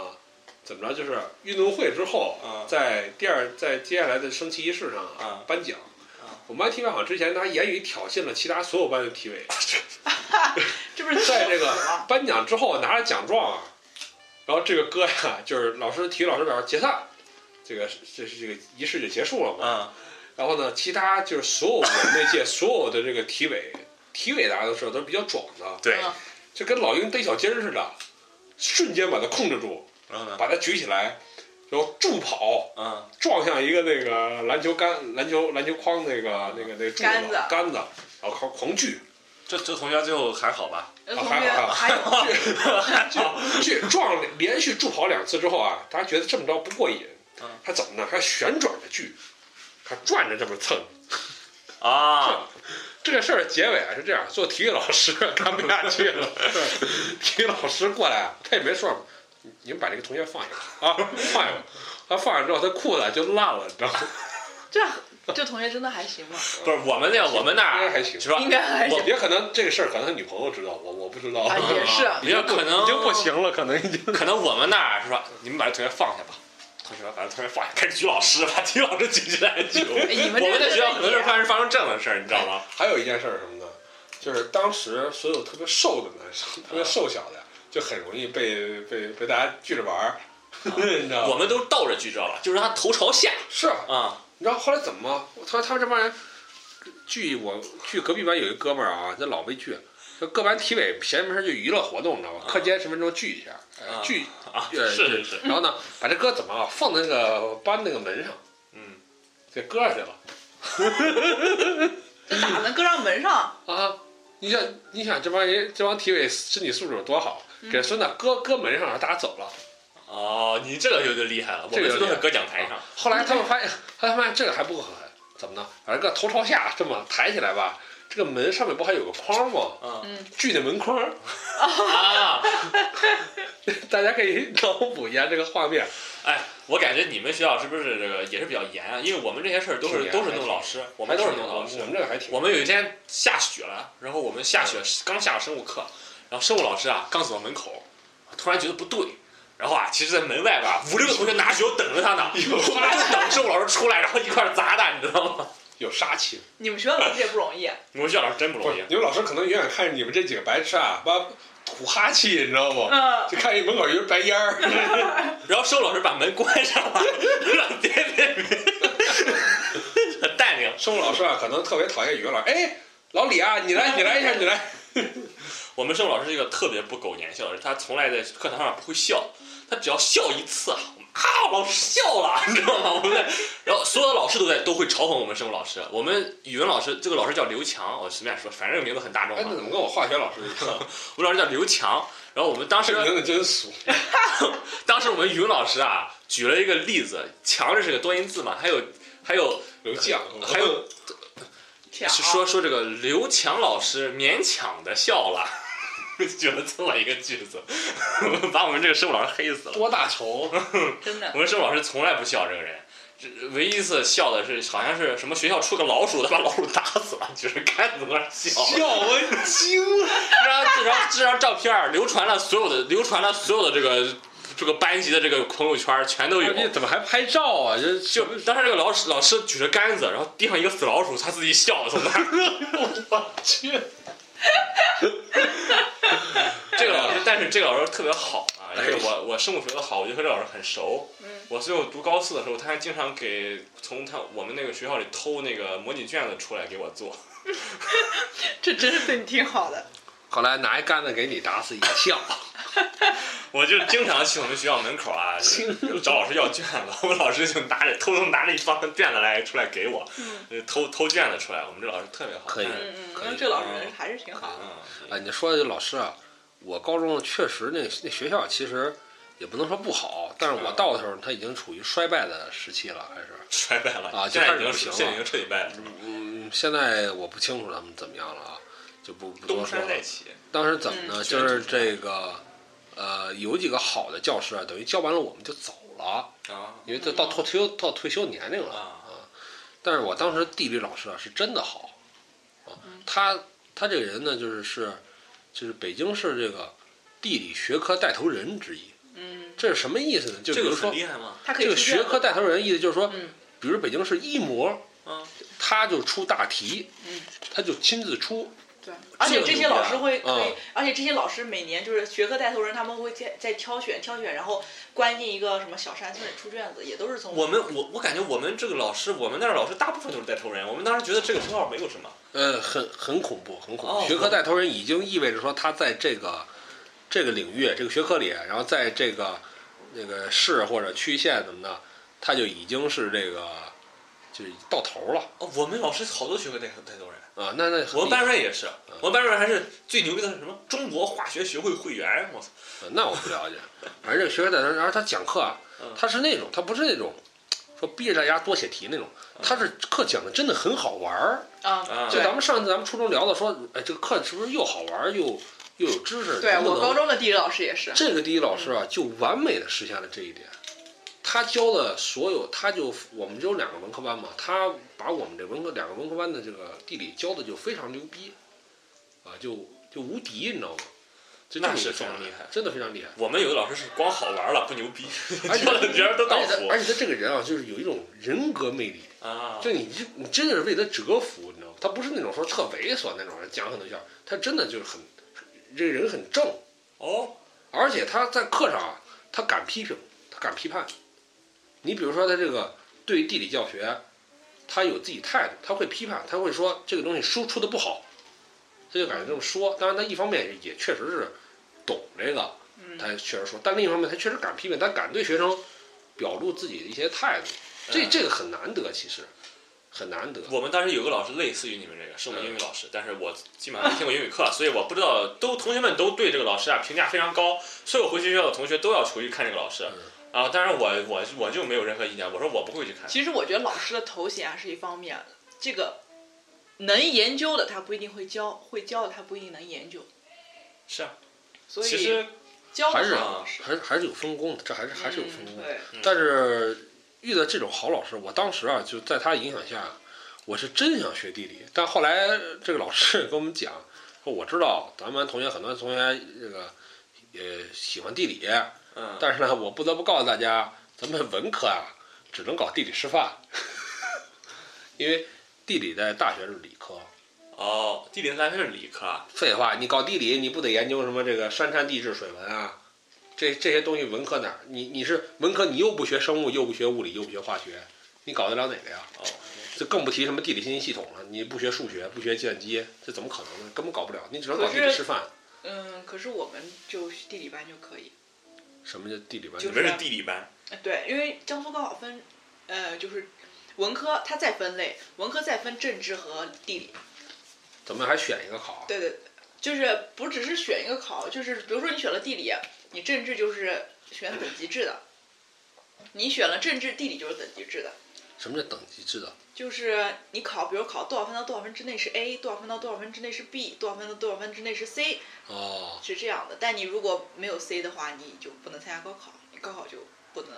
Speaker 2: 怎么着就是运动会之后，
Speaker 4: 嗯
Speaker 2: 在第二在接下来的升旗仪式上啊、
Speaker 4: 嗯
Speaker 2: 颁奖
Speaker 4: 嗯。
Speaker 2: 我们班体委好像之前拿言语挑衅了其他所有班的体委，
Speaker 3: 这不是
Speaker 2: 在这
Speaker 3: 气死
Speaker 2: 个
Speaker 3: 了
Speaker 2: 颁奖之后拿着奖状啊，然后这个歌呀、就是老师体育老师表示解散，这个这是这个仪式就结束了嘛。
Speaker 4: 嗯
Speaker 2: 然后呢，其他就是所有我们那届所有的这个体委，体委大家都知道都是比较壮的，
Speaker 4: 对，
Speaker 3: 嗯
Speaker 2: 就跟老鹰逮小鸡儿似的，瞬间把它控制住，
Speaker 4: 然后呢？
Speaker 2: 把它举起来，然后助跑
Speaker 4: 嗯
Speaker 2: 撞向一个那个篮球杆、篮球篮球框那个那个那个柱
Speaker 3: 杆子
Speaker 2: 杆子，然后狂狂锯
Speaker 4: 这这同学最后还好吧？
Speaker 3: 那同
Speaker 2: 啊还
Speaker 3: 学
Speaker 2: 好
Speaker 3: 还有
Speaker 2: 锯锯撞连续助跑两次之后啊，大家觉得这么着不过瘾
Speaker 4: 嗯，
Speaker 2: 还怎么呢？还旋转着锯，还转着这么蹭。
Speaker 4: 啊，
Speaker 2: 这个事儿结尾啊是这样，做体育老师干不下去 了，体育老师过来，啊他也没说什么，你你们把这个同学放下吧啊，放下吧。他放下之后，他裤子就烂了，你知道吗？
Speaker 3: 这这同学真的还行吗？
Speaker 4: 不是我们那我们那
Speaker 2: 应该
Speaker 4: 儿
Speaker 2: 还行
Speaker 4: 是吧？
Speaker 3: 应该 还行
Speaker 2: 也可能这个事儿可能他女朋友知道，我我不知道。
Speaker 3: 啊，也是
Speaker 2: 哦
Speaker 4: 也有可能
Speaker 2: 已经不行了，可能已经。
Speaker 4: 可能我们那儿是吧？你们把这同学放下吧。同学，把这同学放下，开始举老师，把体育老师举起来 举。
Speaker 2: 哎
Speaker 4: 我
Speaker 3: 你们这
Speaker 4: 们在学校可能是
Speaker 3: 也
Speaker 4: 发生发生这样的事儿，你知道吗？
Speaker 2: 还有一件事儿是什么呢？就是当时所有特别瘦的男生，
Speaker 4: 啊
Speaker 2: 特别瘦小的，就很容易被被被大家聚着玩儿， 你知道吗？
Speaker 4: 啊我们都倒着举着了，就是让他头朝下
Speaker 2: 是啊
Speaker 4: 啊。
Speaker 2: 你知道后来怎么吗？他他们这帮人，据我据隔壁班有一哥们儿啊，这老被聚，就各班体委闲没事就娱乐活动，你知道吗？课间十分钟聚一下，哎
Speaker 4: 啊
Speaker 2: 聚
Speaker 4: 啊
Speaker 2: 对
Speaker 4: 是是是，
Speaker 2: 然后呢，把这歌怎么啊放在那个班那个门上，
Speaker 4: 嗯，
Speaker 2: 给搁上去了哦
Speaker 3: 这打能搁上门上？
Speaker 2: 啊！你想你想这帮人这帮体委身体素质有多好，
Speaker 3: 嗯
Speaker 2: 给孙子搁搁门上，让大家走了。
Speaker 4: 哦，你这个有点厉害了，我
Speaker 2: 这个
Speaker 4: 们
Speaker 2: 有
Speaker 4: 都
Speaker 2: 点
Speaker 4: 是搁讲台上，
Speaker 2: 后来他们发现，后来发现这个还不够狠，怎么呢？把这个头朝下这么抬起来吧，这个门上面不还有个框吗？
Speaker 4: 嗯
Speaker 3: 嗯，
Speaker 2: 锯那门框。嗯
Speaker 4: 啊，
Speaker 2: 大家可以 脑补一下这个画面。
Speaker 4: 哎，我感觉你们学校是不是这个也是比较严啊？因为我们这些事儿都
Speaker 2: 挺
Speaker 4: 是
Speaker 2: 严
Speaker 4: 都是
Speaker 2: 还
Speaker 4: 弄
Speaker 2: 挺
Speaker 4: 老师，我们都是弄老师
Speaker 2: 我。们这个还挺。
Speaker 4: 我们有一天下雪了，然后我们下雪刚下了生物课，然后生物老师啊刚走到门口，突然觉得不对，然后啊，其实在门外吧，五六个同学拿着酒等着他呢，后来就等生物老师出来，然后一块儿砸他，你知道吗？
Speaker 2: 有杀气，
Speaker 3: 你们学校老师也不容易，
Speaker 4: 我们学校老师真不容易，
Speaker 2: 你们老师可能远远看着你们这几个白痴啊，把吐哈气，你知道不？
Speaker 3: 嗯，
Speaker 2: 就看见门口一个白烟儿，
Speaker 4: 然后生物老师把门关上了，让别别别，很淡定，
Speaker 2: 生物老师啊，可能特别讨厌语文老师。哎，老李啊，你来，你来一下，你来。
Speaker 4: 我们生物老师是一个特别不苟言笑的人，他从来在课堂上不会笑，他只要笑一次啊，我们啊，老师笑了， 你知道吗？我们在，然后所有的老师都在都会嘲讽我们生物老师。我们语文老师这个老师叫刘强，我随便说，反正名字很大众
Speaker 2: 哎，
Speaker 4: 嘛
Speaker 2: 那。怎么跟我化学老师一样？
Speaker 4: 我们老师叫刘强，然后我们当时
Speaker 2: 这名字真俗。
Speaker 4: 当时我们语文老师啊举了一个例子，强这是个多音字嘛，还有还有
Speaker 2: 刘酱，
Speaker 4: 还有
Speaker 3: 强
Speaker 4: 是说说这个刘强老师勉强的笑了， 举了这么一个句子， 把我们这个生物老师黑死了。
Speaker 2: 多大仇？
Speaker 3: 真的
Speaker 4: 我们生物老师从来不笑这个人，这唯一一次笑的是好像是什么学校出个老鼠，他把老鼠打死了，就是 看着那儿笑。
Speaker 2: 笑我惊了。
Speaker 4: 然后这张这张照片儿流传了所有的流传了所有的这个这个班级的这个朋友圈儿全都有。
Speaker 2: 哎这怎么还拍照啊？这
Speaker 4: 就当时这个老师老师举着杆子，然后地上一个死老鼠，他自己笑，从那儿。
Speaker 2: 我去，
Speaker 4: 这个老师，但是这个老师特别好啊，因为我我生物学的好，我就和这老师很熟。我所以我读高四的时候，他还经常给从他我们那个学校里偷那个模拟卷子出来给我做。
Speaker 3: 这真是对你挺好的。
Speaker 2: 后来拿一杆子给你打死一笑。啊
Speaker 4: 我就经常去我们学校门口啊，就是找老师要卷子，我们老师就拿着偷偷拿着一方卷子来出来给我，呃偷偷卷子出来。我们这老师特别好，
Speaker 2: 可以
Speaker 4: 但是
Speaker 3: 嗯
Speaker 2: 可
Speaker 3: 嗯，
Speaker 2: 以
Speaker 3: 这老师人还是挺好的。
Speaker 4: 嗯，
Speaker 2: 啊，你说的这老师啊，我高中确实那那学校其实也不能说不好，但是我
Speaker 4: 嗯
Speaker 2: 到的时候他已经处于衰败的时期了，还是
Speaker 4: 衰败了
Speaker 2: 啊就
Speaker 4: 现在
Speaker 2: 开
Speaker 4: 已
Speaker 2: 始
Speaker 4: 经
Speaker 2: 不行了
Speaker 4: 现在已经彻底败了，
Speaker 2: 嗯，现在我不清楚他们怎么样了啊，就不不多
Speaker 4: 东
Speaker 2: 说了
Speaker 4: 山再。起。
Speaker 2: 当时怎么呢？
Speaker 4: 嗯
Speaker 2: 就是这个呃，有几个好的教师啊，等于教完了我们就走了，
Speaker 4: 啊
Speaker 2: 因为这到退休到退休年龄了。
Speaker 4: 啊
Speaker 2: 但是我当时地理老师啊是真的好，啊，
Speaker 3: 嗯
Speaker 2: 他他这个人呢就是是就是北京市这个地理学科带头人之一，
Speaker 3: 嗯，
Speaker 2: 这是什么意思呢？就比
Speaker 4: 这个
Speaker 2: 如
Speaker 4: 很
Speaker 2: 说
Speaker 4: 厉害吗？
Speaker 3: 他可以
Speaker 2: 这个
Speaker 3: 出
Speaker 2: 学
Speaker 3: 卷
Speaker 2: 科
Speaker 3: 子
Speaker 2: 带头人意思就是说，
Speaker 3: 嗯
Speaker 2: 比如北京市一模，
Speaker 4: 啊，
Speaker 2: 他就出大题，
Speaker 3: 嗯
Speaker 2: 他就亲自出，
Speaker 3: 对，而且这些老师会
Speaker 2: 这个
Speaker 3: 可
Speaker 2: 牛逼啊
Speaker 3: 以，而且这些老师每年就是学科带头人，他们会再再挑选挑选，然后关进一个什么小山村里出卷子，也都是从
Speaker 4: 我们我我感觉我们这个老师，我们那儿老师大部分都是带头人。我们当时觉得这个称号没有什么，
Speaker 2: 呃，很很恐怖，很恐怖。
Speaker 4: 哦
Speaker 2: 学科带头人已经意味着说他在这个这个领域、这个学科里，然后在这个那个市或者区县怎么的，他就已经是这个就是到头了
Speaker 4: 哦，我们老师好多学科带带头人。
Speaker 2: 啊。那那
Speaker 4: 我
Speaker 2: 很
Speaker 4: 们
Speaker 2: 厉害
Speaker 4: 班主任也是，我们班主任还是最牛逼的是什么？中国化学学会会员，我操！
Speaker 2: 呃那我不了解，反正这个学科带头人，然后他讲课啊
Speaker 4: 嗯，
Speaker 2: 他是那种他不是那种说逼着大家多写题那种，
Speaker 4: 嗯
Speaker 2: 他是课讲的真的很好玩儿。
Speaker 3: 啊，
Speaker 4: 啊，
Speaker 2: 就
Speaker 3: 对
Speaker 2: 咱们上次咱们初中聊到说，哎，这个课是不是又好玩儿又又有知识？
Speaker 3: 对
Speaker 2: 能不
Speaker 3: 我
Speaker 2: 能
Speaker 3: 高中的地理老师也是，
Speaker 2: 这个地理老师
Speaker 4: 嗯
Speaker 2: 啊，就完美的实现了这一点。他教的所有，他就我们只有两个文科班嘛，他把我们这文科两个文科班的这个地理教的就非常牛逼，啊，就就无敌，你知道吗？就这
Speaker 4: 那
Speaker 2: 么一
Speaker 4: 是
Speaker 2: 个
Speaker 4: 非常
Speaker 2: 状态
Speaker 4: 厉害
Speaker 2: 真的非常厉 害。
Speaker 4: 我们有的老师是光好玩了，不牛逼，
Speaker 2: 而且
Speaker 4: 教的 别人都倒
Speaker 2: 而且他
Speaker 4: 伏
Speaker 2: 而且他这个人啊，就是有一种人格魅力，
Speaker 4: 啊。
Speaker 2: 就你就你真的是为他折服，你知道吗？他不是那种说特猥琐那种人，讲很多笑，他真的就是很这个人很正，
Speaker 4: 哦，
Speaker 2: 而且他在课上啊，他敢批评，他敢批判。你比如说，他这个对于地理教学，他有自己态度，他会批判，他会说这个东西输出的不好，他就敢这么说。当然，他一方面也确实是懂这个，
Speaker 3: 嗯
Speaker 2: 他确实说，但另一方面，他确实敢批评，他敢对学生表露自己的一些态度，这
Speaker 4: 嗯
Speaker 2: 这个很难得，其实很难得。
Speaker 4: 我们当时有个老师类似于你们这个，
Speaker 2: 嗯
Speaker 4: 是我们英语老师，但是我基本上没听过英语课，所以我不知道。都同学们都对这个老师啊评价非常高，所以我回学校的同学都要出去看这个老师
Speaker 2: 嗯
Speaker 4: 啊。当然我我我就没有任何意见，我说我不会去看。
Speaker 3: 其实我觉得老师的头衔啊是一方面，这个能研究的他不一定会教，会教的他不一定能研究，
Speaker 4: 是啊，
Speaker 3: 所
Speaker 4: 其
Speaker 3: 以
Speaker 4: 实
Speaker 3: 教
Speaker 2: 还
Speaker 3: 的
Speaker 2: 是
Speaker 3: 好
Speaker 2: 啊
Speaker 3: 老师
Speaker 2: 还是还是有分工的，这还是还是有分
Speaker 3: 嗯
Speaker 2: 工的。
Speaker 3: 对，
Speaker 4: 嗯
Speaker 2: 但是遇到这种好老师，我当时啊就在他影响下，我是真想学地理。但后来这个老师 跟我们讲，说我知道咱们同学很多同学这个也喜欢地理，
Speaker 4: 嗯，
Speaker 2: 但是呢，我不得不告诉大家，咱们文科啊只能搞地理师范， 因为地理在大学是理科。
Speaker 4: 哦，地理咱是理科啊，
Speaker 2: 废话，你搞地理，你不得研究什么这个山川地质、水文啊？这这些东西文科哪儿？你你是文科，你又不学生物，又不学物理，又不学化学，你搞得了哪个呀？
Speaker 4: 哦，
Speaker 2: 这更不提什么地理信息系统了。你不学数学，不学计算机，这怎么可能呢？根本搞不了。你只能搞地
Speaker 3: 可
Speaker 2: 理
Speaker 3: 是
Speaker 2: 示范。
Speaker 3: 嗯，可是我们就地理班就可以。
Speaker 2: 什么叫地理班？
Speaker 3: 就
Speaker 4: 你们是地理班，
Speaker 3: 呃对，因为江苏高考分，呃，就是文科它再分类，文科再分政治和地理。
Speaker 2: 怎么还选一个考？啊
Speaker 3: 对对，对就是不只是选一个考，就是比如说你选了地理，你政治就是选等级制的，你选了政治，地理就是等级制的。
Speaker 2: 什么叫等级制的？
Speaker 3: 就是你考，比如考多少分到多少分之内是 A，多少分到多少分之内是 B，多少分到多少分之内是 C，
Speaker 2: 哦，
Speaker 3: 是这样的。但你如果没有 C 的话，你就不能参加高考，你高考就不能。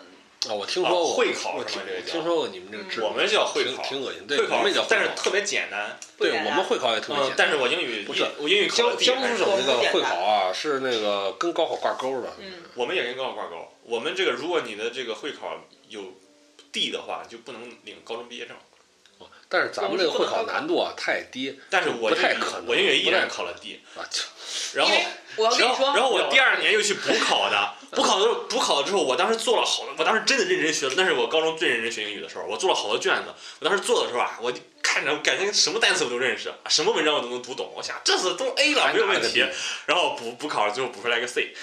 Speaker 2: 啊，我听说过、
Speaker 4: 哦会考
Speaker 2: 我
Speaker 4: 是
Speaker 2: 听
Speaker 4: 吗这个叫
Speaker 2: 听说过你们这个制度，
Speaker 4: 我们叫会
Speaker 2: 挺
Speaker 4: 考，
Speaker 2: 挺恶心，对，
Speaker 4: 会
Speaker 2: 我
Speaker 4: 考
Speaker 2: 们也叫会
Speaker 4: 但是
Speaker 2: 考
Speaker 4: 特别简单。
Speaker 2: 对，
Speaker 3: 不然啊
Speaker 2: 我们会考也特别简
Speaker 4: 嗯
Speaker 2: 单，，
Speaker 4: 但是我英语
Speaker 2: 不是
Speaker 4: 我英语考
Speaker 2: 江
Speaker 4: 的第一
Speaker 2: 江
Speaker 4: 还
Speaker 2: 苏
Speaker 4: 是
Speaker 2: 省那
Speaker 3: 我
Speaker 2: 个
Speaker 3: 们
Speaker 2: 会考啊，是那个跟高考挂钩的，
Speaker 3: 嗯，
Speaker 4: 我们也跟高考挂钩。我们这个，如果你的这个会考有 D 的话，就不能领高中毕业证。
Speaker 2: 但是咱们这个会考难度啊太低
Speaker 4: 但是我
Speaker 2: 不太
Speaker 4: 英语
Speaker 2: 可能
Speaker 4: 我英语依
Speaker 2: 不太
Speaker 4: 然
Speaker 2: 可
Speaker 4: 考了 D，
Speaker 2: 啊，切
Speaker 4: 嗯然后
Speaker 3: 因为我要跟
Speaker 4: 然
Speaker 3: 你
Speaker 4: 后
Speaker 3: 说，
Speaker 4: 然后我第二年又去补考的，补考的时候补考了之后，我当时做了好多，我当时真的认真学了，那是我高中最认真学英语的时候，我做了好多卷子。我当时做的时候啊，我就看着我感觉什么单词我都认识，什么文章我都能读懂，我想这次都 A 了
Speaker 2: 还
Speaker 4: 啊没有
Speaker 2: 拿
Speaker 4: 问
Speaker 2: 了个
Speaker 4: 题
Speaker 2: B。
Speaker 4: 然后补补考，最后补出来个 C，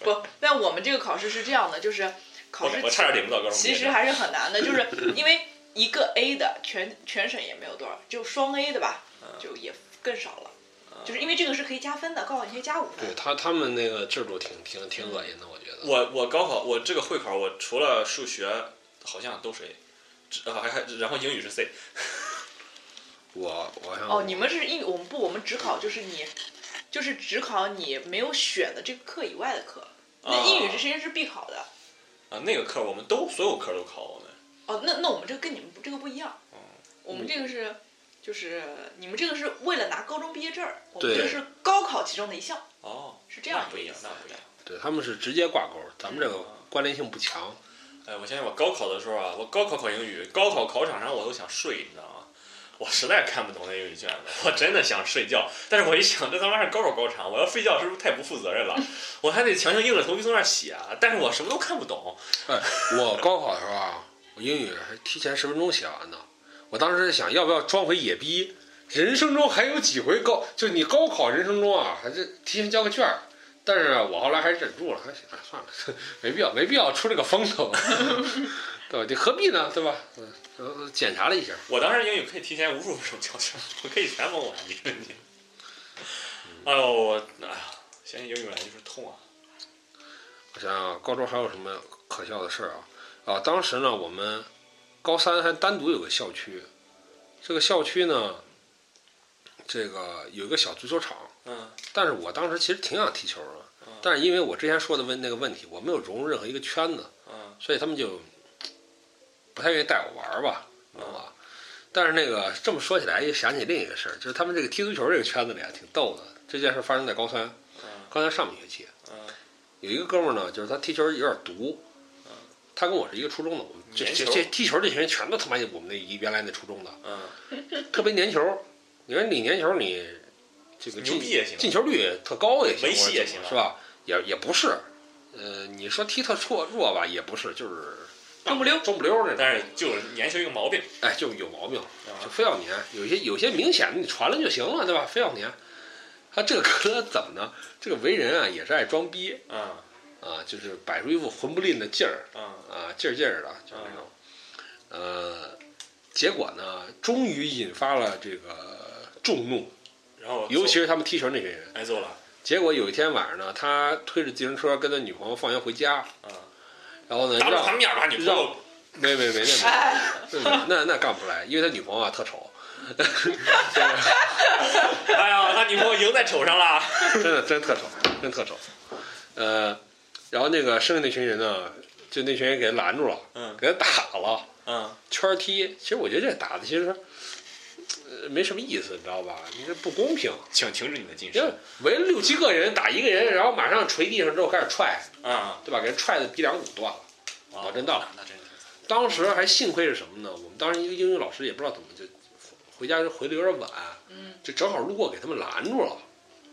Speaker 3: 不，但我们这个考试是这样的，就是考
Speaker 4: 我
Speaker 3: 试
Speaker 4: 我差点领不到高中毕
Speaker 3: 其
Speaker 4: 业
Speaker 3: 实
Speaker 4: 证。
Speaker 3: 还是很难的，就是因为一个 A 的全全省也没有多少，就双 A 的吧，就也更少了。就是因为这个是可以加分的，高考你可以加五分
Speaker 2: 对。他他们那个制度挺挺挺恶心的，我觉得。
Speaker 4: 我我高考我这个会考我除了数学好像都是 A，只呃还还然后英语是 C，
Speaker 2: 我我想
Speaker 3: 哦，你们是英语，我们不，我们只考就是你，就是只考你没有选的这个课以外的课。那英语这些是必考的。
Speaker 4: 啊那个课我们都所有课都考我们。
Speaker 3: 哦，那那我们这个跟你们不这个不一样。
Speaker 4: 哦
Speaker 3: 我
Speaker 4: 嗯
Speaker 3: 们这个是就是你们这个是为了拿高中毕业证儿，我们
Speaker 2: 对
Speaker 3: 这个是高考其中的一项，
Speaker 4: 哦，
Speaker 3: 是这样
Speaker 4: 那不
Speaker 3: 一
Speaker 4: 一
Speaker 3: 个意
Speaker 4: 样，
Speaker 3: 思
Speaker 4: 那不一样。
Speaker 2: 对他们是直接挂钩，咱们这个关联性不强。
Speaker 4: 哎，我想想，我高考的时候啊，我高考考英语，高考考场上我都想睡，你知道吗？我实在看不懂那英语卷子，我真的想睡觉。但是我一想，这他妈是高考考场，我要睡觉是不是太不负责任了？ 我还得强行硬着头皮从那儿写啊，但是我什么都看不懂。
Speaker 2: 哎，我高考的时候啊，我英语还提前十分钟写完呢。我当时想要不要装回野逼？人生中还有几回高，就你高考人生中啊，还是提前交个卷儿。但是我后来还是忍住了，还想、哎、算了， 没必要，没必要出这个风头， 对吧？你何必呢，对吧？嗯呃，检查了一下，
Speaker 4: 我当时英语可以提前无数分钟交卷，我可以全蒙完，你说你？哎呦，我哎呀，现在英语来就是痛啊！
Speaker 2: 我想想，高中还有什么可笑的事儿啊？啊，当时呢，我们高三还单独有个校区，这个校区呢，这个有一个小足球场。
Speaker 4: 嗯，
Speaker 2: 但是我当时其实挺想踢球的，但是因为我之前说的问那个问题，我没有融入任何一个圈子，
Speaker 4: 嗯
Speaker 2: 所以他们就嘖不太愿意带我玩儿吧，你
Speaker 4: 嗯
Speaker 2: 懂吧？但是那个这么说起来，又想起另一个事儿，就是他们这个踢足球这个圈子里啊，挺逗的。这件事发生在高三，高三上半学期，
Speaker 4: 嗯，
Speaker 2: 有一个哥们儿呢，就是他踢球有点毒，他跟我是一个初中的，我们这
Speaker 4: 嗯粘
Speaker 2: 这
Speaker 4: 球
Speaker 2: 这踢球这群人全都他妈我们那一原来那初中的，
Speaker 4: 嗯，
Speaker 2: 特别粘球。你说你粘球，你这个
Speaker 4: 牛
Speaker 2: 进
Speaker 4: 逼也行
Speaker 2: 进球率特高也行，
Speaker 4: 梅西也行啊
Speaker 2: 是吧？也也不是，呃，你说踢特弱弱吧，也不是，就是
Speaker 3: 中不溜。
Speaker 2: 中不溜儿那种，
Speaker 4: 但是就是研究一个毛病，
Speaker 2: 哎，就有毛病，就非要粘。有些有些明显的，你传了就行了，对吧？非要粘。他这个哥怎么呢？这个为人啊，也是爱装逼
Speaker 4: 嗯
Speaker 2: 啊，就是摆出一副魂不吝的劲儿，
Speaker 4: 嗯
Speaker 2: 啊，劲儿劲儿的，就是那种。呃，结果呢，终于引发了这个众怒，
Speaker 4: 然后
Speaker 2: 尤其是他们踢球那群人。
Speaker 4: 挨揍了，
Speaker 2: 结果有一天晚上呢，他推着自行车跟他女朋友放学回家，
Speaker 4: 嗯。
Speaker 2: 然后呢，
Speaker 4: 打着他
Speaker 2: 让
Speaker 4: 面把你朋友
Speaker 2: 让没没没那
Speaker 3: 哎，
Speaker 2: 没那那那干不出来，因为他女朋友啊特丑，
Speaker 4: 哎呀，他女朋友赢在丑上了。
Speaker 2: 真的真特丑，真特丑。呃，然后那个剩下那群人呢，就那群人给他拦住了，
Speaker 4: 嗯
Speaker 2: 给他打了。
Speaker 4: 嗯，
Speaker 2: 圈儿踢，其实我觉得这打的其实、呃、没什么意思，你知道吧？你这不公平，
Speaker 4: 请停止你的近
Speaker 2: 因为
Speaker 4: 视。
Speaker 2: 围了六七个人打一个人，然后马上捶地上之后开始踹，
Speaker 4: 啊，
Speaker 2: 对吧？给人踹的鼻梁骨断了。
Speaker 4: 脑
Speaker 2: 震荡，
Speaker 4: 哦那真是。
Speaker 2: 当时还幸亏是什么呢？我们当时一个英语老师也不知道怎么就回家就回的有点晚，
Speaker 3: 嗯，
Speaker 2: 就正好路过给他们拦住了，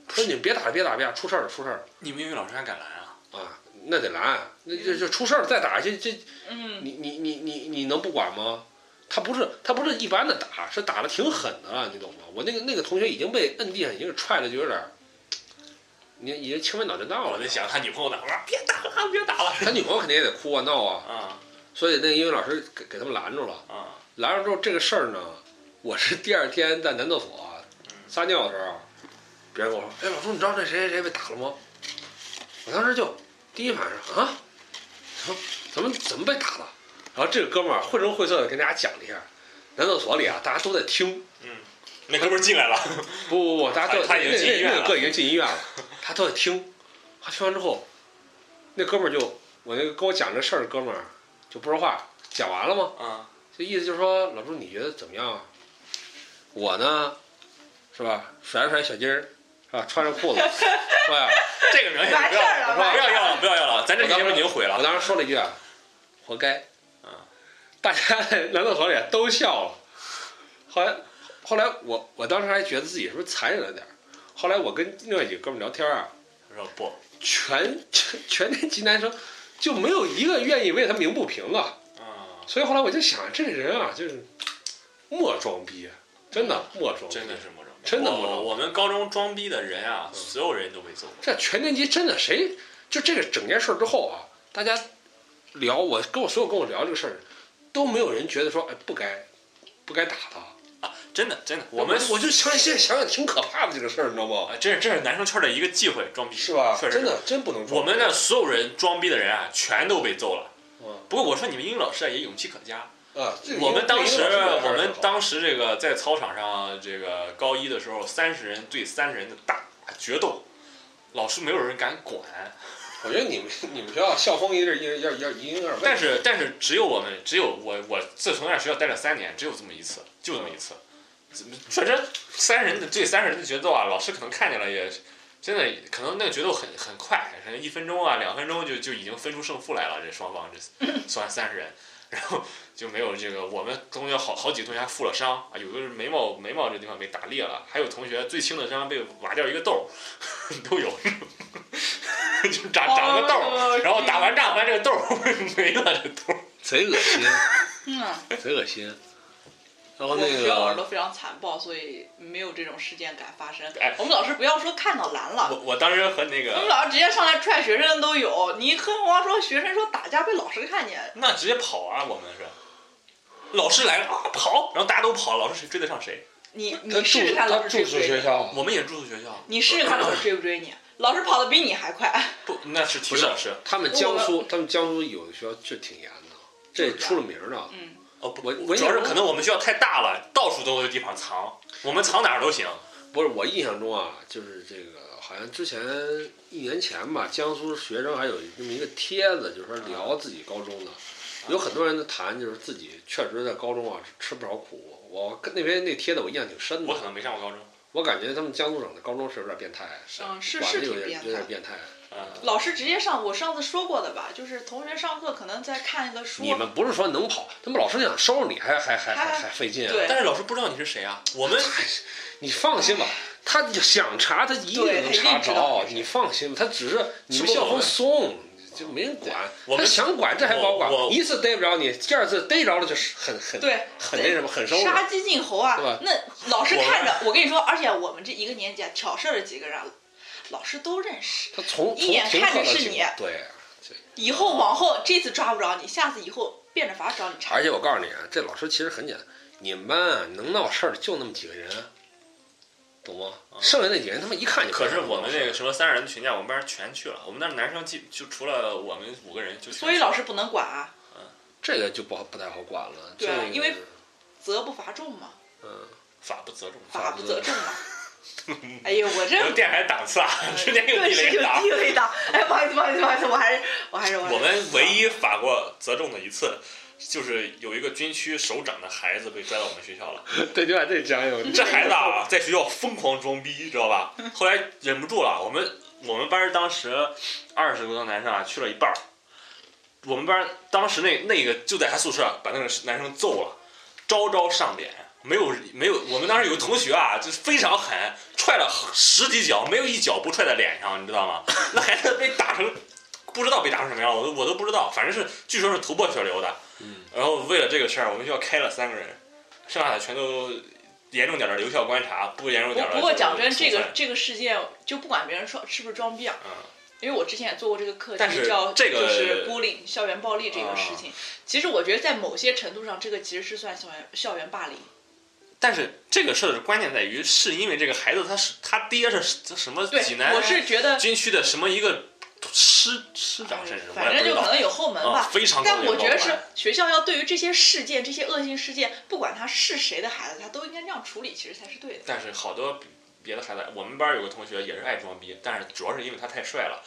Speaker 2: 说你们别打了，别打了，别打了，出事儿了，出事儿了
Speaker 4: 你们英语老师还敢拦啊？
Speaker 2: 啊！那得拦，那这这出事儿了再打，这这
Speaker 3: 嗯，
Speaker 2: 你你你你你能不管吗？他不是他不是一般的打，是打的挺狠的啊，你懂吗？我那个那个同学已经被摁地上，已经是踹的就有点儿，你已经轻微脑震荡
Speaker 4: 我
Speaker 2: 了
Speaker 4: 在。想他女朋友呢，我说别打了，别打了。
Speaker 2: 他女朋友肯定也得哭啊闹啊，
Speaker 4: 啊
Speaker 2: 所以那个英语老师给给他们拦住了。
Speaker 4: 啊
Speaker 2: 拦住之后这个事儿呢，我是第二天在男厕所啊撒尿的时候，别人跟我说：“哎，老叔，你知道那谁谁谁被打了吗？”我当时就第一反应是啊，怎么怎么怎么被打了？然后这个哥们儿绘声绘色的跟大家讲了一下，男厕所里啊，大家都在听，
Speaker 4: 那哥们儿进来了，
Speaker 2: 不不不，大家都
Speaker 4: 他他已经进医院
Speaker 2: 那那
Speaker 4: 了
Speaker 2: 那个哥已经进医院了，他都在听。他听完之后，那哥们儿就我那个跟我讲这事儿的哥们儿就不说话，讲完了吗？
Speaker 4: 啊
Speaker 2: 这意思就是说，老朱你觉得怎么样啊？我呢，是吧？甩了甩小筋儿，是吧？穿着裤子，是吧？
Speaker 4: 这个名也
Speaker 3: 完事
Speaker 4: 不要
Speaker 3: 儿
Speaker 2: 我说
Speaker 3: 了，
Speaker 4: 不
Speaker 3: 完事
Speaker 4: 要
Speaker 3: 儿
Speaker 4: 要
Speaker 3: 了
Speaker 4: 了，不要要了，咱这期节目已经毁
Speaker 2: 我
Speaker 4: 了。
Speaker 2: 当时说了一句啊，活该。
Speaker 4: 啊，
Speaker 2: 大家 在男厕所里都笑了。后来，后来我我当时还觉得自己是不是残忍了点儿？后来我跟另外几个哥们聊天啊，
Speaker 4: 他说不，
Speaker 2: 全全那级男生就没有一个愿意为他鸣不平的。
Speaker 4: 啊，
Speaker 2: 所以后来我就想，这个人啊，就是莫装逼，啊真的莫装逼，
Speaker 4: 真的是魔咒，
Speaker 2: 真的魔咒
Speaker 4: 我我们高中装逼的人啊，所有人都被揍过。
Speaker 2: 这全年级真的谁就这个整件事儿之后啊，大家聊我跟我所有跟我聊这个事儿，都没有人觉得说哎不该不该打他。
Speaker 4: 啊，真的真的，我们
Speaker 2: 我就想现在想想挺可怕的这个事儿，你知道吗？
Speaker 4: 啊，这是这是男生圈的一个忌讳，装逼
Speaker 2: 是吧？
Speaker 4: 确实是
Speaker 2: 真的真不能装。
Speaker 4: 我们的所有人装逼的人啊，全都被揍了
Speaker 2: 嗯。
Speaker 4: 不过我说你们英语老师啊也勇气可嘉。
Speaker 2: 啊，这个
Speaker 4: 我们当时，
Speaker 2: 这个这个
Speaker 4: 我们
Speaker 2: 这个
Speaker 4: 当时这个在操场上，这个高一的时候，三十人对三十人的大决斗，老师没有人敢管，
Speaker 2: 我觉得你们你们学校校风有点有点有点一有点。
Speaker 4: 但是但是只有我们，只有我我自从在学校待了三年，只有这么一次，就这么一次。确实，三人的对三人的决斗啊，老师可能看见了也，真的可能那个决斗很很快，可能一分钟啊两分钟就就已经分出胜负来了，这双方这算三十人，然后就没有这个我们同学好好几个同学还负了伤啊，有的是眉毛眉毛这地方被打裂了，还有同学最轻的伤被挖掉一个痘儿， 都有， 就长长了个痘儿。
Speaker 3: 哦
Speaker 4: 然后打完仗，发现这个豆儿没了，这豆儿。
Speaker 2: 贼恶心，
Speaker 3: 嗯啊，
Speaker 2: 贼恶心。然
Speaker 3: 我
Speaker 2: 后
Speaker 3: 们
Speaker 2: 那
Speaker 3: 学校老师都
Speaker 2: 个
Speaker 3: 非常残暴，所以没有这种事件敢发生
Speaker 4: 哎。
Speaker 3: 我们老师不要说看到拦了，
Speaker 4: 我我当时和那
Speaker 3: 我们
Speaker 4: 个，
Speaker 3: 嗯老师直接上来踹学生都有。你更何况说学生说打架被老师看见，
Speaker 4: 那直接跑啊，我们是。老师来了啊，跑！然后大家都跑，老师谁追得上谁？
Speaker 3: 你
Speaker 2: 他
Speaker 3: 你
Speaker 2: 住
Speaker 3: 试试看
Speaker 2: 他
Speaker 3: 老师
Speaker 2: 住
Speaker 3: 追不
Speaker 2: 宿
Speaker 3: 追
Speaker 2: 学
Speaker 3: 你，
Speaker 2: 校，啊
Speaker 4: 我们也住宿学校，
Speaker 3: 你试试看老师追不追你。老师跑得比你还快，
Speaker 4: 不，那是体育老师。
Speaker 2: 他们江苏他们江苏有的学校就挺严的，这出了名儿的。
Speaker 3: 嗯，
Speaker 4: 哦，不，
Speaker 2: 我我
Speaker 4: 主要
Speaker 2: 印象
Speaker 4: 是
Speaker 2: 中
Speaker 4: 可能我们学校太大了，到处都有地方藏，我们藏哪儿都行。
Speaker 2: 不是我印象中啊，就是这个好像之前一年前吧，江苏学生还有这么一个帖子，就是说聊自己高中的，有很多人都谈就是自己确实在高中啊吃不少苦。我跟那边那帖子我印象挺深的
Speaker 4: 我，可能没上过高中。
Speaker 2: 我感觉他们江苏省的高中是有点变态，
Speaker 3: 嗯，是
Speaker 2: 管
Speaker 3: 是
Speaker 2: 的有
Speaker 3: 挺
Speaker 2: 点
Speaker 3: 变
Speaker 2: 有
Speaker 3: 态
Speaker 2: 点。变态。
Speaker 4: 嗯，
Speaker 3: 老师直接上，我上次说过的吧，就是同学上课可能在看一个书，
Speaker 2: 你们不是说能跑，他们老师想收拾你还还还还还费劲啊！
Speaker 3: 对
Speaker 4: 但是老师不知道你是谁啊。我们
Speaker 2: 你放心吧，他想查他一定
Speaker 3: 对
Speaker 2: 能
Speaker 3: 他一定
Speaker 2: 查
Speaker 3: 知道
Speaker 2: 着，你放心吧，他只是你们
Speaker 4: 是不是
Speaker 2: 校
Speaker 4: 我
Speaker 2: 风
Speaker 4: 们
Speaker 2: 松，就没人管。
Speaker 4: 我
Speaker 2: 他
Speaker 4: 们
Speaker 2: 想管这还不好管
Speaker 4: 我我，
Speaker 2: 一次逮不着你，第二次逮着了就是很很
Speaker 3: 对，
Speaker 2: 很那什么，很收拾。
Speaker 3: 杀鸡儆猴啊
Speaker 2: 对吧！
Speaker 3: 那老师看着我跟你说，而且我们这一个年级啊，挑事儿的几个人啊，老师都认识。
Speaker 2: 他从
Speaker 3: 一
Speaker 2: 从
Speaker 3: 眼
Speaker 2: 停
Speaker 3: 看
Speaker 2: 课
Speaker 3: 着
Speaker 2: 到
Speaker 3: 是
Speaker 2: 停
Speaker 3: 你
Speaker 2: 对。
Speaker 3: 以后往后这次抓不着你，下次以后变着法找你查
Speaker 2: 而。且我告诉你啊，这老师其实很简单，你们班啊能闹事儿的就那么几个人，懂吗？剩下那几个人他妈一看就
Speaker 4: 可
Speaker 2: 不
Speaker 4: 是
Speaker 2: 能
Speaker 4: 我
Speaker 2: 闹
Speaker 4: 们
Speaker 2: 事
Speaker 4: 那
Speaker 2: 儿
Speaker 4: 个什么三十人的群架，我们班全去了。我们那儿男生就就除了我们五个人就全去
Speaker 3: 所
Speaker 4: 了。
Speaker 3: 以老师不能管啊，
Speaker 2: 这个就不好不太好管了。
Speaker 3: 对啊
Speaker 2: 这个
Speaker 3: 因为责不罚众嘛，
Speaker 2: 嗯，
Speaker 4: 法不责众。
Speaker 3: 法
Speaker 2: 不
Speaker 3: 不
Speaker 2: 责
Speaker 3: 责众嘛。哎呦，我这
Speaker 4: 我们电台档次啊，之间有
Speaker 3: 顿
Speaker 4: 地
Speaker 3: 时
Speaker 4: 雷
Speaker 3: 有
Speaker 4: 档。
Speaker 3: 地雷党。哎，不好意思，不好意思，不好意思，我还是我还是
Speaker 4: 我们唯一罚过责中的一次，就是有一个军区首长的孩子被拽到我们学校了。
Speaker 2: 对对吧？这讲有
Speaker 4: 这孩子啊，在学校疯狂装逼，知道吧？后来忍不住了，我们我们班当时二十多个男生啊，去了一半儿。我们班当时那那个就在他宿舍把那个男生揍了，招招上脸，没有没有。我们当时有个同学啊，就是非常狠， 踹了十几脚，没有一脚不踹在脸上，你知道吗？那孩子被打成不知道被打成什么样，我都我都不知道，反正是据说是头破血流的。
Speaker 2: 嗯，
Speaker 4: 然后为了这个事儿，我们学校开了三个人，剩下的全都严重点儿的留校观察，不严重
Speaker 3: 不
Speaker 4: 点儿的
Speaker 3: 不过
Speaker 4: 就是
Speaker 3: 讲真，这
Speaker 4: 处
Speaker 3: 个
Speaker 4: 分
Speaker 3: 这个事件就不管别人说是不是装逼啊，
Speaker 4: 嗯
Speaker 3: 因为我之前也做过这个课
Speaker 4: 但
Speaker 3: 题，
Speaker 4: 是
Speaker 3: 叫
Speaker 4: 这个啊
Speaker 3: 就是 bullying 校园暴力这个事情。其实我觉得在某些程度上，这个其实是算校园校园霸凌。
Speaker 4: 但是这个事儿的关键在于，是因为这个孩子他是他爹是什么
Speaker 3: 对
Speaker 4: 济，南
Speaker 3: 我是觉得，嗯
Speaker 4: 军区的什么一个师师长，甚至我
Speaker 3: 哎反
Speaker 4: 也
Speaker 3: 正
Speaker 4: 不知
Speaker 3: 就
Speaker 4: 道
Speaker 3: 可能有后门
Speaker 4: 啊，
Speaker 3: 吧。
Speaker 4: 非常高
Speaker 3: 但
Speaker 4: 的一个
Speaker 3: 我觉得是
Speaker 4: 高管
Speaker 3: 学校要对于这些事件、这些恶性事件，不管他是谁的孩子，他都应该这样处理，其实才是对的。
Speaker 4: 但是好多别的孩子，我们班有个同学也是爱装逼，但是主要是因为他太帅了，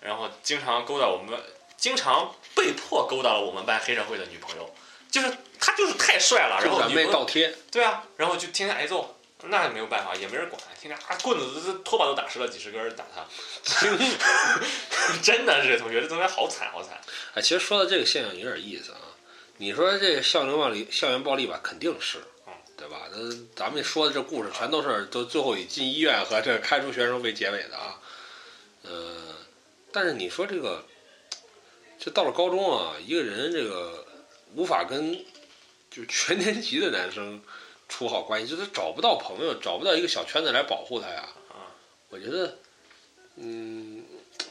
Speaker 4: 然后经常勾搭我们，经常被迫勾搭了我们班黑社会的女朋友，就是他就是太帅了，然
Speaker 2: 就
Speaker 4: 后
Speaker 2: 咱
Speaker 4: 女朋
Speaker 2: 妹
Speaker 4: 友
Speaker 2: 倒贴，
Speaker 4: 对啊，然后就天天挨揍。那没有办法，也没人管，天天啊棍子这拖把都打湿了，几十根儿打他， 真的是同学，这同学好惨好惨。
Speaker 2: 哎，其实说到这个现象有点意思啊。你说这个校园暴力、校园暴力吧，肯定是
Speaker 4: 嗯，
Speaker 2: 对吧？那咱们说的这故事全都是都最后以进医院和这开除学生为结尾的啊。呃，但是你说这个，这到了高中啊，一个人这个无法跟就是全年级的男生处好关系，就是找不到朋友，找不到一个小圈子来保护他呀
Speaker 4: 嗯。
Speaker 2: 我觉得，嗯，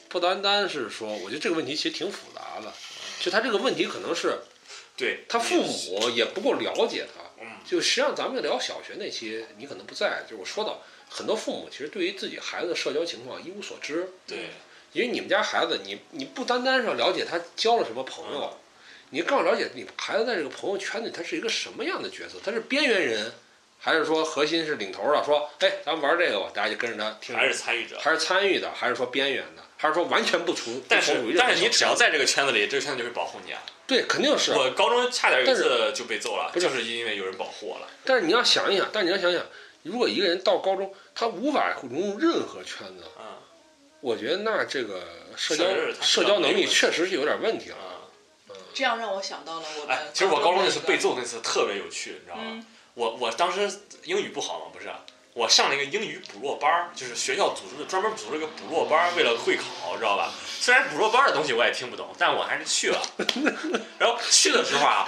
Speaker 2: 不单单是说，我觉得这个问题其实挺复杂的。就他这个问题，可能是
Speaker 4: 对
Speaker 2: 他父，母也不够了解他。
Speaker 4: 嗯，
Speaker 2: 就实际上，咱们聊小学那期，你可能不在，就是我说到很多父母其实对于自己孩子的社交情况一无所知。
Speaker 4: 对，
Speaker 2: 因为你们家孩子，你你不单单是要了解他交了什么朋友，你更要了解你孩子在这个朋友圈里他是一个什么样的角色，他是边缘人，还是说核心是领头的？说，哎，咱们玩这个吧，大家就跟着他听着，
Speaker 4: 还是参与者。
Speaker 2: 还是参与的，还是说边缘的，还是说完全不从？
Speaker 4: 但
Speaker 2: 不
Speaker 4: 是
Speaker 2: 从属于任何
Speaker 4: 但是你
Speaker 2: 小
Speaker 4: 只
Speaker 2: 圈
Speaker 4: 要
Speaker 2: 子
Speaker 4: 在这个圈子里，这个圈子就会保护你啊。
Speaker 2: 对，肯定是。
Speaker 4: 我高中差点有
Speaker 2: 但
Speaker 4: 一
Speaker 2: 是
Speaker 4: 次就被揍了，
Speaker 2: 不是
Speaker 4: 就是因为有人保护我了。
Speaker 2: 但是你要想一想，但是你要想想，如果一个人到高中，他无法融入任何圈子，
Speaker 4: 嗯
Speaker 2: 我觉得那这个社交
Speaker 4: 确实是他
Speaker 2: 社交能力
Speaker 4: 社交能力
Speaker 2: 确实是有点问题了。
Speaker 4: 嗯，
Speaker 3: 这样让我想到了我
Speaker 4: 哎
Speaker 3: 们，
Speaker 4: 其实我高中那
Speaker 3: 的
Speaker 4: 次被，揍那次特别有趣，你知道吗？
Speaker 3: 呃嗯，
Speaker 4: 我我当时英语不好嘛，不是，啊我上了一个英语补落班儿，就是学校组织的，专门组织了一个补落班儿，为了会考，知道吧？虽然补落班儿的东西我也听不懂，但我还 是去了。然后去的时候啊，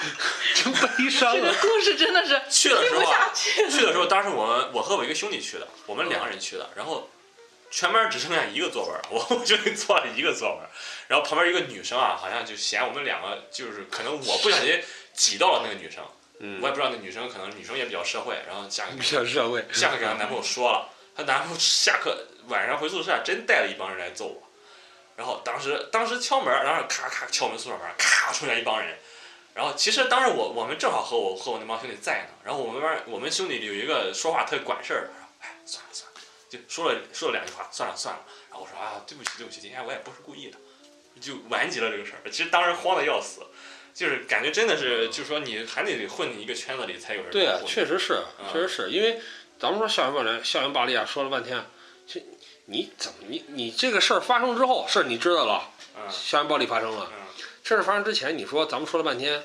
Speaker 2: 真悲伤
Speaker 3: 这个！故事真的是
Speaker 4: 去的
Speaker 3: 听
Speaker 4: 时
Speaker 3: 不
Speaker 4: 候啊
Speaker 3: 下，去了。
Speaker 4: 去的时候，当时我们我和我一个兄弟去的，我们两个人去的，然后全班只剩下一个座位儿，我我就坐了一个座位儿，然后旁边一个女生啊，好像就嫌我们两个就是可能我不小心挤到了那个女生，
Speaker 2: 嗯
Speaker 4: 我也不知道那女生可能女生也比较社会，然后下课
Speaker 2: 像社会，
Speaker 4: 下课给她男朋友说了，她男朋友下课晚上回宿舍真带了一帮人来揍我，然后当时当时敲门，然后咔咔敲门宿舍门，咔出来一帮人，然后其实当时我我们正好和我和我那帮兄弟在呢，然后我们班我们兄弟里有一个说话特管事儿的，然后哎算了算了，就说了说了两句话，算了算了，然后我说啊对不起对不起，今天我也不是故意的，就完结了这个事儿。其实当时慌的要死。就是感觉真的是，就是说你还得混进一个圈子里才有人
Speaker 2: 对啊
Speaker 4: 保，护你
Speaker 2: 确实是，确实是因为咱们说校园暴力、校园暴力啊，说了半天，这你怎么你你这个事儿发生之后，事儿你知道了，
Speaker 4: 嗯
Speaker 2: 校园暴力发生了，
Speaker 4: 嗯
Speaker 2: 事儿发生之前，你说咱们说了半天，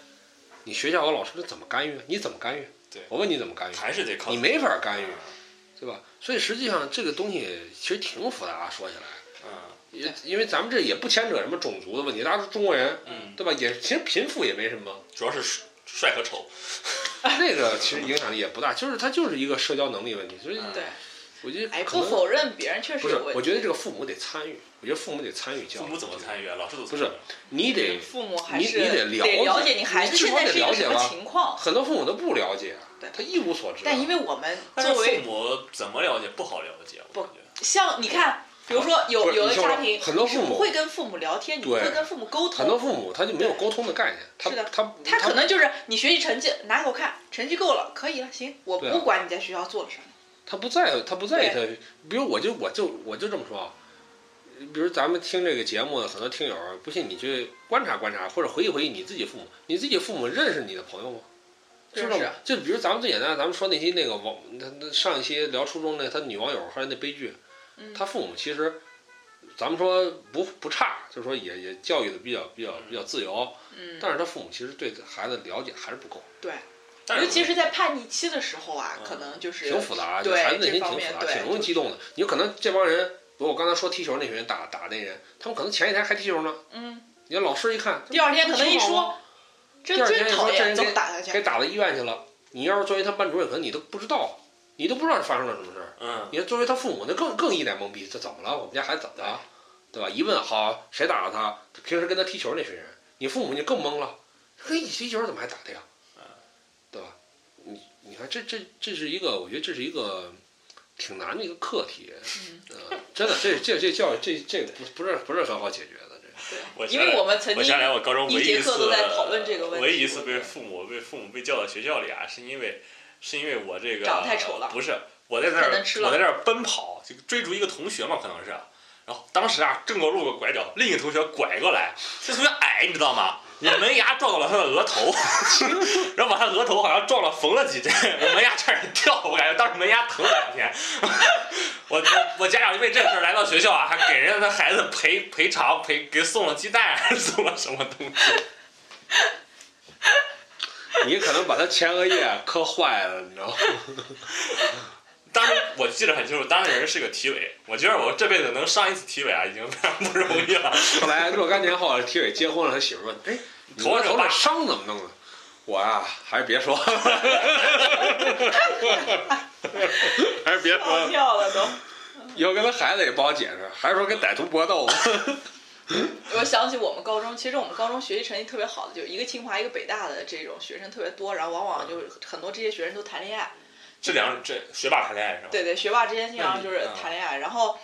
Speaker 2: 你学校和老师是怎么干预？你怎么干预？
Speaker 4: 对
Speaker 2: 我问你怎么干预？
Speaker 4: 还是得靠
Speaker 2: 你没法干预，
Speaker 4: 嗯
Speaker 2: 对吧？所以实际上这个东西其实挺复杂，说起来，
Speaker 4: 嗯
Speaker 2: 也因为咱们这也不牵扯什么种族的问题，大家都是中国人，
Speaker 4: 嗯，
Speaker 2: 对吧？也其实贫富也没什 么，
Speaker 4: 主要是帅帅和丑。
Speaker 2: 那个其实影响力也不大，就是它就是一个社交能力问题，所以
Speaker 4: 嗯
Speaker 3: 对，
Speaker 2: 我觉得
Speaker 3: 哎，
Speaker 2: 可
Speaker 3: 不
Speaker 2: 能
Speaker 3: 否认别人确实
Speaker 2: 不是
Speaker 3: 有，问
Speaker 2: 我
Speaker 3: 题，
Speaker 2: 觉得这个父母得参与，我觉得父母得参与教育，
Speaker 4: 父母怎么参与啊？老师怎么
Speaker 2: 不是你得
Speaker 3: 父母还
Speaker 2: 你
Speaker 3: 是
Speaker 2: 你得了解
Speaker 3: 了解你孩子
Speaker 2: 你至
Speaker 3: 现
Speaker 2: 少
Speaker 3: 在
Speaker 2: 得
Speaker 3: 是一
Speaker 2: 了
Speaker 3: 个
Speaker 2: 解
Speaker 3: 什么
Speaker 2: 吧
Speaker 3: 情况。
Speaker 2: 很多父母都不了解啊
Speaker 3: 对，
Speaker 2: 他一无所知啊。
Speaker 3: 但因为我们
Speaker 4: 但是
Speaker 3: 作
Speaker 4: 父
Speaker 3: 为
Speaker 4: 母怎么了解？不好了解，我
Speaker 3: 不
Speaker 4: 感觉。
Speaker 3: 像你看，比如说
Speaker 2: 不
Speaker 3: 有
Speaker 2: 是
Speaker 3: 有
Speaker 2: 你
Speaker 3: 的
Speaker 2: 听我
Speaker 3: 家
Speaker 2: 说
Speaker 3: 庭，
Speaker 2: 很多
Speaker 3: 你
Speaker 2: 父
Speaker 3: 是
Speaker 2: 母
Speaker 3: 不会跟父母聊天，你不
Speaker 2: 对
Speaker 3: 会跟父母沟
Speaker 2: 很多
Speaker 3: 通，
Speaker 2: 父母他就没有沟通的概念，他
Speaker 3: 是的
Speaker 2: 他
Speaker 3: 他可能就是你学习成绩拿给我看，成绩够了，可以了，行，我
Speaker 2: 对啊
Speaker 3: 不管你在学校做了什么。
Speaker 2: 他不在乎，他不在意他，比如我就我就我就这么说啊，比如咱们听这个节目的很多听友，不信你去观察观察，或者回忆回忆你自己父母，你自己父母认识你的朋友吗？知
Speaker 3: 认
Speaker 2: 道
Speaker 3: 识
Speaker 2: 吗？就比如咱们最简单，咱们说那期那个网，那那上一期聊初中那他女网友后来那悲剧，
Speaker 3: 嗯，
Speaker 2: 他父母其实，咱们说不不差，就是说也也教育的比较比较比较自由，
Speaker 3: 嗯，
Speaker 2: 但是他父母其实对孩子了解还是不够，
Speaker 3: 对，
Speaker 4: 但
Speaker 3: 尤
Speaker 4: 是
Speaker 3: 其是在叛逆期的时候啊，
Speaker 4: 嗯
Speaker 3: 可能就是
Speaker 2: 挺复杂，啊
Speaker 3: 对
Speaker 2: 孩子内
Speaker 3: 这
Speaker 2: 心
Speaker 3: 方
Speaker 2: 挺
Speaker 3: 面
Speaker 2: 复杂，
Speaker 3: 对
Speaker 2: 挺容易
Speaker 3: 就
Speaker 2: 激动的。你有可能这帮人，比如我刚才说踢球那群人打打那人，他们可能前一天还踢球呢，
Speaker 3: 嗯，
Speaker 2: 你看老师一看，
Speaker 3: 第二天可能一
Speaker 2: 挺好
Speaker 3: 说，真
Speaker 2: 第二
Speaker 3: 真
Speaker 2: 天一
Speaker 3: 讨
Speaker 2: 说这
Speaker 3: 厌，
Speaker 2: 人
Speaker 3: 怎么
Speaker 2: 给
Speaker 3: 打他去？
Speaker 2: 该打到医院去了。你要是作为他班主任，可能你都不知道，你都不知道发生了什么事儿。
Speaker 4: 嗯，
Speaker 2: 你作为他父母，那更更一脸懵逼，这怎么了？我们家孩子怎么了？啊对吧？一问好，谁打了他？平时跟他踢球那群人，你父母就更懵了，嘿，你踢球怎么还打他呀？对吧？你你看，这这这是一个，我觉得这是一个挺难的一个课题。
Speaker 3: 嗯
Speaker 2: 呃， 真的，这这这教育这这不不是不是很好解决的。这
Speaker 4: 我
Speaker 3: 因为我们曾
Speaker 4: 我
Speaker 3: 经
Speaker 4: 想起来，我高中唯
Speaker 3: 一
Speaker 4: 一
Speaker 3: 节
Speaker 4: 一次
Speaker 3: 课都在讨论这个问题
Speaker 4: 唯一一次被父母被父母被叫到学校里啊，是因为是因为我这个
Speaker 3: 长得太丑了
Speaker 4: 不是我在那
Speaker 3: 太
Speaker 4: 儿
Speaker 3: 能吃了
Speaker 4: 我在那儿奔跑，就追逐一个同学嘛，可能是。然后当时啊，正过路个拐角，另一个同学拐过来，这同学矮，你知道吗？我门牙撞到了他的额头，然后把他额头好像撞了缝了几针，我门牙差点掉，我感觉当时门牙疼两天。 我我我家长因为这事儿来到学校啊，还给人家的孩子赔赔偿赔，给送了鸡蛋，还是 送了什么东西？
Speaker 2: 你可能把他前额叶啊磕坏了，你知道吗？
Speaker 4: 当时我记得很清楚，当时人是个体委，我觉得我这辈子能上一次体委啊，已经非常不容易了。
Speaker 2: 后来若干年后，体委结婚了，他媳妇问：“哎，你
Speaker 4: 头
Speaker 2: 头
Speaker 4: 上有疤
Speaker 2: 上伤怎么弄的？”我啊，还是别说了， 还是别说
Speaker 3: 跑
Speaker 2: 了，
Speaker 3: 掉了都。
Speaker 2: 以后跟他孩子也不好解释，还是说跟歹徒搏 斗吧。
Speaker 3: 我想起我们高中，其实我们高中学习成绩特别好的，就一个清华一个北大的这种学生特别多，然后往往就是很多这些学生都谈恋爱，
Speaker 4: 这两这学霸谈恋爱是吧？
Speaker 3: 对对，学霸之间经常就是
Speaker 4: 那你
Speaker 3: 谈恋爱，然后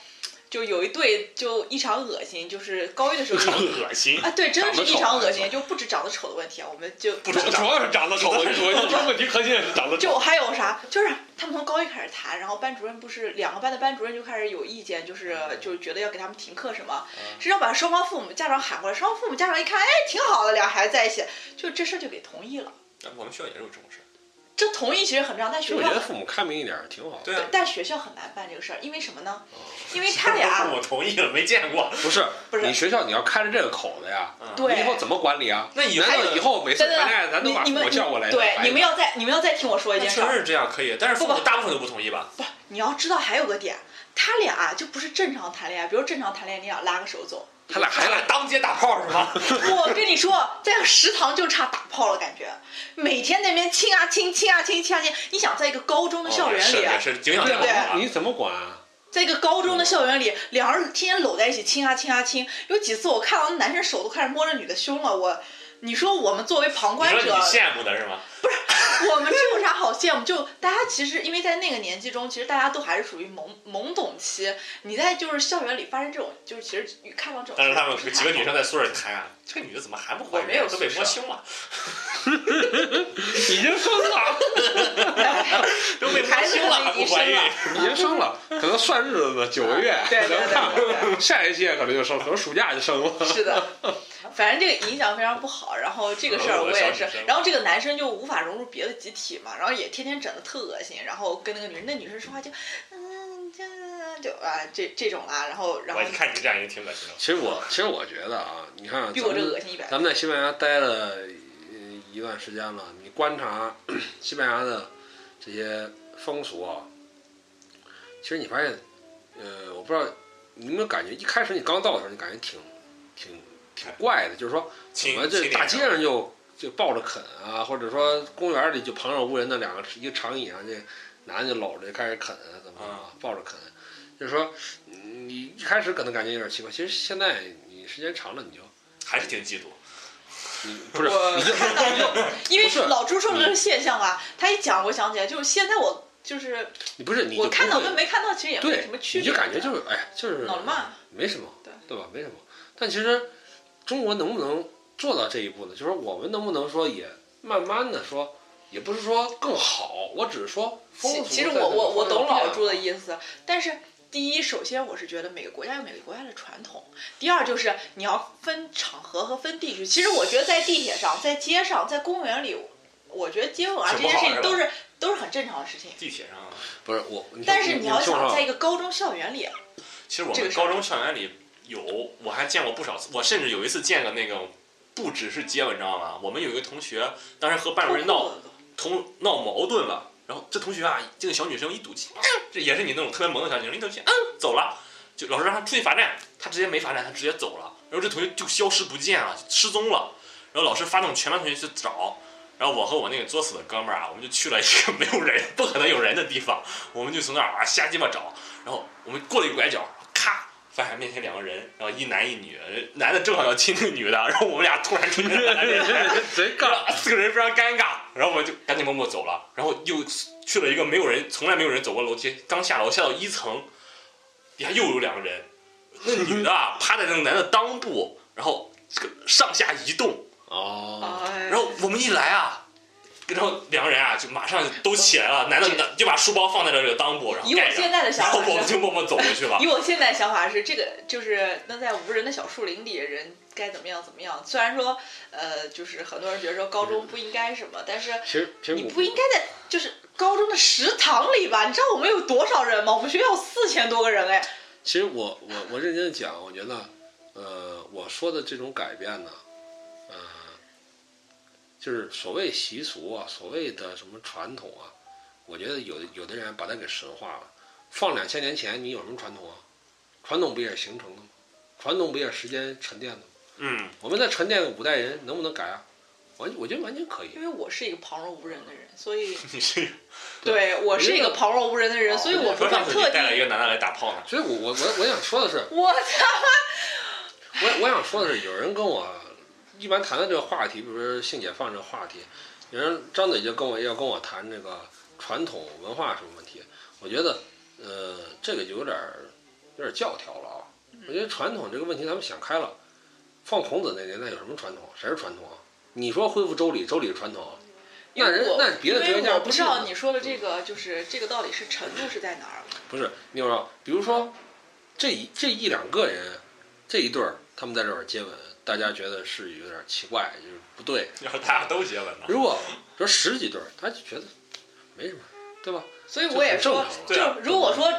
Speaker 3: 就有一对就异常恶心，就是高一的时候
Speaker 4: 很
Speaker 3: 就。
Speaker 4: 恶心。
Speaker 3: 啊，对，真的是异常恶心，
Speaker 2: 长得
Speaker 3: 就不止长得丑的问题啊，我们就
Speaker 4: 不主要是长得 丑，我跟你说，这问题核心也是长得
Speaker 3: 就还有啥，就是他们从高一开始谈，然后班主任不是两个班的班主任就开始有意见，就是就觉得要给他们停课什么，是要把双方父母家长喊过来，双方父母家长一看，哎，挺好的，俩孩子在一起，就这事儿就给同意了。
Speaker 4: 我们学校也是有这种事儿。
Speaker 3: 这同意其实很重要，但
Speaker 2: 其实
Speaker 3: 学
Speaker 2: 我觉
Speaker 3: 校
Speaker 2: 得父母开明一点儿挺好的。
Speaker 4: 对啊，
Speaker 3: 但学校很难办这个事儿，因为什么呢？
Speaker 2: 哦
Speaker 3: 因为
Speaker 2: 啊
Speaker 3: 他俩
Speaker 4: 我同意了，没见过。
Speaker 2: 不是，
Speaker 3: 不是
Speaker 2: 你学校你要开着这个口子呀，
Speaker 4: 嗯
Speaker 3: 对
Speaker 2: 你以后怎么管理啊？
Speaker 4: 那以后
Speaker 2: 难道以后每次
Speaker 3: 真的
Speaker 2: 谈恋爱咱都
Speaker 3: 你
Speaker 2: 把
Speaker 3: 你
Speaker 2: 父
Speaker 3: 们
Speaker 2: 母叫过来？
Speaker 3: 对
Speaker 2: 来
Speaker 3: 你们要再你们要再听我说一
Speaker 4: 那
Speaker 3: 件事
Speaker 4: 确
Speaker 3: 儿
Speaker 4: 实，是这样可以，但是父母大部分都不同意吧？
Speaker 3: 你要知道还有个点，他俩就不是正常谈恋爱，比如正常谈恋爱你俩拉个 手走，
Speaker 2: 他俩还
Speaker 4: 还
Speaker 2: 来
Speaker 4: 来当街打炮是 吗？
Speaker 3: 我跟你说，在食堂就差打炮了，感觉每天那边亲啊亲，亲啊亲，亲啊亲。你想，在一个高中的
Speaker 2: 哦
Speaker 3: 校园
Speaker 4: 是
Speaker 3: 里，
Speaker 4: 哦也是影响
Speaker 3: 对不对
Speaker 4: 太
Speaker 2: 你怎么管啊？
Speaker 3: 在一个高
Speaker 4: 嗯
Speaker 3: 中的校园里，两人天天搂在一起亲啊亲啊亲。有几次我看到那男生手都开始摸着女的胸了，我。你说我们作为旁
Speaker 4: 你
Speaker 3: 观
Speaker 4: 说你
Speaker 3: 者，
Speaker 4: 羡慕的是吗？
Speaker 3: 我们这有啥好羡慕？就大家其实因为在那个年纪中，其实大家都还是属于懵懵懂期。你在就是校园里发生这种，就是其实看到这种，
Speaker 4: 但是他们几个女生在宿舍里谈啊，这个女的怎么还不怀
Speaker 3: 我没
Speaker 4: 孕
Speaker 3: 有
Speaker 4: 啊？都被
Speaker 3: 宿舍
Speaker 4: 摸胸 了，
Speaker 2: 已经生了，
Speaker 4: 都 被摸
Speaker 3: 孩子
Speaker 4: 胸了
Speaker 3: 可能
Speaker 4: 还
Speaker 3: 已
Speaker 4: 不
Speaker 3: 经
Speaker 4: 怀
Speaker 3: 生
Speaker 4: 孕
Speaker 3: 了？
Speaker 2: 已经生了，可能算日子呢，九个月，
Speaker 3: 啊对对对
Speaker 2: 咱看
Speaker 3: 对对
Speaker 2: 下一届可能就生，可能暑假就生了。
Speaker 3: 是的，反正这个影响非常不好。然后这个事儿我也是
Speaker 4: 我想，
Speaker 3: 然后这个男生就无法融入别的集体嘛，然后也天天整的特恶心，然后跟那个女生，那女生说话就，嗯，这就啊这这种啦，然后然后
Speaker 4: 我一哎看你这样也挺恶心的。
Speaker 2: 其实我其实我觉得啊，你看咱
Speaker 3: 比我这
Speaker 2: 们
Speaker 3: 恶心一百倍。
Speaker 2: 咱们在西班牙待了呃一段时间了，你观察 西班牙的这些风俗啊，其实你发现，呃，我不知道你有没有感觉，一开始你刚到的时候，你感觉挺挺挺怪的，就是说怎
Speaker 4: 亲
Speaker 2: 么这
Speaker 4: 亲
Speaker 2: 大
Speaker 4: 脸
Speaker 2: 街
Speaker 4: 上
Speaker 2: 上就就抱着啃啊，或者说公园里就旁若无人的两个一个长椅上，这男的就搂着就开始啃，怎么着
Speaker 4: 啊
Speaker 2: 抱着啃，就是说嗯你一开始可能感觉有点奇怪，其实现在你时间长了你就
Speaker 4: 还是挺嫉妒。
Speaker 2: 你不是
Speaker 3: 我
Speaker 2: 你就
Speaker 3: 看到就， 因为
Speaker 2: 不是
Speaker 3: 老朱说的这个现象啊，他一讲我想起来，就是现在我就是
Speaker 2: 你不是你就
Speaker 3: 我看到
Speaker 2: 不会
Speaker 3: 跟没看到其实也没
Speaker 2: 对
Speaker 3: 什么区
Speaker 2: 你
Speaker 3: 别，
Speaker 2: 就感觉就是哎就是
Speaker 3: 脑了嘛。
Speaker 2: 没什么，
Speaker 3: 对
Speaker 2: 吧？没什么。但其实中国能不能做到这一步呢？就是我们能不能说也慢慢的说，也不是说更好，我只是说风
Speaker 3: 其
Speaker 2: 俗
Speaker 3: 其实
Speaker 2: 在这
Speaker 3: 我
Speaker 2: 个
Speaker 3: 我我
Speaker 2: 方面
Speaker 3: 懂老
Speaker 2: 变
Speaker 3: 朱的
Speaker 2: 化
Speaker 3: 意思，但是第一，首先我是觉得每个国家有每个国家的传统；第二，就是你要分场合和分地区。其实我觉得在地铁上、在街上、在公园里，我觉得接吻啊这
Speaker 4: 挺不
Speaker 3: 件事情
Speaker 4: 好是吧
Speaker 3: 都是都是很正常的事情。
Speaker 4: 地铁上，
Speaker 2: 不是我，听
Speaker 3: 但是你要
Speaker 2: 听我
Speaker 3: 想
Speaker 2: 说
Speaker 3: 在一个高中校园里，
Speaker 4: 其实我
Speaker 3: 这个
Speaker 4: 们
Speaker 3: 事儿
Speaker 4: 高中校园里有，我还见过不少次，我甚至有一次见个那个。不只是接吻，你知道啊吗？我们有一个同学，当时和班主任闹同闹矛盾了，然后这同学啊，这个小女生一赌气，嗯这也是你那种特别萌的小女生，一赌气，嗯，走了。就老师让他出去罚站，他直接没罚站，他直接走了，然后这同学就消失不见了，失踪了。然后老师发动全班同学去找，然后我和我那个作死的哥们儿啊，我们就去了一个没有人、不可能有人的地方，我们就从那儿啊瞎鸡巴找，然后我们过了一个拐角，咔。发现面前两个人，然后一男一女，男的正好要亲那个女的，然后我们俩突然出现在他面前，
Speaker 2: 贼尬。
Speaker 4: 啊四个人非常尴尬，然后我就赶紧默默走了，然后又去了一个没有人，从来没有人走过楼梯，刚下楼下到一层，底下又有两个人，那女的啊趴在那个男的裆部，然后这个上下移动，
Speaker 2: 哦，
Speaker 3: 哎
Speaker 4: 然后我们一来啊，然后两个人啊就马上都起来了，男的男就把书包放在了这个裆部，然后
Speaker 3: 以我
Speaker 4: 盖着，
Speaker 3: 现在的想
Speaker 4: 然
Speaker 3: 法
Speaker 4: 后我们
Speaker 3: 是，
Speaker 4: 就默默走回去了
Speaker 3: 以。我现在的想法是，这个就是那在无人的小树林里，人该怎么样怎么样。虽然说，呃，就是很多人觉得说高中不应该什么，但是
Speaker 2: 其实其实
Speaker 3: 你
Speaker 2: 我
Speaker 3: 不应该在就是高中的食堂里吧？你知道我们有多少人吗？我们学校有四千多个人哎，
Speaker 2: 其实我我我认真的讲，我觉得，呃，我说的这种改变呢，呃，就是所谓习俗啊，所谓的什么传统啊，我觉得有的有的人把它给神化了。放两千年前，你有什么传统啊？传统不也是形成的吗？传统不也是时间沉淀的吗？
Speaker 4: 嗯，
Speaker 2: 我们再沉淀个五代人，能不能改啊？完，我觉得完全可以
Speaker 3: 因。为我是一个旁若无人的人，所以
Speaker 4: 你是
Speaker 3: 对我是一个旁若无人的
Speaker 2: 哦
Speaker 3: 人， 所以我不
Speaker 4: 说
Speaker 3: 会
Speaker 4: 上次你
Speaker 3: 特
Speaker 4: 带了
Speaker 3: 地。
Speaker 4: 一个男的来打炮呢？
Speaker 2: 所以我，我我我想说的是，
Speaker 3: 我操！
Speaker 2: 我我想说的是，有人跟我一般谈论这个话题，比如说性解放这个话题，有人张嘴就跟我要跟我谈这个传统文化什么问题，我觉得呃这个就有点儿有点儿教条了啊。
Speaker 3: 嗯
Speaker 2: 我觉得传统这个问题咱们想开了，放孔子那年代有什么传统？谁是传统啊？你说恢复周礼，周礼是传统啊？
Speaker 3: 因
Speaker 2: 那
Speaker 3: 为
Speaker 2: 人
Speaker 3: 我
Speaker 2: 那别的
Speaker 3: 因
Speaker 2: 哲学
Speaker 3: 为
Speaker 2: 家
Speaker 3: 我不知道
Speaker 2: 信啊
Speaker 3: 你说的这个就是这个到底是程度是在哪儿。
Speaker 2: 不是，你知道，比如说这一这一两个人，这一对儿，他们在这块儿接吻，大家觉得是有点儿奇怪，就是不对。
Speaker 4: 然后大家都接吻了。
Speaker 2: 如果比如十几对儿，他就觉得没什么，对吧？
Speaker 3: 所以
Speaker 2: 这
Speaker 3: 我也
Speaker 2: 很正
Speaker 3: 说
Speaker 2: 常，
Speaker 3: 就
Speaker 4: 对啊
Speaker 3: 是如果说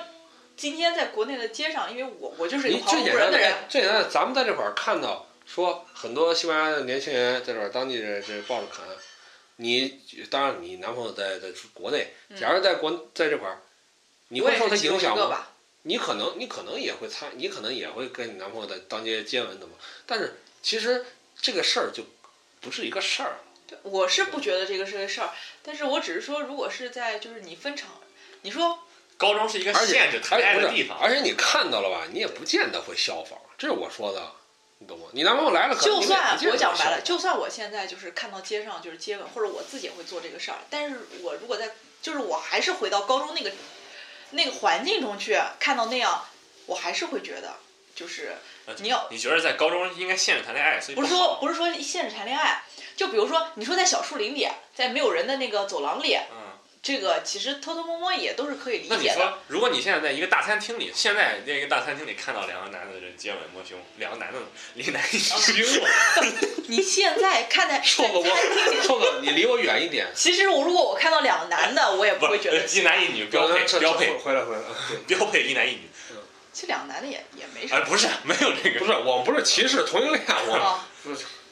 Speaker 3: 今天在国内的街上，因为我我就是一
Speaker 2: 你
Speaker 3: 个
Speaker 2: 最
Speaker 3: 旁
Speaker 2: 简
Speaker 3: 无
Speaker 2: 单
Speaker 3: 人
Speaker 2: 的，
Speaker 3: 的人，
Speaker 2: 哎最简单的，咱们在这块儿看到说很多西班牙的年轻人在这块儿当地人这抱着砍，你当然你男朋友在在国内，假如在国在这块儿，你
Speaker 3: 嗯我
Speaker 2: 会
Speaker 3: 也
Speaker 2: 受
Speaker 3: 是
Speaker 2: 他
Speaker 3: 其中
Speaker 2: 影
Speaker 3: 一
Speaker 2: 响吗？
Speaker 3: 个吧。
Speaker 2: 你可能你可能也会参，你可能也会跟你男朋友在当街接吻的嘛。但是其实这个事儿就不是一个事儿，
Speaker 3: 我是不觉得这个是个事儿，但是我只是说，如果是在就是你分场，你说
Speaker 4: 高中是一个
Speaker 2: 而且
Speaker 4: 限制谈恋爱的地方，
Speaker 2: 而且你看到了吧，你也不见得会效仿，这是我说的，你懂吗？你男朋友来了，可能
Speaker 3: 就
Speaker 2: 你们也
Speaker 3: 算
Speaker 2: 不见得
Speaker 3: 我
Speaker 2: 会
Speaker 3: 讲白
Speaker 2: 效
Speaker 3: 了，
Speaker 2: 仿
Speaker 3: 就算我现在就是看到街上就是接吻，或者我自己也会做这个事儿，但是我如果在就是我还是回到高中那个那个环境中去看到那样，我还是会觉得就是你要
Speaker 4: 你觉得在高中应该限制谈恋爱，所以
Speaker 3: 不
Speaker 4: 呃不
Speaker 3: 是说
Speaker 4: 好
Speaker 3: 不是说限制谈恋爱，就比如说你说在小树林里，在没有人的那个走廊里，
Speaker 4: 嗯，
Speaker 3: 这个其实偷偷摸摸也都是可以理
Speaker 4: 那你
Speaker 3: 解的。
Speaker 4: 说，如果你现在在一个大餐厅里，现在在一个大餐厅里看到两个男的人接吻摸胸，两个男的一男一女，
Speaker 3: 你现在看 待
Speaker 2: 臭子，我臭子，你离我远一点。
Speaker 3: 其实我如果我看到两个男的，我也不
Speaker 4: 不
Speaker 3: 会觉得
Speaker 4: 是，一男一女 标配
Speaker 2: 这这
Speaker 4: 标配
Speaker 2: 回来回来，对
Speaker 4: 标配一男一女，
Speaker 3: 其实两个男的也也没什
Speaker 4: 哎，
Speaker 3: 么。
Speaker 4: 不是没有这个，
Speaker 2: 不是， 我们不是歧视同性恋，我
Speaker 3: 啊，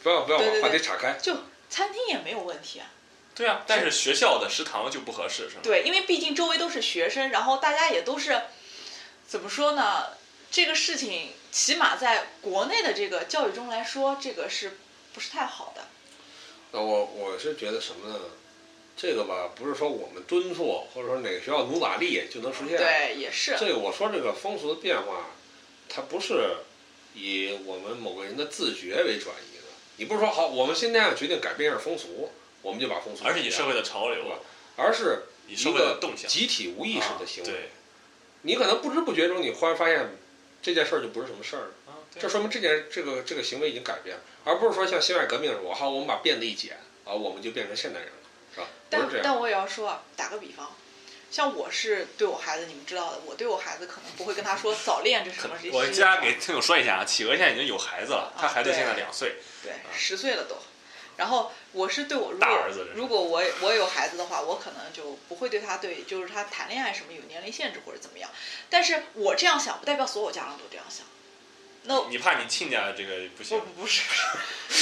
Speaker 2: 不要不要
Speaker 3: 对
Speaker 2: 把
Speaker 3: 对
Speaker 2: 话
Speaker 3: 对
Speaker 2: 题岔开。
Speaker 3: 就餐厅也没有问题啊。
Speaker 4: 对啊，但是学校的食堂就不合适，是吗？
Speaker 3: 对，因为毕竟周围都是学生，然后大家也都是怎么说呢？这个事情起码在国内的这个教育中来说，这个是不是太好的？
Speaker 2: 那呃我我是觉得什么呢？这个吧，不是说我们敦促或者说哪个学校努把力就能实现。啊
Speaker 3: 对，啊也是。
Speaker 2: 这个我说这个风俗的变化，它不是以我们某个人的自觉为转移的。你不是说好，我们现在要决定改变一下风俗，我们就把风俗改
Speaker 4: 而
Speaker 2: 变，
Speaker 4: 是以社会的潮流，
Speaker 2: 而是
Speaker 4: 以社
Speaker 2: 一
Speaker 4: 会的
Speaker 2: 个
Speaker 4: 动向，啊
Speaker 2: 集体无意识的行为。
Speaker 4: 对，
Speaker 2: 你可能不知不觉中，你忽然发现这件事儿就不是什么事儿了。
Speaker 4: 啊对
Speaker 2: 这说明这件这个这个行为已经改变了，而不是说像辛亥革命的时候，好，我们把辫子一剪啊，我们就变成现代人了，是吧？不
Speaker 3: 但
Speaker 2: 是这样。
Speaker 3: 但我也要说，啊，打个比方，像我是对我孩子，你们知道的，我对我孩子可能不会跟他说早恋这是什么事情。
Speaker 4: 我给大家给听友说一下啊，企鹅现在已经有孩子了，他
Speaker 3: 啊
Speaker 4: 孩子
Speaker 3: 对
Speaker 4: 现在两岁，
Speaker 3: 对十岁了都。然后我是对我如
Speaker 4: 大
Speaker 3: 果
Speaker 4: 儿子这是
Speaker 3: 如果我我有孩子的话，我可能就不会对他对就是他谈恋爱什么有年龄限制或者怎么样。但是我这样想，不代表所有家长都这样想。那
Speaker 4: 你怕你亲家这个不行
Speaker 3: 不，不不是，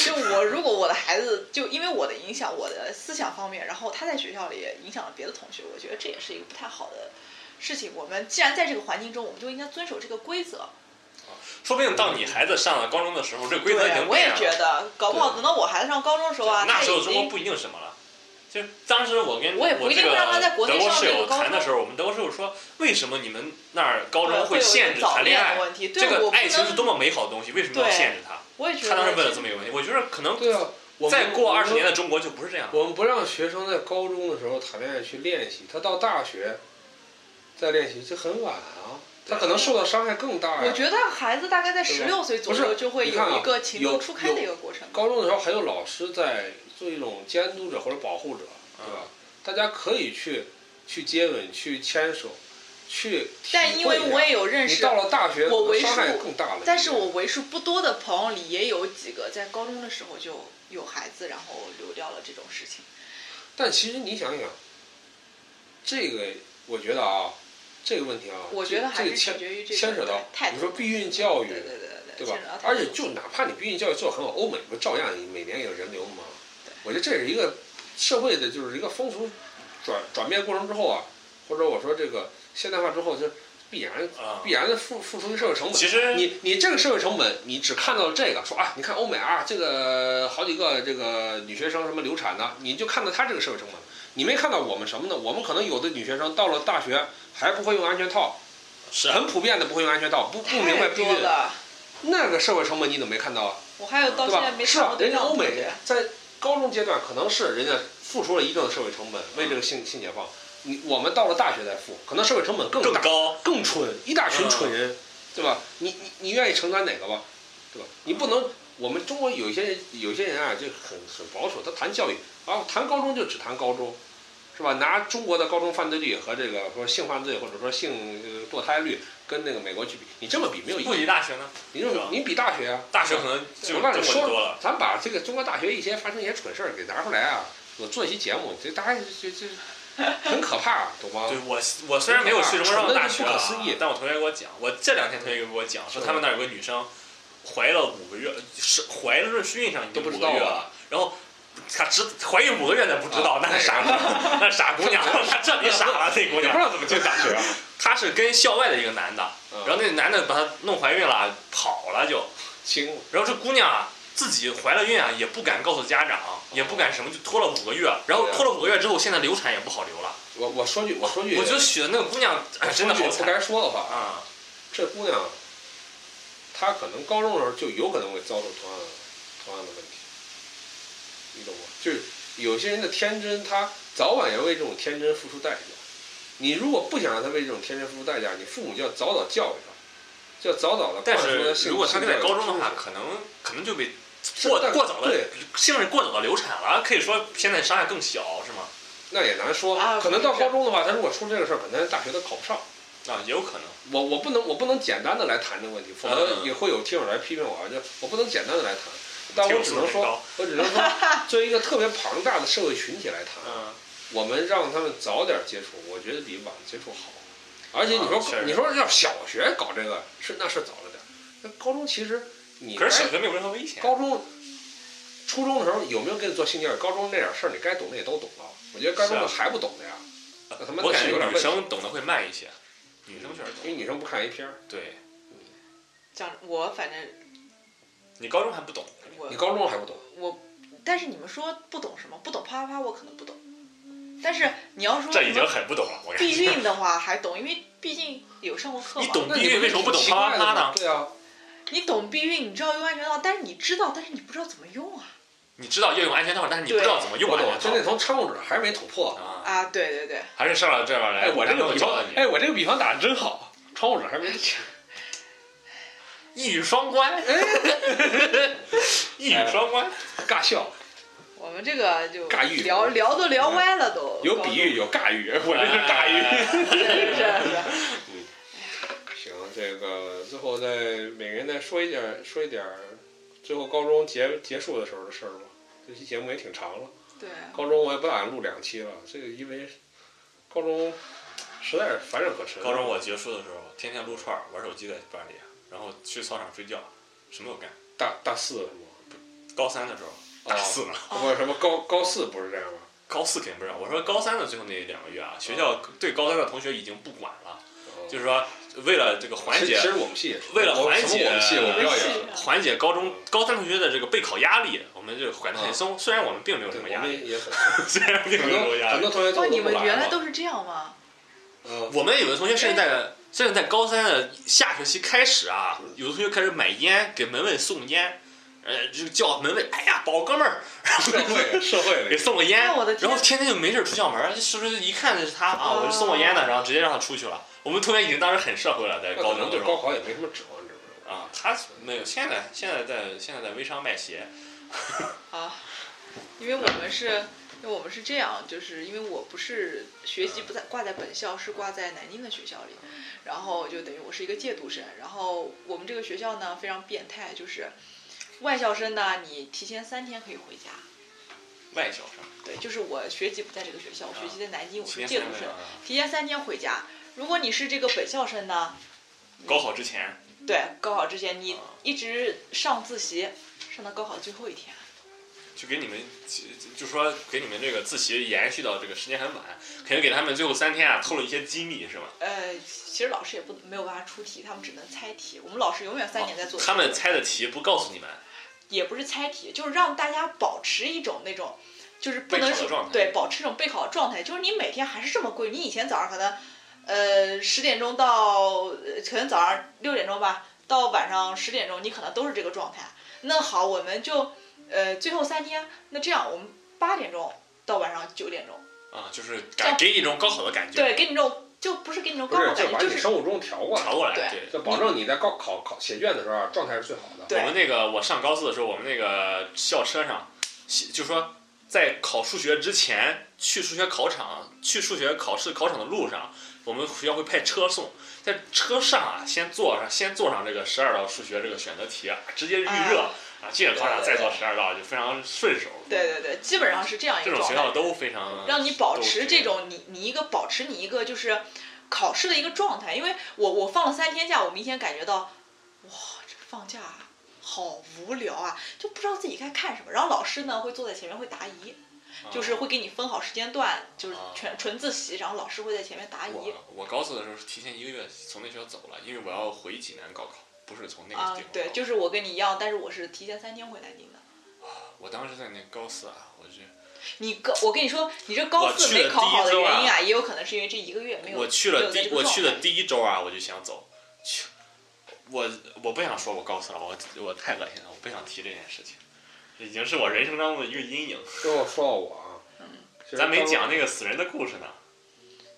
Speaker 3: 就我如果我的孩子就因为我的影响，我的思想方面，然后他在学校里也影响了别的同学，我觉得这也是一个不太好的事情，我们既然在这个环境中，我们就应该遵守这个规则。
Speaker 4: 说不定到你孩子上了高中的时候，这规则已
Speaker 3: 对，啊
Speaker 4: 经
Speaker 3: 我
Speaker 4: 变
Speaker 3: 也
Speaker 4: 了。
Speaker 3: 觉得，搞不好
Speaker 2: 对
Speaker 3: 等到我孩子上高中的时候啊，
Speaker 4: 啊那
Speaker 3: 他
Speaker 4: 时候
Speaker 3: 已
Speaker 4: 中国
Speaker 3: 经
Speaker 4: 不一定什么了。就是当时我跟
Speaker 3: 我也不一定
Speaker 4: 这个
Speaker 3: 会让他在国内
Speaker 4: 德国
Speaker 3: 上
Speaker 4: 室
Speaker 3: 这个
Speaker 4: 友
Speaker 3: 高
Speaker 4: 谈的
Speaker 3: 中
Speaker 4: 时候，我们德国室友说，为什么你们那儿高
Speaker 3: 对
Speaker 4: 中
Speaker 3: 会有一
Speaker 4: 限
Speaker 3: 个
Speaker 4: 制
Speaker 3: 早
Speaker 4: 谈
Speaker 3: 恋
Speaker 4: 恋
Speaker 3: 的
Speaker 4: 爱
Speaker 3: 问题对
Speaker 4: 这
Speaker 3: 我
Speaker 4: 个
Speaker 3: 不
Speaker 4: 爱情
Speaker 3: 能
Speaker 4: 是多么美好的东西，为什么要
Speaker 3: 对
Speaker 4: 限制它？
Speaker 3: 我也觉得
Speaker 4: 他当时问了
Speaker 3: 这
Speaker 4: 这么一个问题，我觉得可能
Speaker 2: 对啊，我们
Speaker 4: 再过二十年
Speaker 2: 的，
Speaker 4: 的中国就不是这样了。
Speaker 2: 我们不让学生在高中的时候谈恋爱去练习，他到大学再练习就很晚啊，他可能受到伤害更大呀、
Speaker 3: 我觉得孩子大概在
Speaker 2: 对
Speaker 3: 十
Speaker 2: 吧
Speaker 3: 六岁左
Speaker 2: 不是
Speaker 3: 右就会
Speaker 2: 你看
Speaker 3: 有
Speaker 2: 啊
Speaker 3: 一个情
Speaker 2: 有
Speaker 3: 窦初开的
Speaker 2: 有
Speaker 3: 一个过程。
Speaker 2: 高中的时候还有老师在做一种监督者或者保护者，对
Speaker 3: 啊
Speaker 2: 吧？大家可以去去接吻、去牵手、去体会一下。
Speaker 3: 但因为我也有认
Speaker 2: 你
Speaker 3: 识
Speaker 2: 到，了大学，
Speaker 3: 我为
Speaker 2: 伤害
Speaker 3: 数
Speaker 2: 更大了。
Speaker 3: 但是我为数不多的朋友里也有几个在高中的时候就有孩子，然后流掉了这种事情。
Speaker 2: 但其实你想想，这个我觉得啊，这个问题啊，
Speaker 3: 我觉得
Speaker 2: 这这
Speaker 3: 还是
Speaker 2: 个
Speaker 3: 取
Speaker 2: 牵
Speaker 3: 决于这
Speaker 2: 牵扯
Speaker 3: 个
Speaker 2: 到
Speaker 3: 态度。
Speaker 2: 你说避孕教育，
Speaker 3: 对对对对
Speaker 2: 对吧
Speaker 3: 牵扯到？态
Speaker 2: 而且
Speaker 3: 度
Speaker 2: 就哪怕你避孕教育做得很好，欧美不照样每年有人流吗
Speaker 3: 对？
Speaker 2: 我觉得这是一个社会的，就是一个风俗转转变过程之后啊，或者我说这个现代化之后，就必然
Speaker 4: 啊
Speaker 2: 必然的付付出一个社会成本。
Speaker 4: 其实
Speaker 2: 你你这个社会成本，你只看到了这个，说啊，你看欧美啊，这个好几个这个女学生什么流产呐，你就看到她这个社会成本，你没看到我们什么呢？我们可能有的女学生到了大学还不会用安全套，
Speaker 4: 是啊
Speaker 2: 很普遍的不会用安全套，不不明白
Speaker 3: 太
Speaker 2: 避
Speaker 3: 多
Speaker 2: 孕，
Speaker 3: 了。那
Speaker 2: 那个社会成本你怎么没看到啊？
Speaker 3: 我还有到
Speaker 2: 对
Speaker 3: 现
Speaker 2: 吧
Speaker 3: 在？没
Speaker 2: 是
Speaker 3: 谈
Speaker 2: 啊
Speaker 3: 过，对
Speaker 2: 人家
Speaker 3: 象。
Speaker 2: 欧美
Speaker 3: 对
Speaker 2: 在高中阶段可能是人家付出了一定的社会成本，为这个性性解放。你我们到了大学再付，可能社会成本更
Speaker 4: 更
Speaker 2: 大。
Speaker 4: 高。
Speaker 2: 更蠢，一大
Speaker 3: 嗯
Speaker 2: 群蠢人，对吧？你你你愿意承担哪个吧？对吧？你不能，我们中国有一些人有一些人啊，就很很保守，他谈教育啊，谈高中就只谈高中，是吧？拿中国的高中犯罪率和这个说性犯罪或者说性呃堕胎率跟那个美国去比，你这么比没有意
Speaker 4: 不
Speaker 2: 义，
Speaker 4: 及大学呢，
Speaker 2: 你这么你比大学啊，
Speaker 4: 大学可能就
Speaker 2: 我告诉你
Speaker 4: 中国就
Speaker 2: 说
Speaker 4: 多了。
Speaker 2: 咱把这个中国大学一些发生一些蠢事儿给拿出来啊，我做一期节目，这大家这这这很可怕，懂吗？
Speaker 4: 对我，我虽然没有去中国上大学、
Speaker 2: 蠢得
Speaker 4: 啊
Speaker 2: 不可思议，
Speaker 4: 但我同学给我讲，我这两天同学给我讲说，他们那儿有个女生怀了五个月，是怀了论孕上已
Speaker 2: 都
Speaker 4: 经
Speaker 2: 不知
Speaker 4: 五
Speaker 2: 道
Speaker 4: 个月
Speaker 2: 啊
Speaker 4: 了，然后她只怀孕五个月才不知道，
Speaker 2: 啊
Speaker 4: 那是傻姑娘， 那是傻姑娘， 她彻底傻了，那
Speaker 2: 也不
Speaker 4: 姑娘
Speaker 2: 知。道怎么进大学啊。
Speaker 4: 她是跟校外的一个男的，
Speaker 2: 嗯
Speaker 4: 然后那男的把她弄怀孕了，跑了就，
Speaker 2: 行，
Speaker 4: 然后这姑娘啊自己怀了孕啊，也不敢告诉家长，也不敢什么，就拖了五个月，然后
Speaker 2: 对啊
Speaker 4: 拖了五个月之后，现在流产也不好流了。
Speaker 2: 我我说句我说句，
Speaker 4: 我就觉得那个姑娘哎真的
Speaker 2: 说
Speaker 4: 好
Speaker 2: 句不
Speaker 4: 惨
Speaker 2: 该说的话，
Speaker 4: 啊！
Speaker 2: 这姑娘，她可能高中的时候就有可能会遭受同样的同样的问题，你懂吗？就是有些人的天真，他早晚要为这种天真付出代价。你如果不想让他为这种天真付出代价，你父母就要早早教育他，就要早早的
Speaker 4: 但
Speaker 2: 灌输他
Speaker 4: 是
Speaker 2: 性。
Speaker 4: 如果她
Speaker 2: 性
Speaker 4: 跟在
Speaker 2: 教育
Speaker 4: 高中的
Speaker 2: 知识
Speaker 4: 话，可能可能就被
Speaker 2: 是
Speaker 4: 过
Speaker 2: 但
Speaker 4: 过早的
Speaker 2: 对，
Speaker 4: 性质过早的流产了，可以说现在伤害更小是吗？
Speaker 2: 那也难说
Speaker 3: 啊。
Speaker 2: 可能
Speaker 3: 不
Speaker 2: 到
Speaker 3: 是
Speaker 2: 高中的话，他如果出这个事儿，可能大学都考不上。
Speaker 4: 啊，也有可能。
Speaker 2: 我我不能我不能简单的来谈这个问题，否则
Speaker 4: 嗯
Speaker 2: 也会有听友来批评我，啊，就我不能简单的来谈，但我只能
Speaker 4: 挺
Speaker 2: 说
Speaker 4: 高，
Speaker 2: 我只能说，作为一个特别庞大的社会群体来谈，
Speaker 4: 嗯，
Speaker 2: 我们让他们早点接触，我觉得比晚接触好。而且你说、
Speaker 4: 啊确实
Speaker 2: 你说要小学搞这个是那是早了点，那高中其实你
Speaker 4: 可是小
Speaker 2: 该
Speaker 4: 学没有任何危险。
Speaker 2: 高中、初中的时候有没有给你做性教育？高中那点事儿你该懂的也都懂了，我觉得高中的
Speaker 4: 是
Speaker 2: 还不懂的呀，那他妈
Speaker 4: 我
Speaker 2: 的
Speaker 4: 感
Speaker 2: 是有
Speaker 4: 觉
Speaker 2: 点问
Speaker 4: 女
Speaker 2: 题，
Speaker 4: 生懂得会慢一些，女生确实
Speaker 2: 因
Speaker 4: 懂。
Speaker 2: 为女生不看 A 片儿。
Speaker 4: 对
Speaker 3: 讲我反正
Speaker 4: 你高中还不懂，
Speaker 3: 我
Speaker 2: 你高中还不懂，
Speaker 3: 我，但是你们说不懂什么？不懂啪啪啪，我可能不懂。但是你要说
Speaker 4: 这已
Speaker 3: 什
Speaker 4: 经
Speaker 3: 么
Speaker 4: 很不懂了。我感觉
Speaker 3: 避孕的话还懂，因为毕竟有上过课嘛。
Speaker 4: 你懂
Speaker 2: 那
Speaker 4: 避
Speaker 2: 你
Speaker 4: 孕为什么不懂
Speaker 2: 挺奇
Speaker 4: 啪
Speaker 2: 怪
Speaker 4: 啪
Speaker 2: 的吗
Speaker 4: 啪呢？
Speaker 2: 对啊，
Speaker 3: 你懂避孕，你知道用安全套，但是你知道，但是你不知道怎么用啊。
Speaker 4: 你知道要用安全套，但是你不知啊道怎么用
Speaker 2: 我
Speaker 4: 安
Speaker 2: 懂，
Speaker 4: 全
Speaker 2: 就那
Speaker 4: 套
Speaker 2: 从窗户纸还没捅破。
Speaker 4: 啊，
Speaker 3: 啊，对对对，
Speaker 4: 还是上了这边来，
Speaker 2: 哎，我这
Speaker 4: 男
Speaker 2: 个
Speaker 4: 朋友
Speaker 2: 比
Speaker 4: 教
Speaker 2: 方
Speaker 4: 了，你，
Speaker 2: 哎，我这个比方打的真好，窗户纸还没捅。
Speaker 4: 一语双关，
Speaker 2: 哎
Speaker 4: 一语双关。
Speaker 2: 尬笑，
Speaker 3: 我们这个就
Speaker 2: 尬喻
Speaker 3: 聊聊都聊歪了都，
Speaker 2: 有比喻，有尬喻，我这是尬喻。
Speaker 3: 搞得，是是 是，
Speaker 2: 行，这个最后再每人再说一点儿，说一点儿，最后高中结结束的时候的事儿吧。这期节目也挺长了，
Speaker 3: 对，
Speaker 2: 高中我也不打算录两期了，这个因为高中实在是乏善可陈。
Speaker 4: 高中我结束的时候，天天撸串儿，玩手机在班里，然后去操场睡觉，什么都干。
Speaker 2: 大大四是吗？哦
Speaker 4: 高三的时候，大四呢，哦
Speaker 2: 不，什么高高四不是这样吗？
Speaker 4: 高四肯定不知道，我说高三的最后那两个月
Speaker 2: 哦
Speaker 4: 啊，学校对高三的同学已经不管了，就是说为了这个缓
Speaker 2: 哦其
Speaker 4: 解
Speaker 2: 实其实我们系也是，
Speaker 4: 为了
Speaker 2: 我
Speaker 4: 缓
Speaker 2: 什么
Speaker 4: 解
Speaker 2: 我们系我们
Speaker 3: 们
Speaker 2: 要也
Speaker 3: 系
Speaker 2: 是，
Speaker 4: 缓解高中
Speaker 2: 嗯
Speaker 4: 高三同学的这个备考压力，我们就管得很松。虽然我们并没有什
Speaker 2: 对，
Speaker 4: 么
Speaker 2: 我
Speaker 4: 压力，
Speaker 2: 们也很，
Speaker 4: 虽然 并
Speaker 2: 很
Speaker 4: 没有什么
Speaker 2: 多
Speaker 4: 压
Speaker 2: 很
Speaker 4: 力
Speaker 2: 多，同学
Speaker 3: 哇，
Speaker 2: 都
Speaker 3: 哦你们
Speaker 2: 不来
Speaker 3: 原来
Speaker 2: 嘛
Speaker 3: 都是这样吗？
Speaker 2: 嗯，
Speaker 4: 我们有的同学甚至在甚至在高三的下学期开始啊，有的同学开始买烟给门卫送烟，呃，就叫门卫，哎呀，宝哥们儿，
Speaker 2: 社会社会
Speaker 4: 给
Speaker 2: 里，
Speaker 4: 送个烟，
Speaker 3: 哎我的天
Speaker 4: 然后天天就没事出校门儿，就是不是一看就是他啊，
Speaker 3: 哦
Speaker 4: 我就送个烟的，然后直接让他出去了。我们同学已经当时很社会了，在
Speaker 2: 那
Speaker 4: 高
Speaker 2: 可能
Speaker 4: 中
Speaker 2: 对
Speaker 4: 的时
Speaker 2: 高
Speaker 4: 候
Speaker 2: 考也没什么指望，知不知道？
Speaker 4: 啊，他没有，现在现在在现在在微商卖鞋，
Speaker 3: 啊，因为我们是，因为我们是这样，就是因为我不是学习不在挂在本校，是挂在南京的学校里，然后就等于我是一个借读生。然后我们这个学校呢非常变态，就是外校生呢，你提前三天可以回家。
Speaker 4: 外销商，
Speaker 3: 对，就是我学籍不在这个学校，我学籍在南京，我嗯是
Speaker 4: 提前
Speaker 3: 借
Speaker 4: 啊三
Speaker 3: 读生
Speaker 4: 天，
Speaker 3: 提前三天回家。如果你是这个本校生呢，
Speaker 4: 高考之前
Speaker 3: 对，高考之前
Speaker 4: 啊
Speaker 3: 你一直上自习，上到高考最后一天。
Speaker 4: 就给你们就就说给你们这个自习延续到这个时间很晚，肯定给他们最后三天啊透了一些机密是吧？
Speaker 3: 呃，其实老师也不没有办法出题，他们只能猜题。我们老师永远三年在做题，
Speaker 4: 哦他们猜的题不告诉你们，
Speaker 3: 也不是猜题，就是让大家保持一种那种，就是不
Speaker 4: 备考
Speaker 3: 能
Speaker 4: 的
Speaker 3: 说
Speaker 4: 状态
Speaker 3: 对，保持一种备考的状态，就是你每天还是这么规律。你以前早上可能，呃，十点钟到，呃可能早上六点钟吧，到晚上十点钟，你可能都是这个状态。那好，我们就，呃，最后三天，那这样我们八点钟到晚上九点钟，
Speaker 4: 啊，就是感给你一种高考的感觉，
Speaker 3: 对，给你这种就不是给你这种
Speaker 2: 不
Speaker 3: 高
Speaker 2: 是，
Speaker 3: 考
Speaker 2: 就
Speaker 3: 感觉，
Speaker 2: 把
Speaker 3: 就
Speaker 2: 你
Speaker 3: 是
Speaker 2: 生物钟调过来，
Speaker 4: 调过来
Speaker 3: 对
Speaker 4: 对
Speaker 2: 就保证你在高考考写卷的时候啊状态是最好的。
Speaker 3: 对
Speaker 4: 我们那个我上高四的时候，我们那个校车上，西就说在考数学之前去数学考场，去数学考试考场的路上，我们学校会派车送，在车上啊，先坐上先坐上这个十二道数学这个选择题啊，直接预热
Speaker 3: 啊
Speaker 4: 啊，进了考场再做十二道就非常顺手。
Speaker 3: 对对对，基本上是这样一
Speaker 4: 这
Speaker 3: 个
Speaker 4: 种
Speaker 3: 状
Speaker 4: 学
Speaker 3: 态
Speaker 4: 校。都非常
Speaker 3: 让你保持
Speaker 4: 都
Speaker 3: 这种你你一个保持你一个就是考试的一个状态，因为我我放了三天假，我明显感觉到，哇，这放假啊好无聊啊，就不知道自己该看什么。然后老师呢会坐在前面会答疑，
Speaker 4: 啊
Speaker 3: 就是会给你分好时间段，就是
Speaker 4: 啊
Speaker 3: 全纯自习，然后老师会在前面答疑
Speaker 4: 我我高四的时候是提前一个月从那学校走了，因为我要回济南高考，不是从那个地
Speaker 3: 啊
Speaker 4: 方高考。，
Speaker 3: 对，就是我跟你一样，但是我是提前三天回南京的。
Speaker 4: 我当时在那高四啊，我去。
Speaker 3: 你高，我跟你说，你这高
Speaker 4: 我
Speaker 3: 四
Speaker 4: 去
Speaker 3: 没
Speaker 4: 了
Speaker 3: 考
Speaker 4: 第一
Speaker 3: 好的
Speaker 4: 周啊
Speaker 3: 原因啊，也有可能是因为这一个月没有
Speaker 4: 我去
Speaker 3: 没
Speaker 4: 了
Speaker 3: 有在这
Speaker 4: 第
Speaker 3: 个
Speaker 4: 我
Speaker 3: 状
Speaker 4: 去
Speaker 3: 态
Speaker 4: 了第一周啊，我就想走，去，我我不想说我高四了，我我太恶心了，我不想提这件事情，已经是我人生当中的一个阴影。
Speaker 2: 最后说到我啊，其实
Speaker 4: 咱没
Speaker 2: 刚
Speaker 4: 讲那个死人的故事呢，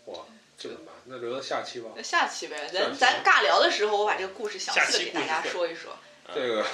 Speaker 2: 我这怎么办？那留到下期吧。
Speaker 3: 那下期呗，
Speaker 2: 下
Speaker 3: 咱
Speaker 2: 期
Speaker 3: 咱尬聊的时候，我把这个故事详
Speaker 4: 下
Speaker 3: 细的
Speaker 4: 期
Speaker 3: 给
Speaker 4: 故
Speaker 3: 大
Speaker 4: 事
Speaker 3: 家
Speaker 4: 会
Speaker 3: 说一说。
Speaker 2: 这个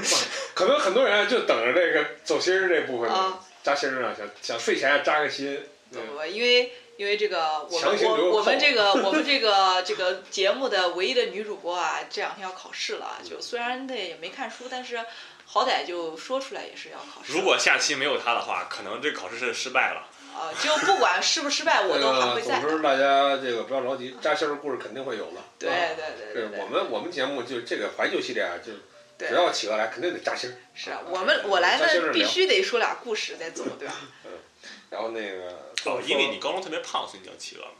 Speaker 2: 可能很多人就等着这个走心儿这部分呢
Speaker 3: 啊，
Speaker 2: 扎心儿上想想睡前扎个心。
Speaker 3: 不
Speaker 2: 对
Speaker 3: 不不，因为因为这个我
Speaker 2: 强
Speaker 3: 们
Speaker 2: 行留
Speaker 3: 我
Speaker 2: 个
Speaker 3: 我们
Speaker 2: 扣
Speaker 3: 这个我们这个这个节目的唯一的女主播啊，这两天要考试了，就虽然那也没看书，但是好歹就说出来也是要考试。
Speaker 4: 如果下期没有他的话，可能这个考试是失败了。
Speaker 3: 啊、就不管失不失败，我都还
Speaker 2: 呃，
Speaker 3: 会在
Speaker 2: 总
Speaker 3: 的。
Speaker 2: 之大家这个不要着急，扎心儿的故事肯定会有的。
Speaker 3: 对
Speaker 2: 啊
Speaker 3: 对对
Speaker 2: 对
Speaker 3: 对
Speaker 2: 我们我们节目就这个怀旧系列啊，就
Speaker 3: 对
Speaker 2: 只要起过来，肯定得扎心儿。
Speaker 3: 是啊我们我来
Speaker 2: 扎心儿
Speaker 3: 了
Speaker 2: 着
Speaker 3: 必
Speaker 2: 聊。
Speaker 3: 须得说俩故事再走，对吧？
Speaker 2: 然后那个
Speaker 4: 哦，因为你高中特别胖，所以你叫企鹅嘛。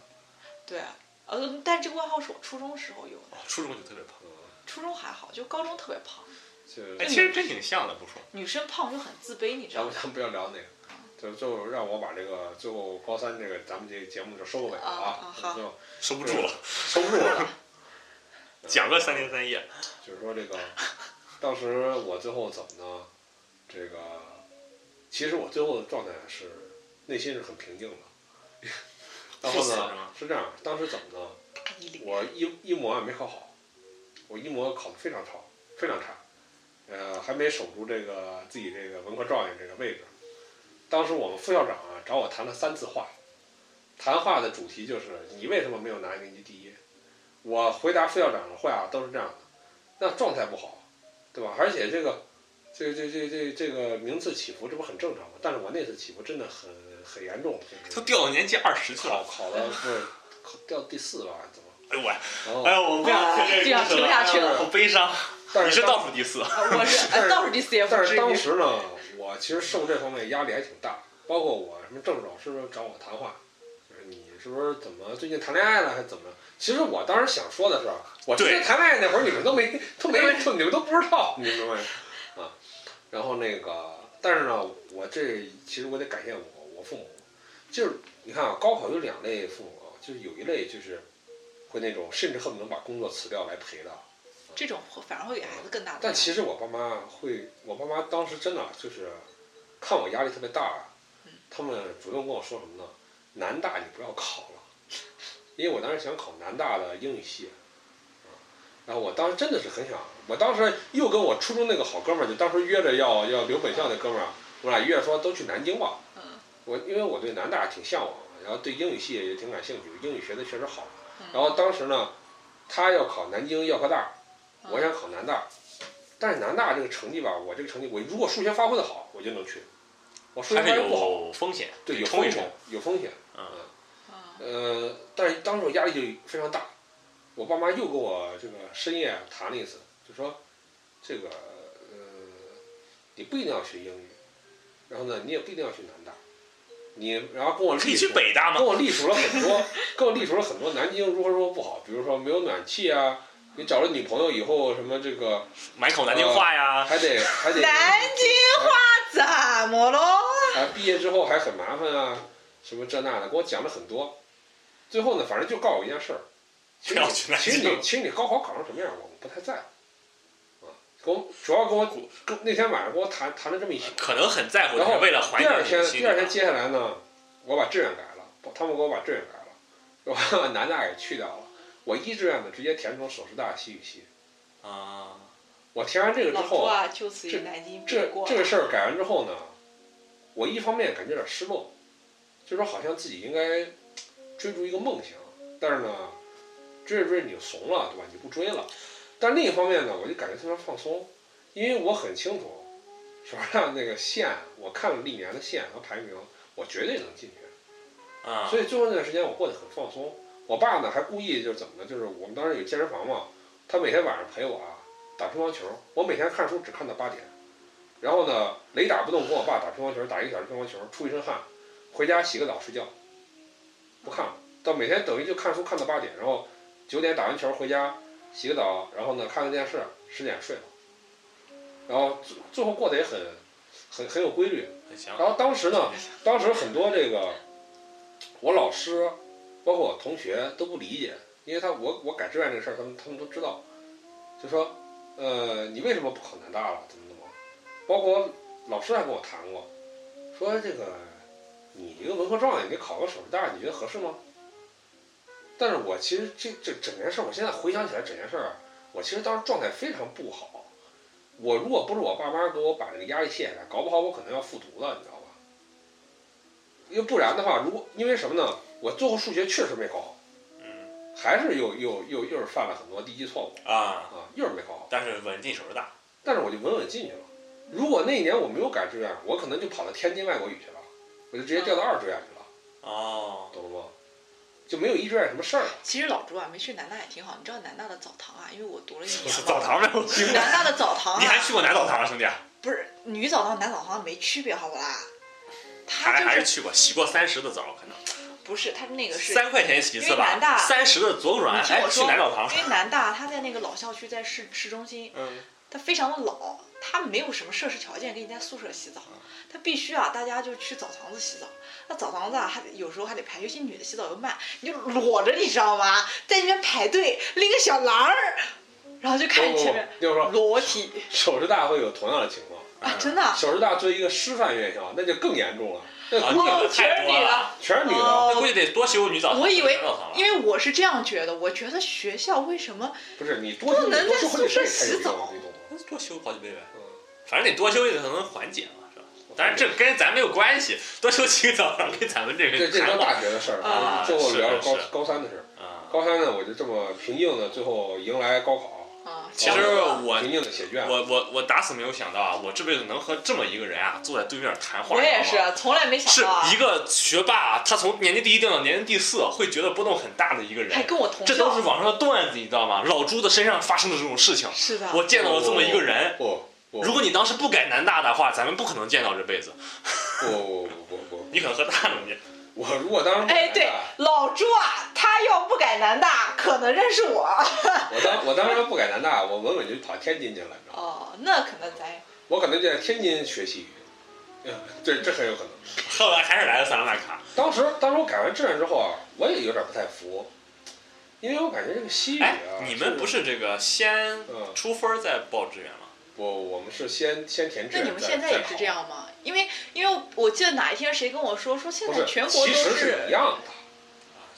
Speaker 3: 对啊。呃，但这个外号是我初中时候有的，
Speaker 4: 哦，初中就特别胖，
Speaker 3: 初中还好，就高中特别胖，
Speaker 2: 嗯就
Speaker 4: 哎，其实真挺像的，不说。
Speaker 3: 女生胖就很自卑，你知
Speaker 2: 咱
Speaker 3: 道吗
Speaker 2: 们？咱们不要聊那个，就最后让我把这个最后高三这个咱们这个节目就收尾了
Speaker 3: 啊啊好
Speaker 2: 就
Speaker 4: 收不住了，
Speaker 2: 收
Speaker 4: 哎
Speaker 2: 不住了。
Speaker 4: 讲个三天三夜，
Speaker 2: 就是说这个，当时我最后怎么呢？这个，其实我最后的状态是内心是很平静的。然后
Speaker 4: 猝死
Speaker 2: 呢
Speaker 4: 是吗，
Speaker 2: 是这样，当时怎么呢？
Speaker 3: 大一零
Speaker 2: 我一一模啊没考好，我一模考得非常差，非常差，呃，还没守住这个自己这个文科状元这个位置。当时我们副校长啊找我谈了三次话，谈话的主题就是你为什么没有拿年级第一？我回答副校长的话都是这样的，那状态不好，对吧？而且这个这这这这这个名次起伏，这不很正常吗？但是我那次起伏真的很很严重，就
Speaker 4: 都
Speaker 2: 是
Speaker 4: 掉到年级二十去
Speaker 2: 考
Speaker 4: 了。
Speaker 2: 考 了不是考掉第四吧，怎么？
Speaker 4: 哎呦我，
Speaker 2: 然后
Speaker 4: 哎呦我不想听这
Speaker 3: 这
Speaker 4: 个
Speaker 3: 样
Speaker 4: 故
Speaker 3: 啊
Speaker 4: 事
Speaker 3: 听下去
Speaker 2: 了
Speaker 4: 好悲伤。
Speaker 2: 但
Speaker 4: 你是
Speaker 2: 当
Speaker 4: 倒数第四，
Speaker 3: 啊我是呃倒数第四也不
Speaker 2: 但
Speaker 3: 至
Speaker 2: 是
Speaker 3: 于
Speaker 2: 当时呢，我其实受这方面压力还挺大，包括我什么政治老师找我谈话，就是你是不是怎么最近谈恋爱了，还是怎么着？其实我当时想说的是，我之前
Speaker 4: 对
Speaker 2: 谈恋爱那会儿你们都没都没都你们都不知道， 你明白吗？啊，然后那个，但是呢，我这其实我得感谢我我父母，就是你看啊，高考有两类父母啊，就是有一类就是会那种甚至恨不得把工作辞掉来陪的，啊
Speaker 3: 这种反而会给孩子更大的压力。
Speaker 2: 但其实我爸妈会，我爸妈当时真的就是看我压力特别大，啊他们主动跟我说什么呢？南大你不要考了， 因为我当时想考南大的英语系，啊然后我当时真的是很想，我当时又跟我初中那个好哥们儿，就当时约着要要留本校那哥们儿，啊我俩约着说都去南京吧
Speaker 3: 嗯。
Speaker 2: 我因为我对南大挺向往，然后对英语系也挺感兴趣，英语学的确实好
Speaker 3: 嗯。
Speaker 2: 然后当时呢，他要考南京药科大，
Speaker 3: 嗯
Speaker 2: 我想考南大，但是南大这个成绩吧，我这个成绩，我如果数学发挥的好，我就能去。我数学
Speaker 4: 还
Speaker 2: 发
Speaker 4: 是
Speaker 2: 挥不好，
Speaker 4: 有风险，
Speaker 2: 对，有
Speaker 4: 冲
Speaker 2: 风
Speaker 4: 一冲
Speaker 2: 险。，有风险。
Speaker 4: 嗯
Speaker 3: 啊，
Speaker 2: 呃，但是当时我压力就非常大，我爸妈又跟我这个深夜谈了一次，就说这个呃，你不一定要学英语，然后呢，你也不一定要去南大，你然后跟我
Speaker 4: 可以
Speaker 2: 列
Speaker 4: 去
Speaker 2: 出
Speaker 4: 北大吗
Speaker 2: 跟？我隶属了很多，跟我隶属了很多南京如何如何不好，比如说没有暖气啊，你找了女朋友以后什么这个
Speaker 4: 买口南京话呀，
Speaker 2: 还 得还得
Speaker 3: 南京话怎么了？
Speaker 2: 啊，毕业之后还很麻烦啊，什么这那的，给我讲了很多。最后呢，反正就告诉我一件事儿，其实
Speaker 4: 不要
Speaker 2: 你
Speaker 4: 去南
Speaker 2: 其实
Speaker 4: 京
Speaker 2: 你。其实你高考考成什么样，我不太在乎啊。跟我主要跟我跟那天晚上跟我谈谈了这么一宿，
Speaker 4: 可能很在乎，
Speaker 2: 然后
Speaker 4: 但是为了缓
Speaker 2: 第
Speaker 4: 解
Speaker 2: 二
Speaker 4: 你的
Speaker 2: 天
Speaker 4: 心
Speaker 2: 第二天
Speaker 4: 理。啊
Speaker 2: 接下来呢，我把志愿改了，把他们给我把志愿改了，我把南大给去掉了，我一志愿呢直接填成首师大西语系。
Speaker 4: 啊，
Speaker 2: 我填完这个之
Speaker 3: 老
Speaker 2: 后
Speaker 3: 朱，啊，就此
Speaker 2: 这
Speaker 3: 与南京别
Speaker 2: 这
Speaker 3: 过。
Speaker 2: 这个事儿改完之后呢，我一方面感觉有点失落，就说好像自己应该追逐一个梦想，但是呢，追着追着你就怂了，对吧？你不追了。但另一方面呢，我就感觉特别放松，因为我很清楚，手上那个线，我看了历年的线和排名，我绝对能进去。
Speaker 4: 啊，
Speaker 2: 所以最后那段时间我过得很放松。我爸呢还故意就是怎么呢？就是我们当时有健身房嘛，他每天晚上陪我啊打乒乓球。我每天看书只看到八点，然后呢雷打不动跟我爸打乒乓球，打一个小时乒乓球，出一身汗，回家洗个澡睡觉，不看了。到每天等于就看书看到八点，然后九点打完球回家洗个澡，然后呢看个电视，十点睡了。然后最最后过得也很很很有规律。
Speaker 4: 很行。
Speaker 2: 然后当时呢，当时很多这个我老师，包括我同学都不理解，因为他我我改志愿这个事儿，他们他们都知道，就说，呃，你为什么不考南大了？怎么怎么？包括老师还跟我谈过，说这个你一个文科状元，你考个首师大，你觉得合适吗？但是我其实这这整件事儿，我现在回想起来整件事儿，啊我其实当时状态非常不好。我如果不是我爸妈给我把这个压力卸下来，搞不好我可能要复读了，你知道吧？因为不然的话，如果因为什么呢？我最后数学确实没考好，
Speaker 4: 嗯
Speaker 2: 还是又又又又是犯了很多低级错误
Speaker 4: 啊，
Speaker 2: 啊，又是没考好。
Speaker 4: 但是稳进手术大。
Speaker 2: 但是我就稳稳进去了。如果那一年我没有改志愿，我可能就跑到天津外国语去了，我就直接调到二志愿去了，
Speaker 4: 哦，
Speaker 2: 懂了吗？就没有一志愿什么事儿了。
Speaker 3: 其实老朱啊，没去南大也挺好。你知道南大的澡堂啊，因为我读了一年嘛。
Speaker 4: 澡堂没有去过，
Speaker 3: 南大的澡堂啊，
Speaker 4: 你还去过男澡堂啊，兄弟？
Speaker 3: 不是女澡堂、男澡堂没区别，好不啦？他
Speaker 4: 还还
Speaker 3: 就是
Speaker 4: 去过，洗过三十的澡，可能
Speaker 3: 不是他那个是
Speaker 4: 三块钱洗一次
Speaker 3: 因为
Speaker 4: 吧
Speaker 3: 男大。
Speaker 4: 三十的左转，
Speaker 3: 你听
Speaker 4: 哎，
Speaker 3: 我
Speaker 4: 去
Speaker 3: 说，
Speaker 4: 男澡堂。
Speaker 3: 因为南大它在那个老校区，在市市中心，
Speaker 4: 嗯，
Speaker 3: 它非常的老，它没有什么设施条件给你在宿舍洗澡，
Speaker 4: 嗯
Speaker 3: 它必须啊，大家就去澡堂子洗澡。那澡堂子啊，还得有时候还得排，尤其女的洗澡又慢，你就裸着，你知道吗？在那边排队拎个小篮儿，然后就看
Speaker 2: 不不
Speaker 3: 前
Speaker 2: 不
Speaker 4: 哦
Speaker 3: 面，
Speaker 2: 就是说
Speaker 3: 裸体
Speaker 2: 首师大会有同样的情况。
Speaker 4: 嗯
Speaker 3: 啊，真的啊。
Speaker 2: 首师大作为一个师范院校，那就更严重了，那
Speaker 4: 啊，
Speaker 2: 姑
Speaker 4: 女
Speaker 2: 娘
Speaker 4: 的太多了，
Speaker 2: 全是女的，
Speaker 3: 哦
Speaker 4: 那估计得多修女澡堂。
Speaker 3: 我以为
Speaker 4: 男澡堂，了
Speaker 3: 因为我是这样觉得，我觉得学校为什么
Speaker 2: 不是你多
Speaker 3: 不能
Speaker 2: 多
Speaker 3: 在
Speaker 2: 说
Speaker 3: 宿
Speaker 2: 会
Speaker 3: 舍
Speaker 2: 这才有
Speaker 3: 洗
Speaker 2: 用，
Speaker 3: 澡
Speaker 2: 你懂吗？
Speaker 4: 多修好几倍呗
Speaker 2: 嗯，
Speaker 4: 反正得多修也才能缓解嘛，是吧？当然这跟咱没有关系， 多修几个澡堂跟咱们这
Speaker 2: 这
Speaker 4: 个
Speaker 2: 这
Speaker 4: 谈
Speaker 2: 都
Speaker 4: 不
Speaker 2: 大学的事儿
Speaker 3: 啊
Speaker 2: 最后聊聊高
Speaker 4: 是是
Speaker 2: 高三的事儿。
Speaker 4: 啊。
Speaker 2: 高三呢，我就这么平静的最后迎来高考，
Speaker 3: 啊？
Speaker 4: 其实我
Speaker 2: 平静的写卷。
Speaker 4: 我我我打死没有想到啊，我这辈子能和这么一个人啊坐在对面谈话。
Speaker 3: 我也
Speaker 4: 你知
Speaker 3: 是
Speaker 4: 道吗，
Speaker 3: 从来没想
Speaker 4: 是
Speaker 3: 到啊
Speaker 4: 一，个学霸啊，他从年级第一掉到年级第四，会觉得波动很大的一个人。
Speaker 3: 还跟我同
Speaker 4: 这都是
Speaker 3: 校，
Speaker 4: 网上的段子，你知道吗？老朱的身上发生的这种事情，
Speaker 3: 是啊的，
Speaker 4: 我见到了这么一个人。
Speaker 2: 不不
Speaker 4: 如果你当时不改南大的话，咱们不可能见到这辈子。
Speaker 2: 不不不不不不，
Speaker 4: 你可能和大农家，
Speaker 2: 我如果当时我
Speaker 3: 哎，
Speaker 2: 来
Speaker 3: 对
Speaker 2: 的，
Speaker 3: 老朱啊，他要不改南大，可能认识我。
Speaker 2: 我当我当时不改南大，我稳稳就跑天津去了，你知道吗？
Speaker 3: 哦，那可能咱
Speaker 2: 我可能就在天津学习语，嗯，这这很有可能。
Speaker 4: 后来还是来了萨拉纳卡。
Speaker 2: 当时当时我改完志愿之后啊，我也有点不太服，因为我感觉这个西语啊
Speaker 4: 哎，，你们不
Speaker 2: 是
Speaker 4: 是这个先
Speaker 2: 嗯
Speaker 4: 出分儿再报志愿吗？
Speaker 2: 我我们是先先填志
Speaker 3: 那
Speaker 2: 愿，
Speaker 3: 你们现
Speaker 2: 再
Speaker 3: 在也是这？样吗？因为因为我记得哪一天谁跟我说说现
Speaker 2: 再考
Speaker 3: 在
Speaker 2: 不
Speaker 3: 全国
Speaker 2: 其
Speaker 3: 都
Speaker 2: 实一样的，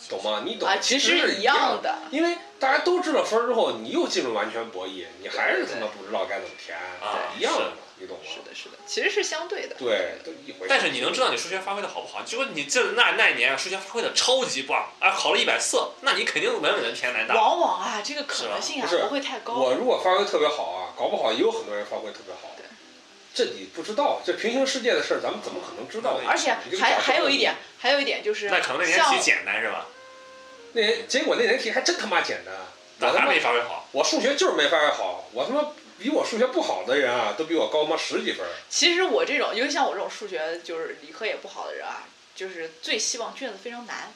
Speaker 2: 懂吗？你懂
Speaker 3: 啊，
Speaker 2: 其
Speaker 3: 其
Speaker 2: 实
Speaker 3: 实
Speaker 2: 是
Speaker 3: 一
Speaker 2: 样
Speaker 3: 样，的。
Speaker 2: 因为大家都知道分儿之后，你又进入完全博弈，你还是他妈不知道该怎么填，
Speaker 4: 啊
Speaker 2: 一样
Speaker 4: 是
Speaker 2: 的，你懂吗？
Speaker 3: 是的，是的，其实是相对的。
Speaker 2: 对，都一回事。
Speaker 4: 但是你能知道你数学发挥的好不好？结果你这那那一年啊数学发挥的超级棒，啊，考了一百四，那你肯定稳稳的填南大。
Speaker 3: 往往啊，这个可能性啊
Speaker 2: 是吧不是
Speaker 3: 不会太高
Speaker 2: 我。如果发挥特别好啊，搞不好也有很多人发挥特别好。
Speaker 3: 对
Speaker 2: 这你不知道，这平行世界的事儿，咱们怎么可能知道呢？
Speaker 3: 而且
Speaker 2: 你这个假
Speaker 3: 还
Speaker 2: 设
Speaker 3: 还有
Speaker 2: 问
Speaker 3: 一
Speaker 2: 题
Speaker 3: 点，，还有一点就是，
Speaker 4: 那可能那年
Speaker 3: 像
Speaker 4: 题简单是吧？
Speaker 2: 那年结果那年题还真他妈简单，
Speaker 4: 但
Speaker 2: 我他
Speaker 4: 还
Speaker 2: 妈
Speaker 4: 没发挥好。
Speaker 2: 我数学就是没发挥好，我他妈比我数学不好的人啊，都比我高他妈十几分儿。
Speaker 3: 其实我这种，因为像我这种数学就是理科也不好的人啊，就是最希望卷子非常难，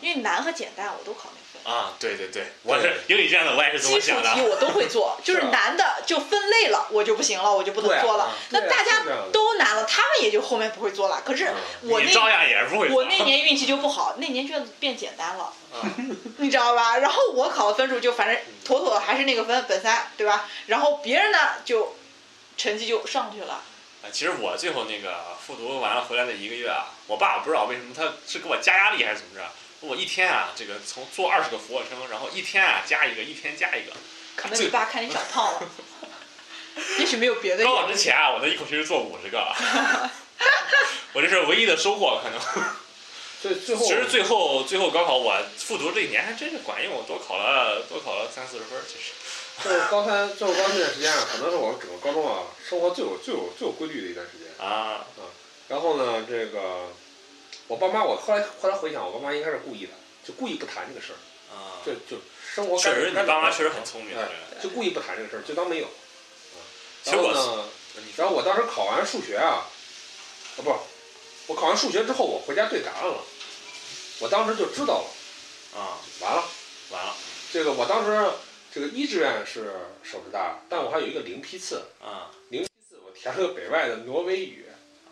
Speaker 3: 因为难和简单我都考那分。
Speaker 4: 啊，对对对，我 是英语卷子，我也是这
Speaker 3: 基
Speaker 4: 么
Speaker 3: 础
Speaker 4: 想
Speaker 3: 题
Speaker 4: 的。
Speaker 3: 我都会做，就是难的就分类了，我就不行了，我就不能做了。
Speaker 2: 对
Speaker 3: 那
Speaker 2: 啊
Speaker 3: 大
Speaker 2: 是这样
Speaker 3: 家
Speaker 2: 的
Speaker 3: 都难了，他们也就后面不会做了。可是我
Speaker 4: 嗯你照
Speaker 3: 那
Speaker 4: 样也是不会做。
Speaker 3: 我那年运气就不好，那年卷子变简单了。
Speaker 4: 啊
Speaker 3: 你知道吧？然后我考的分数就反正妥妥的还是那个分，本三，对吧？然后别人呢就成绩就上去了。
Speaker 4: 啊，其实我最后那个复读完了回来的一个月啊，我爸我不知道为什么他是给我加压力还是怎么着，我一天啊这个从做二十个俯卧撑，然后一天啊加一个，一天加一个。
Speaker 3: 可能
Speaker 4: 最
Speaker 3: 你爸看你长胖了，也许没有别的
Speaker 4: 高考
Speaker 3: 原
Speaker 4: 之
Speaker 3: 因。
Speaker 4: 前啊，我能一口气儿做五十个， 我这是唯一的收获可能。
Speaker 2: 最最后
Speaker 4: 其实最后最后高考我复读这一年还真是管用，我多考了多考了三四十分儿，其实。
Speaker 2: 就是高三，就是高三那段时间啊，可能是我整个高中啊生活最有最有最有规律的一段时间。
Speaker 4: 啊，
Speaker 2: 然后呢，这个我爸妈，我后来后来回想，我爸妈应该是故意的，就故意不谈这个事儿，
Speaker 4: 啊，
Speaker 2: 就就生活
Speaker 4: 确
Speaker 2: 干
Speaker 4: 实你爸妈确实很
Speaker 2: 聪
Speaker 4: 聪明，
Speaker 2: 哎
Speaker 4: 这
Speaker 2: 就故意不谈这个事儿，就当没有。嗯
Speaker 4: 其实
Speaker 2: 然后
Speaker 4: 我
Speaker 2: 呢，
Speaker 4: 个你
Speaker 2: 然后
Speaker 4: 说
Speaker 2: 我当时考完数学啊，啊不，我考完数学之后，我回家对答案了，我当时就知道了，
Speaker 4: 啊，
Speaker 2: 完了，
Speaker 4: 完了
Speaker 2: 这个我当时这个一志愿是首师大，但我还有一个零批次，
Speaker 4: 啊
Speaker 2: 批次我填了个北外的挪威语。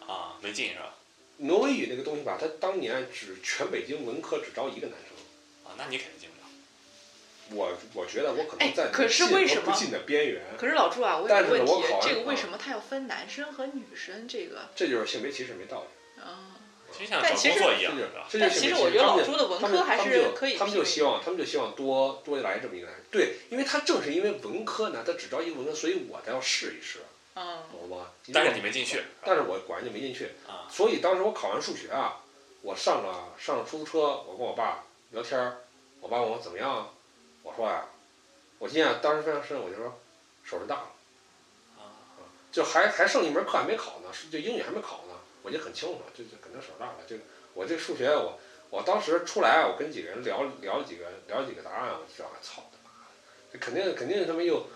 Speaker 4: 啊，没进是吧？
Speaker 2: 挪威语那个东西吧，它当年只全北京文科只招一个男生，
Speaker 4: 啊，那你肯定进不了。
Speaker 2: 我我觉得我可能
Speaker 3: 哎
Speaker 2: 在
Speaker 3: 可是
Speaker 2: 进和
Speaker 3: 为什
Speaker 2: 不
Speaker 3: 么
Speaker 2: 进的边缘，
Speaker 3: 可是老朱啊，我有
Speaker 2: 但
Speaker 3: 个
Speaker 2: 是
Speaker 3: 问
Speaker 2: 我
Speaker 3: 题
Speaker 2: 考，完
Speaker 3: 这个为
Speaker 2: 啊
Speaker 3: 什么他要分男生和女生？这个，
Speaker 2: 这就是性别歧视没道理，
Speaker 3: 嗯，
Speaker 4: 其实像找
Speaker 3: 但其
Speaker 4: 工
Speaker 3: 实
Speaker 4: 作一
Speaker 2: 这就
Speaker 4: 样，
Speaker 2: 是
Speaker 4: 是吧？
Speaker 2: 这就
Speaker 3: 但
Speaker 2: 是性
Speaker 3: 其
Speaker 2: 别
Speaker 3: 实
Speaker 2: 歧
Speaker 3: 我
Speaker 2: 视。
Speaker 3: 觉得
Speaker 2: 他
Speaker 3: 老
Speaker 2: 们
Speaker 3: 朱的文
Speaker 2: 他们
Speaker 3: 科还
Speaker 2: 他们就是
Speaker 3: 可以
Speaker 2: 他们就
Speaker 3: 批
Speaker 2: 希望他们就希望多多来这么一个男生，对，因为他正是因为文科呢，他只招一个文科，所以我才要试一试，
Speaker 3: 嗯，
Speaker 2: 懂吗？
Speaker 4: 但是你没进去，
Speaker 2: 但是我果然就没进去，
Speaker 4: 啊
Speaker 2: 所以当时我考完数学啊，我上了上了出租车，我跟我爸聊天儿，我爸问我怎么样啊，我说呀、我印象当时非常深，我就说手是大了，
Speaker 4: 啊
Speaker 2: 就还还剩一门课还没考呢，是就英语还没考呢，我就很清楚，就就肯定手大了。这个我这数学我我当时出来啊，我跟几个人聊聊几个聊几个答案，我就知道，操他妈的，这肯定肯定他妈又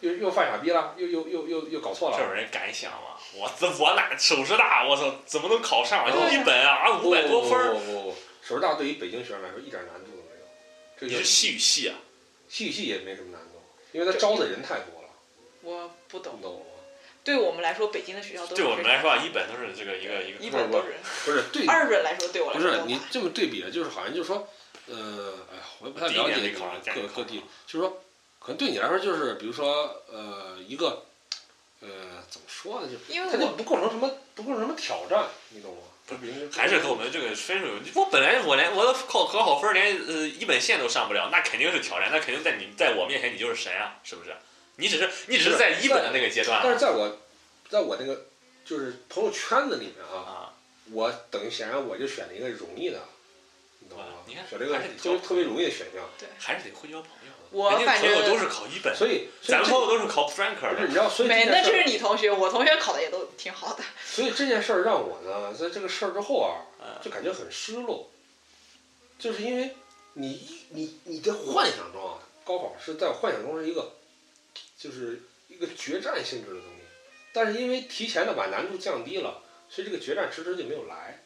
Speaker 2: 又又犯傻逼了，又又又又又搞错了啊
Speaker 4: 这。种人敢想吗？我这我哪手势大，我操，怎么能考上啊？
Speaker 3: 对
Speaker 4: 一本啊，五百多分儿。
Speaker 2: 不不不不不，首师大对于北京学生来说一点难度都没有，这
Speaker 4: 你
Speaker 2: 个
Speaker 4: 是西语系啊？
Speaker 2: 戏剧系也没什么难度，因为他招的人太多了，
Speaker 3: 我不懂
Speaker 2: 你。懂吗？
Speaker 3: 对我们来说，北京的学校都
Speaker 4: 对我们来
Speaker 3: 说，
Speaker 4: 说啊，一本都是这个一个一个
Speaker 3: 一本都
Speaker 2: 不
Speaker 3: 是，
Speaker 2: 不是对，
Speaker 3: 二本来说对我来
Speaker 2: 不
Speaker 3: 说
Speaker 2: 是
Speaker 3: 都
Speaker 2: 你
Speaker 3: 难
Speaker 2: 这么对比，就是好像就是说，呃，哎呀，我也不太
Speaker 4: 第一
Speaker 2: 了
Speaker 4: 年
Speaker 2: 解
Speaker 4: 没考上家里
Speaker 2: 各
Speaker 4: 考
Speaker 2: 各
Speaker 4: 上
Speaker 2: 地，就是说，可能对你来说就是，比如说，呃，一个，呃，怎么说呢，就
Speaker 3: 因为
Speaker 2: 它就
Speaker 3: 我
Speaker 2: 不构成什么，不构成什么挑战，你懂吗？
Speaker 4: 不
Speaker 2: 是
Speaker 4: 还是和我们这个分数有。我本来我连我的考高考分儿连呃一本线都上不了，那肯定是挑战，那肯定在你在我面前你就是神啊，是不是？你只是你只是在一本的那个阶段
Speaker 2: 但是
Speaker 4: 啊
Speaker 2: 在我，在我那个就是朋友圈子里面啊，
Speaker 4: 啊，
Speaker 2: 我等于显然我就选了一个容易的，你懂吗
Speaker 4: 啊？你看
Speaker 2: 选了一个
Speaker 4: 还是得
Speaker 2: 就是
Speaker 4: 挑
Speaker 2: 特别容易的选项，
Speaker 4: 还是得会交朋友。
Speaker 3: 我
Speaker 4: 人家
Speaker 3: 反
Speaker 4: 朋
Speaker 3: 正
Speaker 4: 友都是考一本，
Speaker 2: 所以所以
Speaker 4: 哎咱
Speaker 2: 这
Speaker 4: 朋友都是考 Franker
Speaker 2: 不是，
Speaker 4: 的
Speaker 2: 你知道，所以
Speaker 3: 没，
Speaker 2: 这
Speaker 3: 那
Speaker 2: 件
Speaker 3: 这
Speaker 2: 事
Speaker 3: 是
Speaker 2: 儿，
Speaker 3: 你同学，我同学考的也都挺好的。
Speaker 2: 所以这件事儿让我呢，在这个事儿之后啊，
Speaker 4: 嗯
Speaker 2: 就感觉很失落，就是因为你一你你的幻想中啊，高考是在我幻想中是一个，就是一个决战性质的东西，但是因为提前的把难度降低了，所以这个决战迟迟就没有来。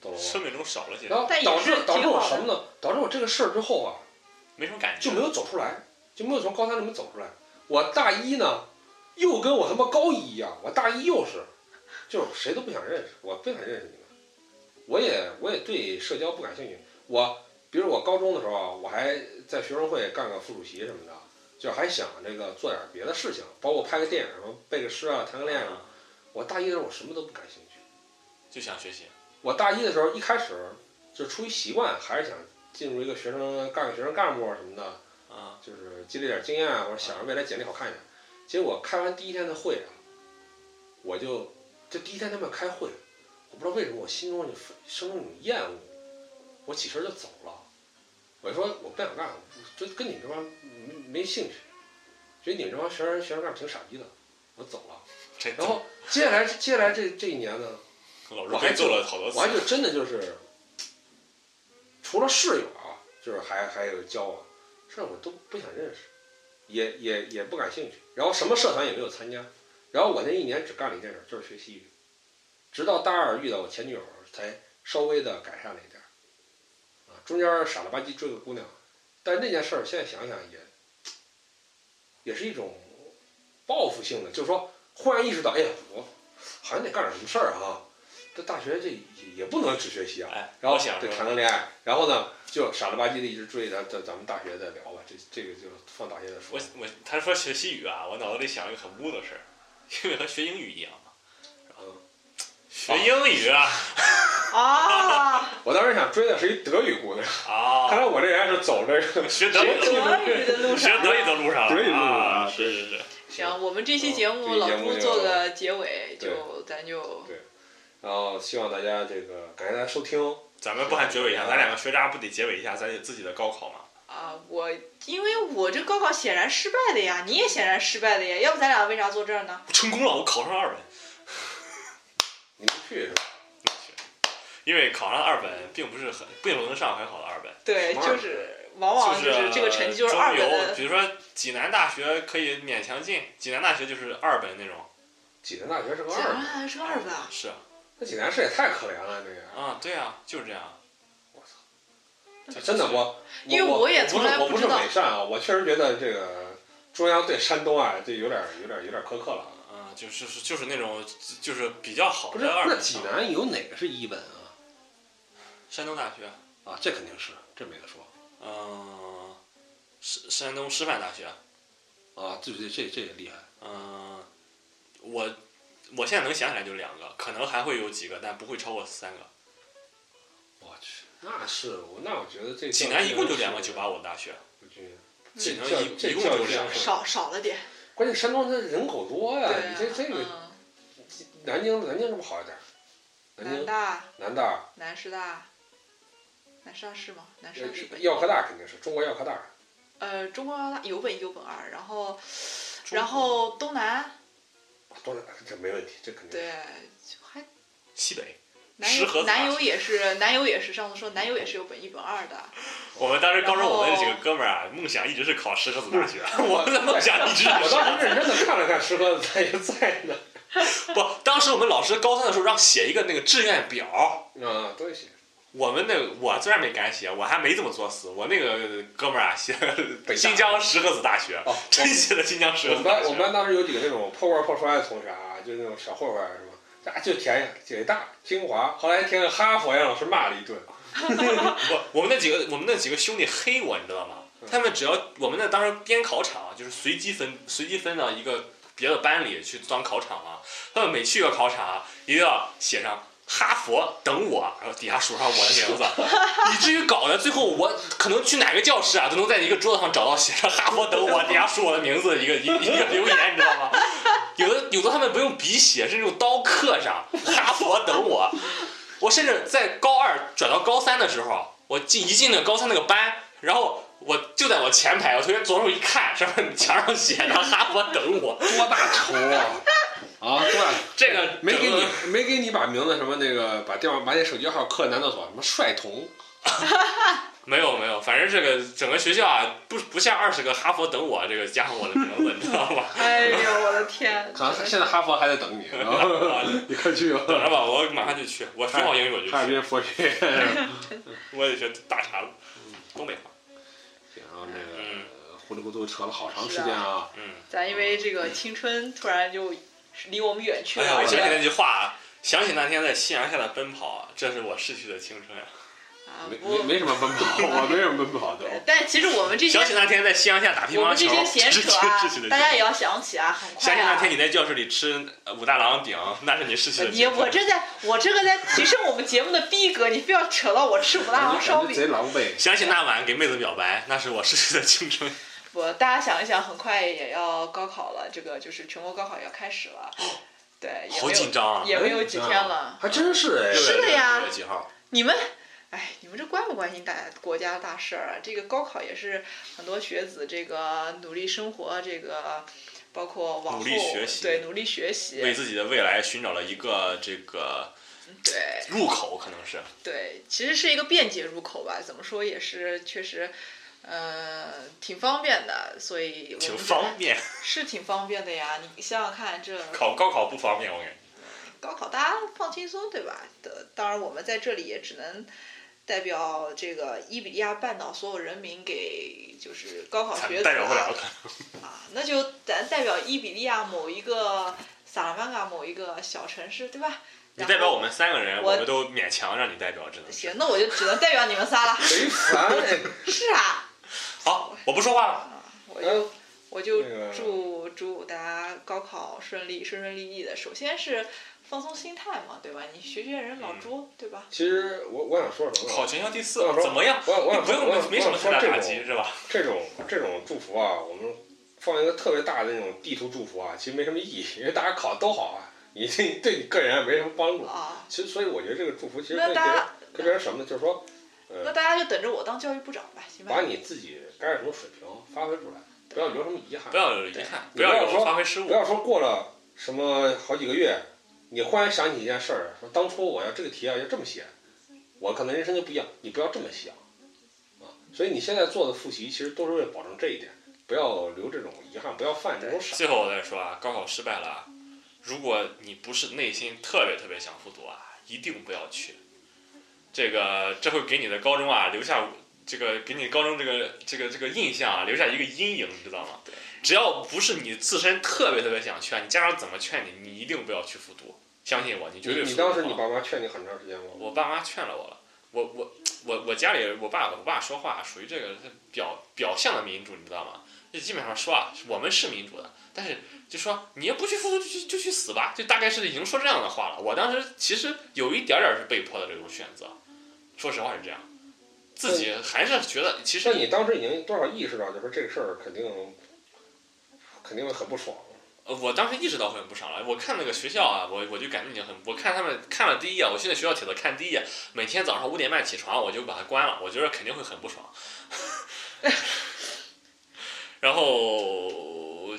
Speaker 2: 懂了
Speaker 4: 生
Speaker 2: 吗？
Speaker 4: 命中少了些
Speaker 2: 然，后
Speaker 3: 但也
Speaker 2: 导
Speaker 3: 是
Speaker 2: 致导致
Speaker 3: 挺
Speaker 2: 我
Speaker 3: 好
Speaker 2: 什么呢？导致我这个事儿之后啊，
Speaker 4: 没什么感觉，
Speaker 2: 就没有走出来，就没有从高三里面走出来。我大一呢，又跟我他妈高一一样，我大一又是，就是谁都不想认识，我不想认识你们，我也我也对社交不感兴趣。我比如我高中的时候啊，我还在学生会干个副主席什么的，就还想这个做点别的事情，包括拍个电影什么背个诗啊，谈个恋爱啊。我大一的时候我什么都不感兴趣。
Speaker 4: 就想学习，
Speaker 2: 我大一的时候，一开始就出于习惯，还是想进入一个学生干个学生干部啊什么的，
Speaker 4: 啊，
Speaker 2: 就是积累点经验啊，或者想着未来简历好看一点。结果开完第一天的会啊，我就就第一天他们要开会，我不知道为什么我心中就生出一种厌恶，我起身就走了。我就说我不想干，就跟你们这帮没没兴趣，觉得你们这帮学生学生干部挺傻逼的，我走了。
Speaker 4: 这
Speaker 2: 然后接下来接下来这这一年呢，
Speaker 4: 老
Speaker 2: 我
Speaker 4: 师
Speaker 2: 还
Speaker 4: 被揍了好多
Speaker 2: 我还就
Speaker 4: 次，
Speaker 2: 真的就是，除了室友啊，就是还还有交往，这我都不想认识，也也也不感兴趣。然后什么社团也没有参加。然后我那一年只干了一件事，就是学西语，直到大二遇到我前女友，才稍微的改善了一点儿。啊，中间傻了吧唧追个姑娘，但那件事儿现在想想也，也是一种报复性的，就是说忽然意识到，哎呀，我好像得干点什么事儿啊。这大学这也也不能只学习啊，
Speaker 4: 哎，
Speaker 2: 然后
Speaker 4: 我想
Speaker 2: 对
Speaker 4: 说
Speaker 2: 谈个恋爱，然后呢就傻了吧唧的一直追，咱咱咱们大学再聊吧，这这个就放大学再说
Speaker 4: 我。我他说学西语啊，我脑子里想了一个很污的事儿，因为和学英语一样嘛，
Speaker 2: 嗯
Speaker 4: 学英语啊，
Speaker 3: 啊，
Speaker 2: 我当时想追的是一德语姑娘， 看
Speaker 4: 啊，
Speaker 2: 来我这人是走这个
Speaker 4: 学德语，
Speaker 3: 德语的路
Speaker 4: 学
Speaker 3: 上，
Speaker 4: 德语都录上了，
Speaker 2: 德语录上了
Speaker 4: 啊，
Speaker 2: 对
Speaker 4: 是是是，
Speaker 3: 行，我们哦这期节目老朱做个结尾，就咱就
Speaker 2: 然后希望大家这个感谢大家收听，
Speaker 4: 咱们不喊结尾一下，咱两个学渣不得结尾一下咱自己的高考嘛？
Speaker 3: 啊，我因为我这高考显然失败的呀，你也显然失败的呀，要不咱俩为啥坐这儿呢？
Speaker 4: 成功了，我考上二本，
Speaker 2: 你们去是吧？
Speaker 4: 因为考上二本并不是很并不能上很好的二本。
Speaker 3: 对，
Speaker 2: 什么二
Speaker 3: 就
Speaker 2: 本
Speaker 3: 是往往
Speaker 4: 是
Speaker 3: 是这个成绩就是二本
Speaker 4: 中游，
Speaker 3: 的，
Speaker 4: 比如说济南大学可以勉强进，济南大学就是二本那种。
Speaker 2: 济南大学是个
Speaker 3: 怎
Speaker 2: 二
Speaker 3: 么
Speaker 2: 本，
Speaker 3: 啊还是个二本啊？
Speaker 4: 是啊，
Speaker 2: 那济南市也太可怜了，这个
Speaker 4: 啊对啊，就是这样。
Speaker 2: 就真的我，
Speaker 3: 因为
Speaker 2: 我
Speaker 3: 我也从来
Speaker 2: 我不
Speaker 3: 不知
Speaker 2: 是我
Speaker 3: 道
Speaker 2: 不是美善啊，我确实觉得这个中央对山东啊，这有点有点有点苛刻了啊。
Speaker 4: 嗯，就是是就是那种就是比较好
Speaker 2: 不是，
Speaker 4: 的二
Speaker 2: 那
Speaker 4: 本
Speaker 2: 济
Speaker 4: 上。
Speaker 2: 南有哪个是一本啊？
Speaker 4: 山东大学，
Speaker 2: 啊，这肯定是，这没得说
Speaker 4: 嗯，山山东师范大学，
Speaker 2: 啊，这这这这也厉害。
Speaker 4: 嗯，我我现在能想起来就两个，可能还会有几个，但不会超过三个。
Speaker 2: 我去，那是我那我觉得这
Speaker 4: 济南一共就两个九八五大学，
Speaker 2: 我觉得
Speaker 4: 济南
Speaker 2: 这
Speaker 4: 一
Speaker 2: 这
Speaker 4: 一共
Speaker 2: 教育
Speaker 4: 就两个
Speaker 2: 水平
Speaker 3: 少少了点，
Speaker 2: 关键山东它人口多呀，
Speaker 3: 对
Speaker 2: 你这这个
Speaker 3: 啊，
Speaker 2: 南京南京是不是好一点儿？
Speaker 3: 嗯
Speaker 2: 南
Speaker 3: 南
Speaker 2: 京
Speaker 3: 大、
Speaker 2: 南大
Speaker 3: 南师大、南师大是吗？南师大是
Speaker 2: 呃
Speaker 3: 本
Speaker 2: 药科大肯定是中国药科大，啊
Speaker 3: 呃，中国大有本一有本二，然后
Speaker 4: 中
Speaker 3: 然后东南
Speaker 2: 多南这没问题，这肯定是
Speaker 3: 对，就还
Speaker 4: 西北。
Speaker 3: 南
Speaker 4: 石河
Speaker 3: 邮
Speaker 4: 子大
Speaker 3: 南邮也是南邮也是上次说南邮也是有本一本二 的，
Speaker 4: 我们当时高中我们那几个
Speaker 3: 然后
Speaker 4: 哥们儿啊，梦想一直是考石河子大 学，我们的梦想一直
Speaker 2: 哦我
Speaker 4: 是石河
Speaker 2: 当
Speaker 4: 子
Speaker 2: 时认真的看了看石河子他也在呢。
Speaker 4: 不，当时我们老师高三的时候让写一个那个志愿表，
Speaker 2: 啊，都行。
Speaker 4: 我们那个我虽然没敢写，我还没这么作死。我那个哥们儿啊，写
Speaker 2: 北大
Speaker 4: 新疆石河子大学，
Speaker 2: 哦，
Speaker 4: 真写的新疆石
Speaker 2: 我
Speaker 4: 河
Speaker 2: 们
Speaker 4: 子
Speaker 2: 班
Speaker 4: 大
Speaker 2: 我们
Speaker 4: 学。
Speaker 2: 班当时有几个那种破罐破摔的同学啊，就那种小混混儿是吧？啊，就填北大、清华，后来填个哈佛，让老师骂了一顿。
Speaker 4: 不，我们那几个我们那几个兄弟黑我，你知道吗？他们只要我们那当时编考场，啊就是随机分随机分到一个别的班里去当考场嘛。他们每去一个考场啊，一定要写上哈佛等我，然后底下署上我的名字，以至于搞得最后我可能去哪个教室啊，都能在一个桌子上找到写上哈佛等我，底下署我的名字的一个一个一个留言，你知道吗？有的有的他们不用笔写，是用刀刻上哈佛等我。我甚至在高二转到高三的时候，啊我进一进那个高三那个班，然后我就在我前排，我同学左手一看，上面墙上写着哈佛等我，
Speaker 2: 多大仇 啊！啊，多大
Speaker 4: 这个
Speaker 2: 没给
Speaker 4: 整个
Speaker 2: 你没给你把名字什么那个把电话把那手机号刻男厕所什么帅童，
Speaker 4: 没有没有，反正这个整个学校啊，不不下二十个哈佛等我这个家伙的评论，你知道 吧？
Speaker 3: 哎呦我的 天！
Speaker 2: 主要是现在哈佛还在等你，然后 你快去吧。
Speaker 4: 等着吧，我马上就去，我学好英语我就
Speaker 2: 哈尔
Speaker 4: 去，
Speaker 2: 滨佛学院，
Speaker 4: 我也学大碴子，东北话。
Speaker 2: 然后这
Speaker 4: 嗯
Speaker 2: 个糊里糊涂扯了好长时
Speaker 3: 是啊
Speaker 2: 间啊。
Speaker 3: 咱因为这个青春突然就离我们远去
Speaker 4: 哎
Speaker 3: 了，
Speaker 4: 呀，我
Speaker 3: 我觉
Speaker 4: 想
Speaker 3: 得
Speaker 4: 起那句话啊，想起那天在夕阳下的奔跑啊，这是我逝去的青春啊。
Speaker 3: 啊
Speaker 2: 没
Speaker 3: 不
Speaker 2: 没没什么奔 跑，我没什么奔跑的。
Speaker 3: 但其实我们这些
Speaker 4: 想起那天在夕阳下打乒
Speaker 3: 我
Speaker 4: 乓
Speaker 3: 们这
Speaker 4: 球，
Speaker 3: 些闲
Speaker 4: 这是
Speaker 3: 扯
Speaker 4: 逝
Speaker 3: 啊
Speaker 4: 去的青，
Speaker 3: 大家也
Speaker 4: 春。
Speaker 3: 要想起啊，很快
Speaker 4: 想起那
Speaker 3: 啊
Speaker 4: 天。你在教室里吃呃武大郎饼，那是你逝去的
Speaker 3: 你
Speaker 4: 青
Speaker 3: 我
Speaker 4: 春。
Speaker 3: 这在我这个在提升我们节目的逼格，你非要扯到我吃
Speaker 2: 啊
Speaker 4: 哎
Speaker 3: 武大郎烧
Speaker 2: 感觉贼
Speaker 3: 饼。
Speaker 2: 狼狈。
Speaker 4: 想起那晚给妹子表白，那是我逝去的青春。
Speaker 3: 不，大家想一想，很快也要高考了，这个就是全国高考也要开始了，对，也没有
Speaker 4: 哦好紧张啊
Speaker 3: 也没有几天了。
Speaker 2: 还真是哎。
Speaker 3: 是的呀
Speaker 4: 六月几号？
Speaker 3: 你们，哎，你们这关不关心大家国家大事儿啊？这个高考也是很多学子这个努力生活，这个包括往后
Speaker 4: 努力学习
Speaker 3: 对努力学
Speaker 4: 为
Speaker 3: 习，
Speaker 4: 自己的未来寻找了一个这个
Speaker 3: 对
Speaker 4: 入口，可能是。
Speaker 3: 对，其实是一个便捷入口吧。怎么说也是确实。呃，挺方便的，所以我们
Speaker 4: 挺
Speaker 3: 觉得
Speaker 4: 方便，
Speaker 3: 是挺方便的呀。你想想看，这
Speaker 4: 考高考不方便，我感觉。
Speaker 3: 高考大家放轻松，对吧？的，当然我们在这里也只能代表这个伊比利亚半岛所有人民给就是高考
Speaker 4: 咱
Speaker 3: 学
Speaker 4: 们
Speaker 3: 子
Speaker 4: 代表不
Speaker 3: 啊
Speaker 4: 了，他。
Speaker 3: 啊那就咱代表伊比利亚某一个萨拉曼卡某一个小城市，对吧？
Speaker 4: 你
Speaker 3: 然后
Speaker 4: 代表我们三个人，
Speaker 3: 我
Speaker 4: 我们都勉强让你代表，只能是。
Speaker 3: 行，那我就只能代表你们仨了。
Speaker 2: 贼烦。哎
Speaker 3: 是啊，
Speaker 4: 好，我不说话了。
Speaker 3: 啊，我就我就
Speaker 2: 哎那个
Speaker 3: 祝祝大家高考顺利，顺顺利利的。首先是放松心态嘛，对吧？你学学人
Speaker 4: 嗯
Speaker 3: 老朱，对吧？
Speaker 2: 其实我我想说什么
Speaker 4: 考
Speaker 2: 呢？
Speaker 4: 全校第四
Speaker 2: 我想，说
Speaker 4: 怎么样？
Speaker 2: 我我
Speaker 4: 你
Speaker 2: 想
Speaker 4: 不
Speaker 2: 说我想
Speaker 4: 用，没什么太大打击，
Speaker 2: 我想说这种
Speaker 4: 是吧？
Speaker 2: 这种这种祝福啊，我们放一个特别大的那种地图祝福啊，其实没什么意义，因为大家考得都好啊，你这对你个人也没什么帮助。
Speaker 3: 啊，
Speaker 2: 其实，所以我觉得这个祝福其实
Speaker 3: 那
Speaker 2: 跟别
Speaker 3: 大
Speaker 2: 人
Speaker 3: 家
Speaker 2: 跟别人什么呢？就是说，
Speaker 3: 那
Speaker 2: 呃，
Speaker 3: 大家就等着我当教育部长吧，行吧
Speaker 2: 把？你自己该有什么水平发挥出来，不要留什么遗憾
Speaker 4: 不。要有遗憾，
Speaker 2: 对
Speaker 4: 不要有发挥失
Speaker 2: 不
Speaker 4: 误。
Speaker 2: 要说过了什么好几个月，你忽然想起一件事儿，说当初我要这个题啊要这么写，我可能人生就不一样。你不要这么想啊！所以你现在做的复习其实都是为了保证这一点，不要留这种遗憾，不要犯这种傻。
Speaker 4: 最后我再说啊，高考失败了啊，如果你不是内心特别特别想复读啊，一定不要去。这个这会给你的高中啊留下这个给你高中这个这个这个印象啊留下一个阴影，你知道吗
Speaker 3: 对？
Speaker 4: 只要不是你自身特别特别想去啊，你家长怎么劝你，你一定不要去复读。相信我，你绝对啊
Speaker 2: 你
Speaker 4: 复读
Speaker 2: 当时
Speaker 4: 不
Speaker 2: 你
Speaker 4: 好
Speaker 2: 爸妈劝你很长时间吗？
Speaker 4: 我爸妈劝了我了，我我我我家里我爸我爸说话属于这个表表象的民主，你知道吗？就基本上说啊，我们是民主的，但是就说你也不去服就去就去死吧，就大概是已经说这样的话了。我当时其实有一点点是被迫的这种选择，说实话是这样，自己还是觉得其
Speaker 2: 那
Speaker 4: 实
Speaker 2: 你当时已经多少意识到，就说这个事儿肯定肯定很不爽。
Speaker 4: 呃我当时意识到会很不爽了。我看那个学校啊，我我就感觉已经很，我看他们看了第一啊眼，我现在学校帖子看第一眼，每天早上五点半起床，我就把它关了，我觉得肯定会很不爽。 然后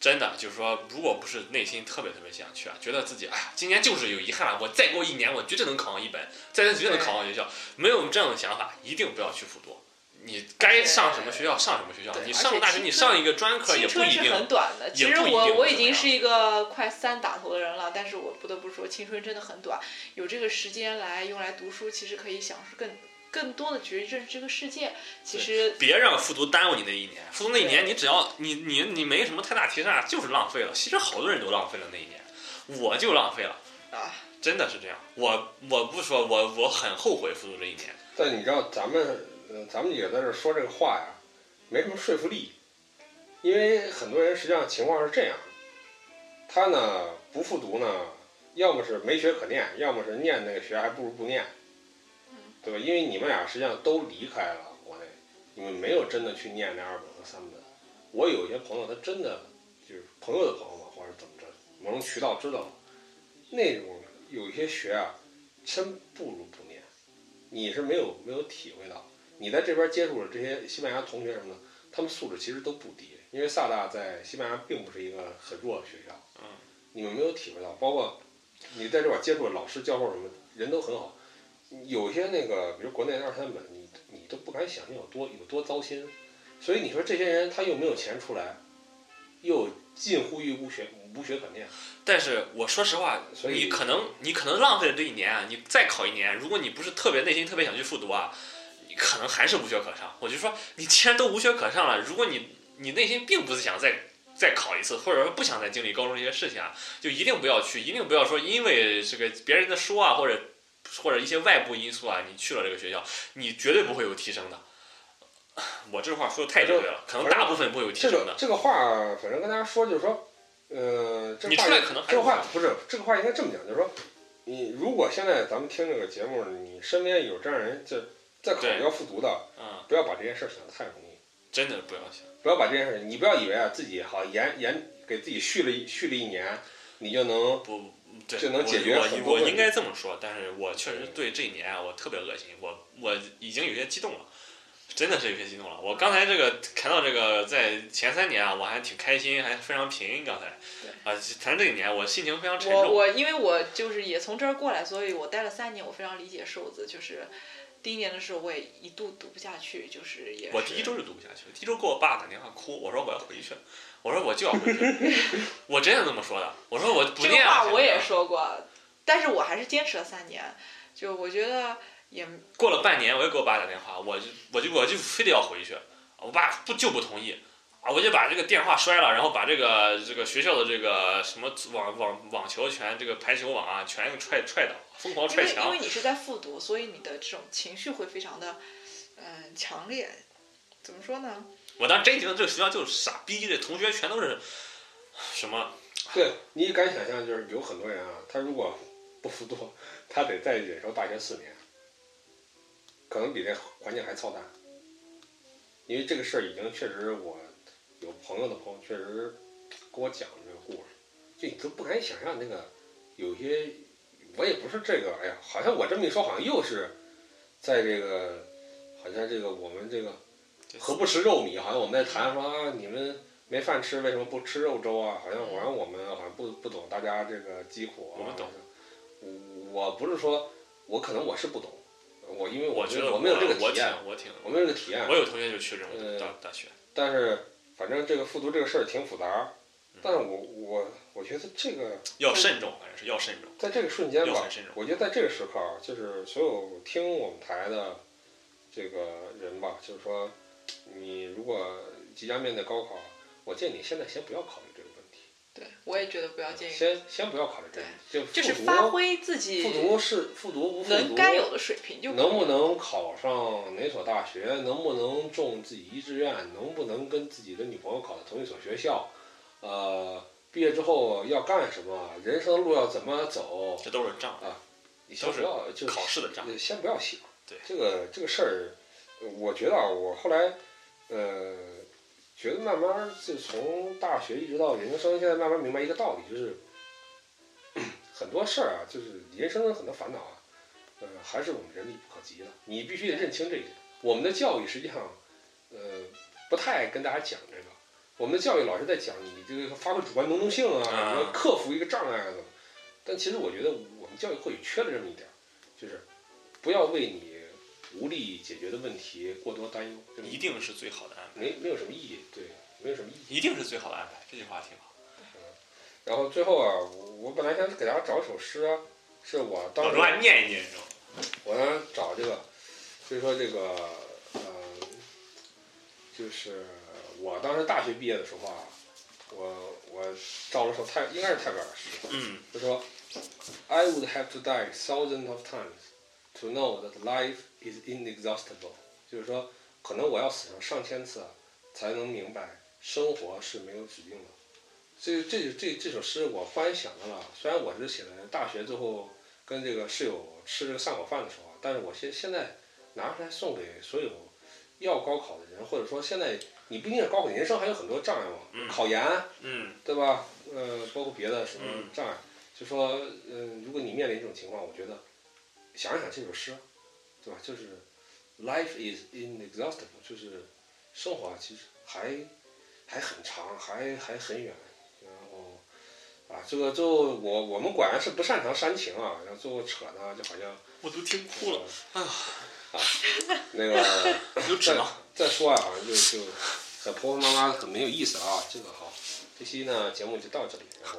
Speaker 4: 真的就是说，如果不是内心特别特别想去啊，觉得自己哎呀，今年就是有遗憾了，我再过一年我绝对能考上一本，再绝对能考上学校，没有这样的想法，一定不要去复读。你该上什么学校上什么学校，
Speaker 3: 对
Speaker 4: 你
Speaker 3: 而且
Speaker 4: 上大学你
Speaker 3: 青春
Speaker 4: 上一个专科也
Speaker 3: 青
Speaker 4: 不
Speaker 3: 春
Speaker 4: 一
Speaker 3: 是
Speaker 4: 定
Speaker 3: 很短的，其
Speaker 4: 也
Speaker 3: 实
Speaker 4: 不一
Speaker 3: 我
Speaker 4: 定
Speaker 3: 我
Speaker 4: 会
Speaker 3: 已
Speaker 4: 怎
Speaker 3: 经
Speaker 4: 么
Speaker 3: 是一个快三打头的人了，但是我不得不说，青春真的很短，有这个时间来用来读书，其实可以享受更更多的去认识这个世界。其实
Speaker 4: 别让复读耽误你那一年。复读那一年，
Speaker 3: 对
Speaker 4: 你只要你你你没什么太大提倡，就是浪费了。其实好多人都浪费了那一年，我就浪费了，
Speaker 3: 啊，
Speaker 4: 真的是这样。我我不说，我我很后悔复读这一年。
Speaker 2: 但你知道咱们，呃咱们几个在这说这个话呀，没什么说服力，因为很多人实际上情况是这样，他呢不复读呢，要么是没学可念，要么是念那个学还不如不念，对吧？因为你们俩实际上都离开了国内，你们没有真的去念那二本和三本。我有一些朋友，他真的就是朋友的朋友嘛，或者怎么着，某种渠道知道了，那种有一些学啊，真不如不念。你是没有没有体会到，你在这边接触了这些西班牙同学什么的，他们素质其实都不低，因为萨大在西班牙并不是一个很弱的学校，
Speaker 4: 嗯，
Speaker 2: 你们没有体会到，包括你在这边接触的老师、教授什么的，人都很好，有些那个，比如国内的二三本，你你都不敢想象有多有多糟心。所以你说这些人他又没有钱出来，又近乎于无学无学可念，
Speaker 4: 但是我说实话，
Speaker 2: 所以
Speaker 4: 你可能你可能浪费了这一年啊，你再考一年，如果你不是特别内心特别想去复读啊，你可能还是无学可上。我就说，你既然都无学可上了，如果你你内心并不是想再再考一次，或者说不想再经历高中这些事情啊，就一定不要去，一定不要说因为这个别人的说啊，或者或者一些外部因素啊，你去了这个学校，你绝对不会有提升的。我这话说的太绝对了，可能大部分不会有提
Speaker 2: 这
Speaker 4: 升
Speaker 2: 个
Speaker 4: 的。
Speaker 2: 这个话，反正跟大家说就是说，呃，这
Speaker 4: 你
Speaker 2: 个话
Speaker 4: 出来可能还
Speaker 2: 这个
Speaker 4: 是
Speaker 2: 话不是这个话应该这么讲，就是说，你如果现在咱们听这个节目，你身边有这样人就在考虑
Speaker 4: 对
Speaker 2: 要复读的，
Speaker 4: 嗯，
Speaker 2: 不要把这件事儿想得太容易，
Speaker 4: 真的不要想。
Speaker 2: 不要把这件事，你不要以为啊自己好延延给自己续了一续了一年，你就能
Speaker 4: 不，嗯对，
Speaker 2: 这能解决
Speaker 4: 我
Speaker 2: 很多
Speaker 4: 我
Speaker 2: 问
Speaker 4: 我
Speaker 2: 题
Speaker 4: 应该这么说，但是我确实对这一年啊，我特别恶心，我我已经有些激动了，真的是有些激动了。我刚才这个谈到这个，在前三年啊，我还挺开心，还非常平。刚才啊，谈这一年，我心情非常沉
Speaker 3: 我
Speaker 4: 重。
Speaker 3: 我因为我就是也从这儿过来，所以我待了三年，我非常理解瘦子。就是第一年的时候，我也一度读不下去，就是也是
Speaker 4: 我第一周就读不下去了，第一周给我爸打电话哭，我说我要回去，我说我就要回去， 我真的这么说的，我说我不
Speaker 3: 这个
Speaker 4: 念了。
Speaker 3: 话
Speaker 4: 现
Speaker 3: 我
Speaker 4: 在啊
Speaker 3: 也说过，但是我还是坚持了三年。就我觉得也
Speaker 4: 过了半年，我又给我爸打电话，我就我就我就非得要回去，我爸不就不同意啊，我就把这个电话摔了，然后把这个这个学校的这个什么网网网球全这个排球网啊全踹踹倒，疯狂
Speaker 3: 因
Speaker 4: 踹
Speaker 3: 为因
Speaker 4: 墙
Speaker 3: 为。你是在复读，所以你的这种情绪会非常的嗯、强烈。怎么说呢？
Speaker 4: 我当时真觉得这个学校就是傻逼，这同学全都是什么
Speaker 2: 对你敢想象，就是有很多人啊，他如果不复读，他得再忍受大学四年，可能比这环境还操蛋。因为这个事儿已经确实，我有朋友的朋友确实跟我讲这个故事，就你都不敢想象那个有些，我也不是这个，哎呀，好像我这么一说，好像又是在这个，好像这个我们这个何不食肉糜？好像我们在谈说啊，你们没饭吃，为什么不吃肉粥啊？好像好像我们好像不不懂大家这个疾苦啊。
Speaker 4: 我们懂
Speaker 2: 我。我不是说，我可能我是不懂，我因为
Speaker 4: 我觉得
Speaker 2: 我
Speaker 4: 我
Speaker 2: 没有这个
Speaker 4: 我
Speaker 2: 体
Speaker 4: 挺
Speaker 2: 验，
Speaker 4: 我挺
Speaker 2: 我没有这个体验
Speaker 4: 我。有同学就去这
Speaker 2: 呃
Speaker 4: 种大大学，
Speaker 2: 但是反正这个复读这个事儿挺复杂
Speaker 4: 嗯，
Speaker 2: 但是我我我觉得这个
Speaker 4: 要慎重，反正是要慎重，
Speaker 2: 在这个瞬间
Speaker 4: 要
Speaker 2: 吧
Speaker 4: 很慎重，
Speaker 2: 我觉得在这个时刻啊，就是所有听我们台的这个人吧，就是说，你如果即将面对高考，啊我建议你现在先不要考虑这个问题，
Speaker 3: 对我也觉得不要建议，
Speaker 2: 先先不要考虑这个问题，就
Speaker 3: 就是
Speaker 2: 复读
Speaker 3: 发挥自己
Speaker 2: 复读是复读不复
Speaker 3: 能
Speaker 2: 读，
Speaker 3: 该有的水平就可以
Speaker 2: 能不能考上哪所大学，能不能中自己一志愿，能不能跟自己的女朋友考的同一所学校，呃，毕业之后要干什么，人生的路要怎么走，
Speaker 4: 这都是账，
Speaker 2: 你先不要就是
Speaker 4: 考试的账。
Speaker 2: 呃先不要想。
Speaker 4: 对
Speaker 2: 这个这个事儿，呃我觉得啊，我后来，呃，觉得慢慢就从大学一直到研究生，现在慢慢明白一个道理，就是 很多事儿啊，就是人生的很多烦恼啊，呃，还是我们人力不可及的，你必须得认清这一点。我们的教育实际上，呃，不太跟大家讲这个。我们的教育老是在讲你这个发挥主观能动性啊，
Speaker 4: 啊
Speaker 2: 你要克服一个障碍啊，怎么？但其实我觉得我们教育会缺了这么一点儿，就是不要为你无力解决的问题过多担忧，这么
Speaker 4: 一定是最好的安排，
Speaker 2: 没没有什么意义，对，没有什么意义。
Speaker 4: 一定是最好的安排，这句话挺好。
Speaker 2: 然后最后啊，我我本来想给大家找一首诗、啊，是我当
Speaker 4: 老
Speaker 2: 时
Speaker 4: 罗还念一念，你知道吗？
Speaker 2: 我想找这个，所以说这个呃，就是我当时大学毕业的时候啊，我我找了首泰应该是泰戈尔的诗，
Speaker 4: 嗯，
Speaker 2: 就说 I would have to die thousands of times to know that life is inexhaustible，就是说可能我要死上上千次啊，才能明白生活是没有止境的。这这这这首诗我忽然想到了，啊虽然我是写在大学最后跟这个室友吃这个散伙饭的时候啊，但是我现现在拿出来送给所有要高考的人，或者说现在你不一定是高考，你人生还有很多障碍嘛，
Speaker 4: 嗯
Speaker 2: 考研。
Speaker 4: 嗯，
Speaker 2: 对吧？呃，包括别的什么
Speaker 4: 嗯
Speaker 2: 障碍，就说，嗯、如果你面临这种情况，我觉得想一想这首诗，对吧？就是 life is inexhaustible，就是生活啊其实还还很长，还还很远，然后啊，这个就我我们果然是不擅长煽情啊，然后最后扯呢，就好像啊
Speaker 5: 我都听哭了，哎
Speaker 2: 那个
Speaker 5: 有纸吗？
Speaker 2: 再说啊，好像就就很婆婆妈妈很没有意思啊。这个好，这期呢节目就到这里，然后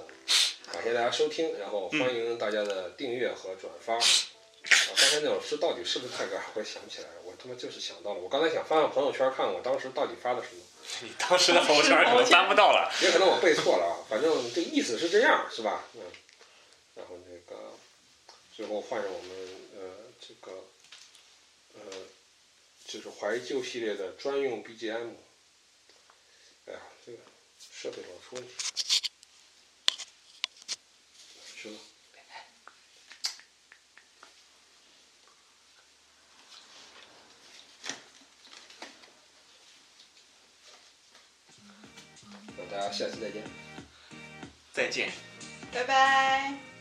Speaker 2: 感谢大家收听，然后欢迎大家的订阅和转发。啊，刚才那首诗到底是不是泰戈尔？我也想不起来，我他妈就是想到了，我刚才想翻翻朋友圈看我当时到底发的什么，
Speaker 5: 你当时的朋友圈可能翻不到了。
Speaker 2: 也可能我背错了啊，反正这意思是这样，是吧？嗯，然后那个最后换上我们呃这个呃就是怀旧系列的专用 BGM。哎呀，这个设备老出问题。是吗？那大家下期再见。
Speaker 5: 再见。
Speaker 3: 拜拜。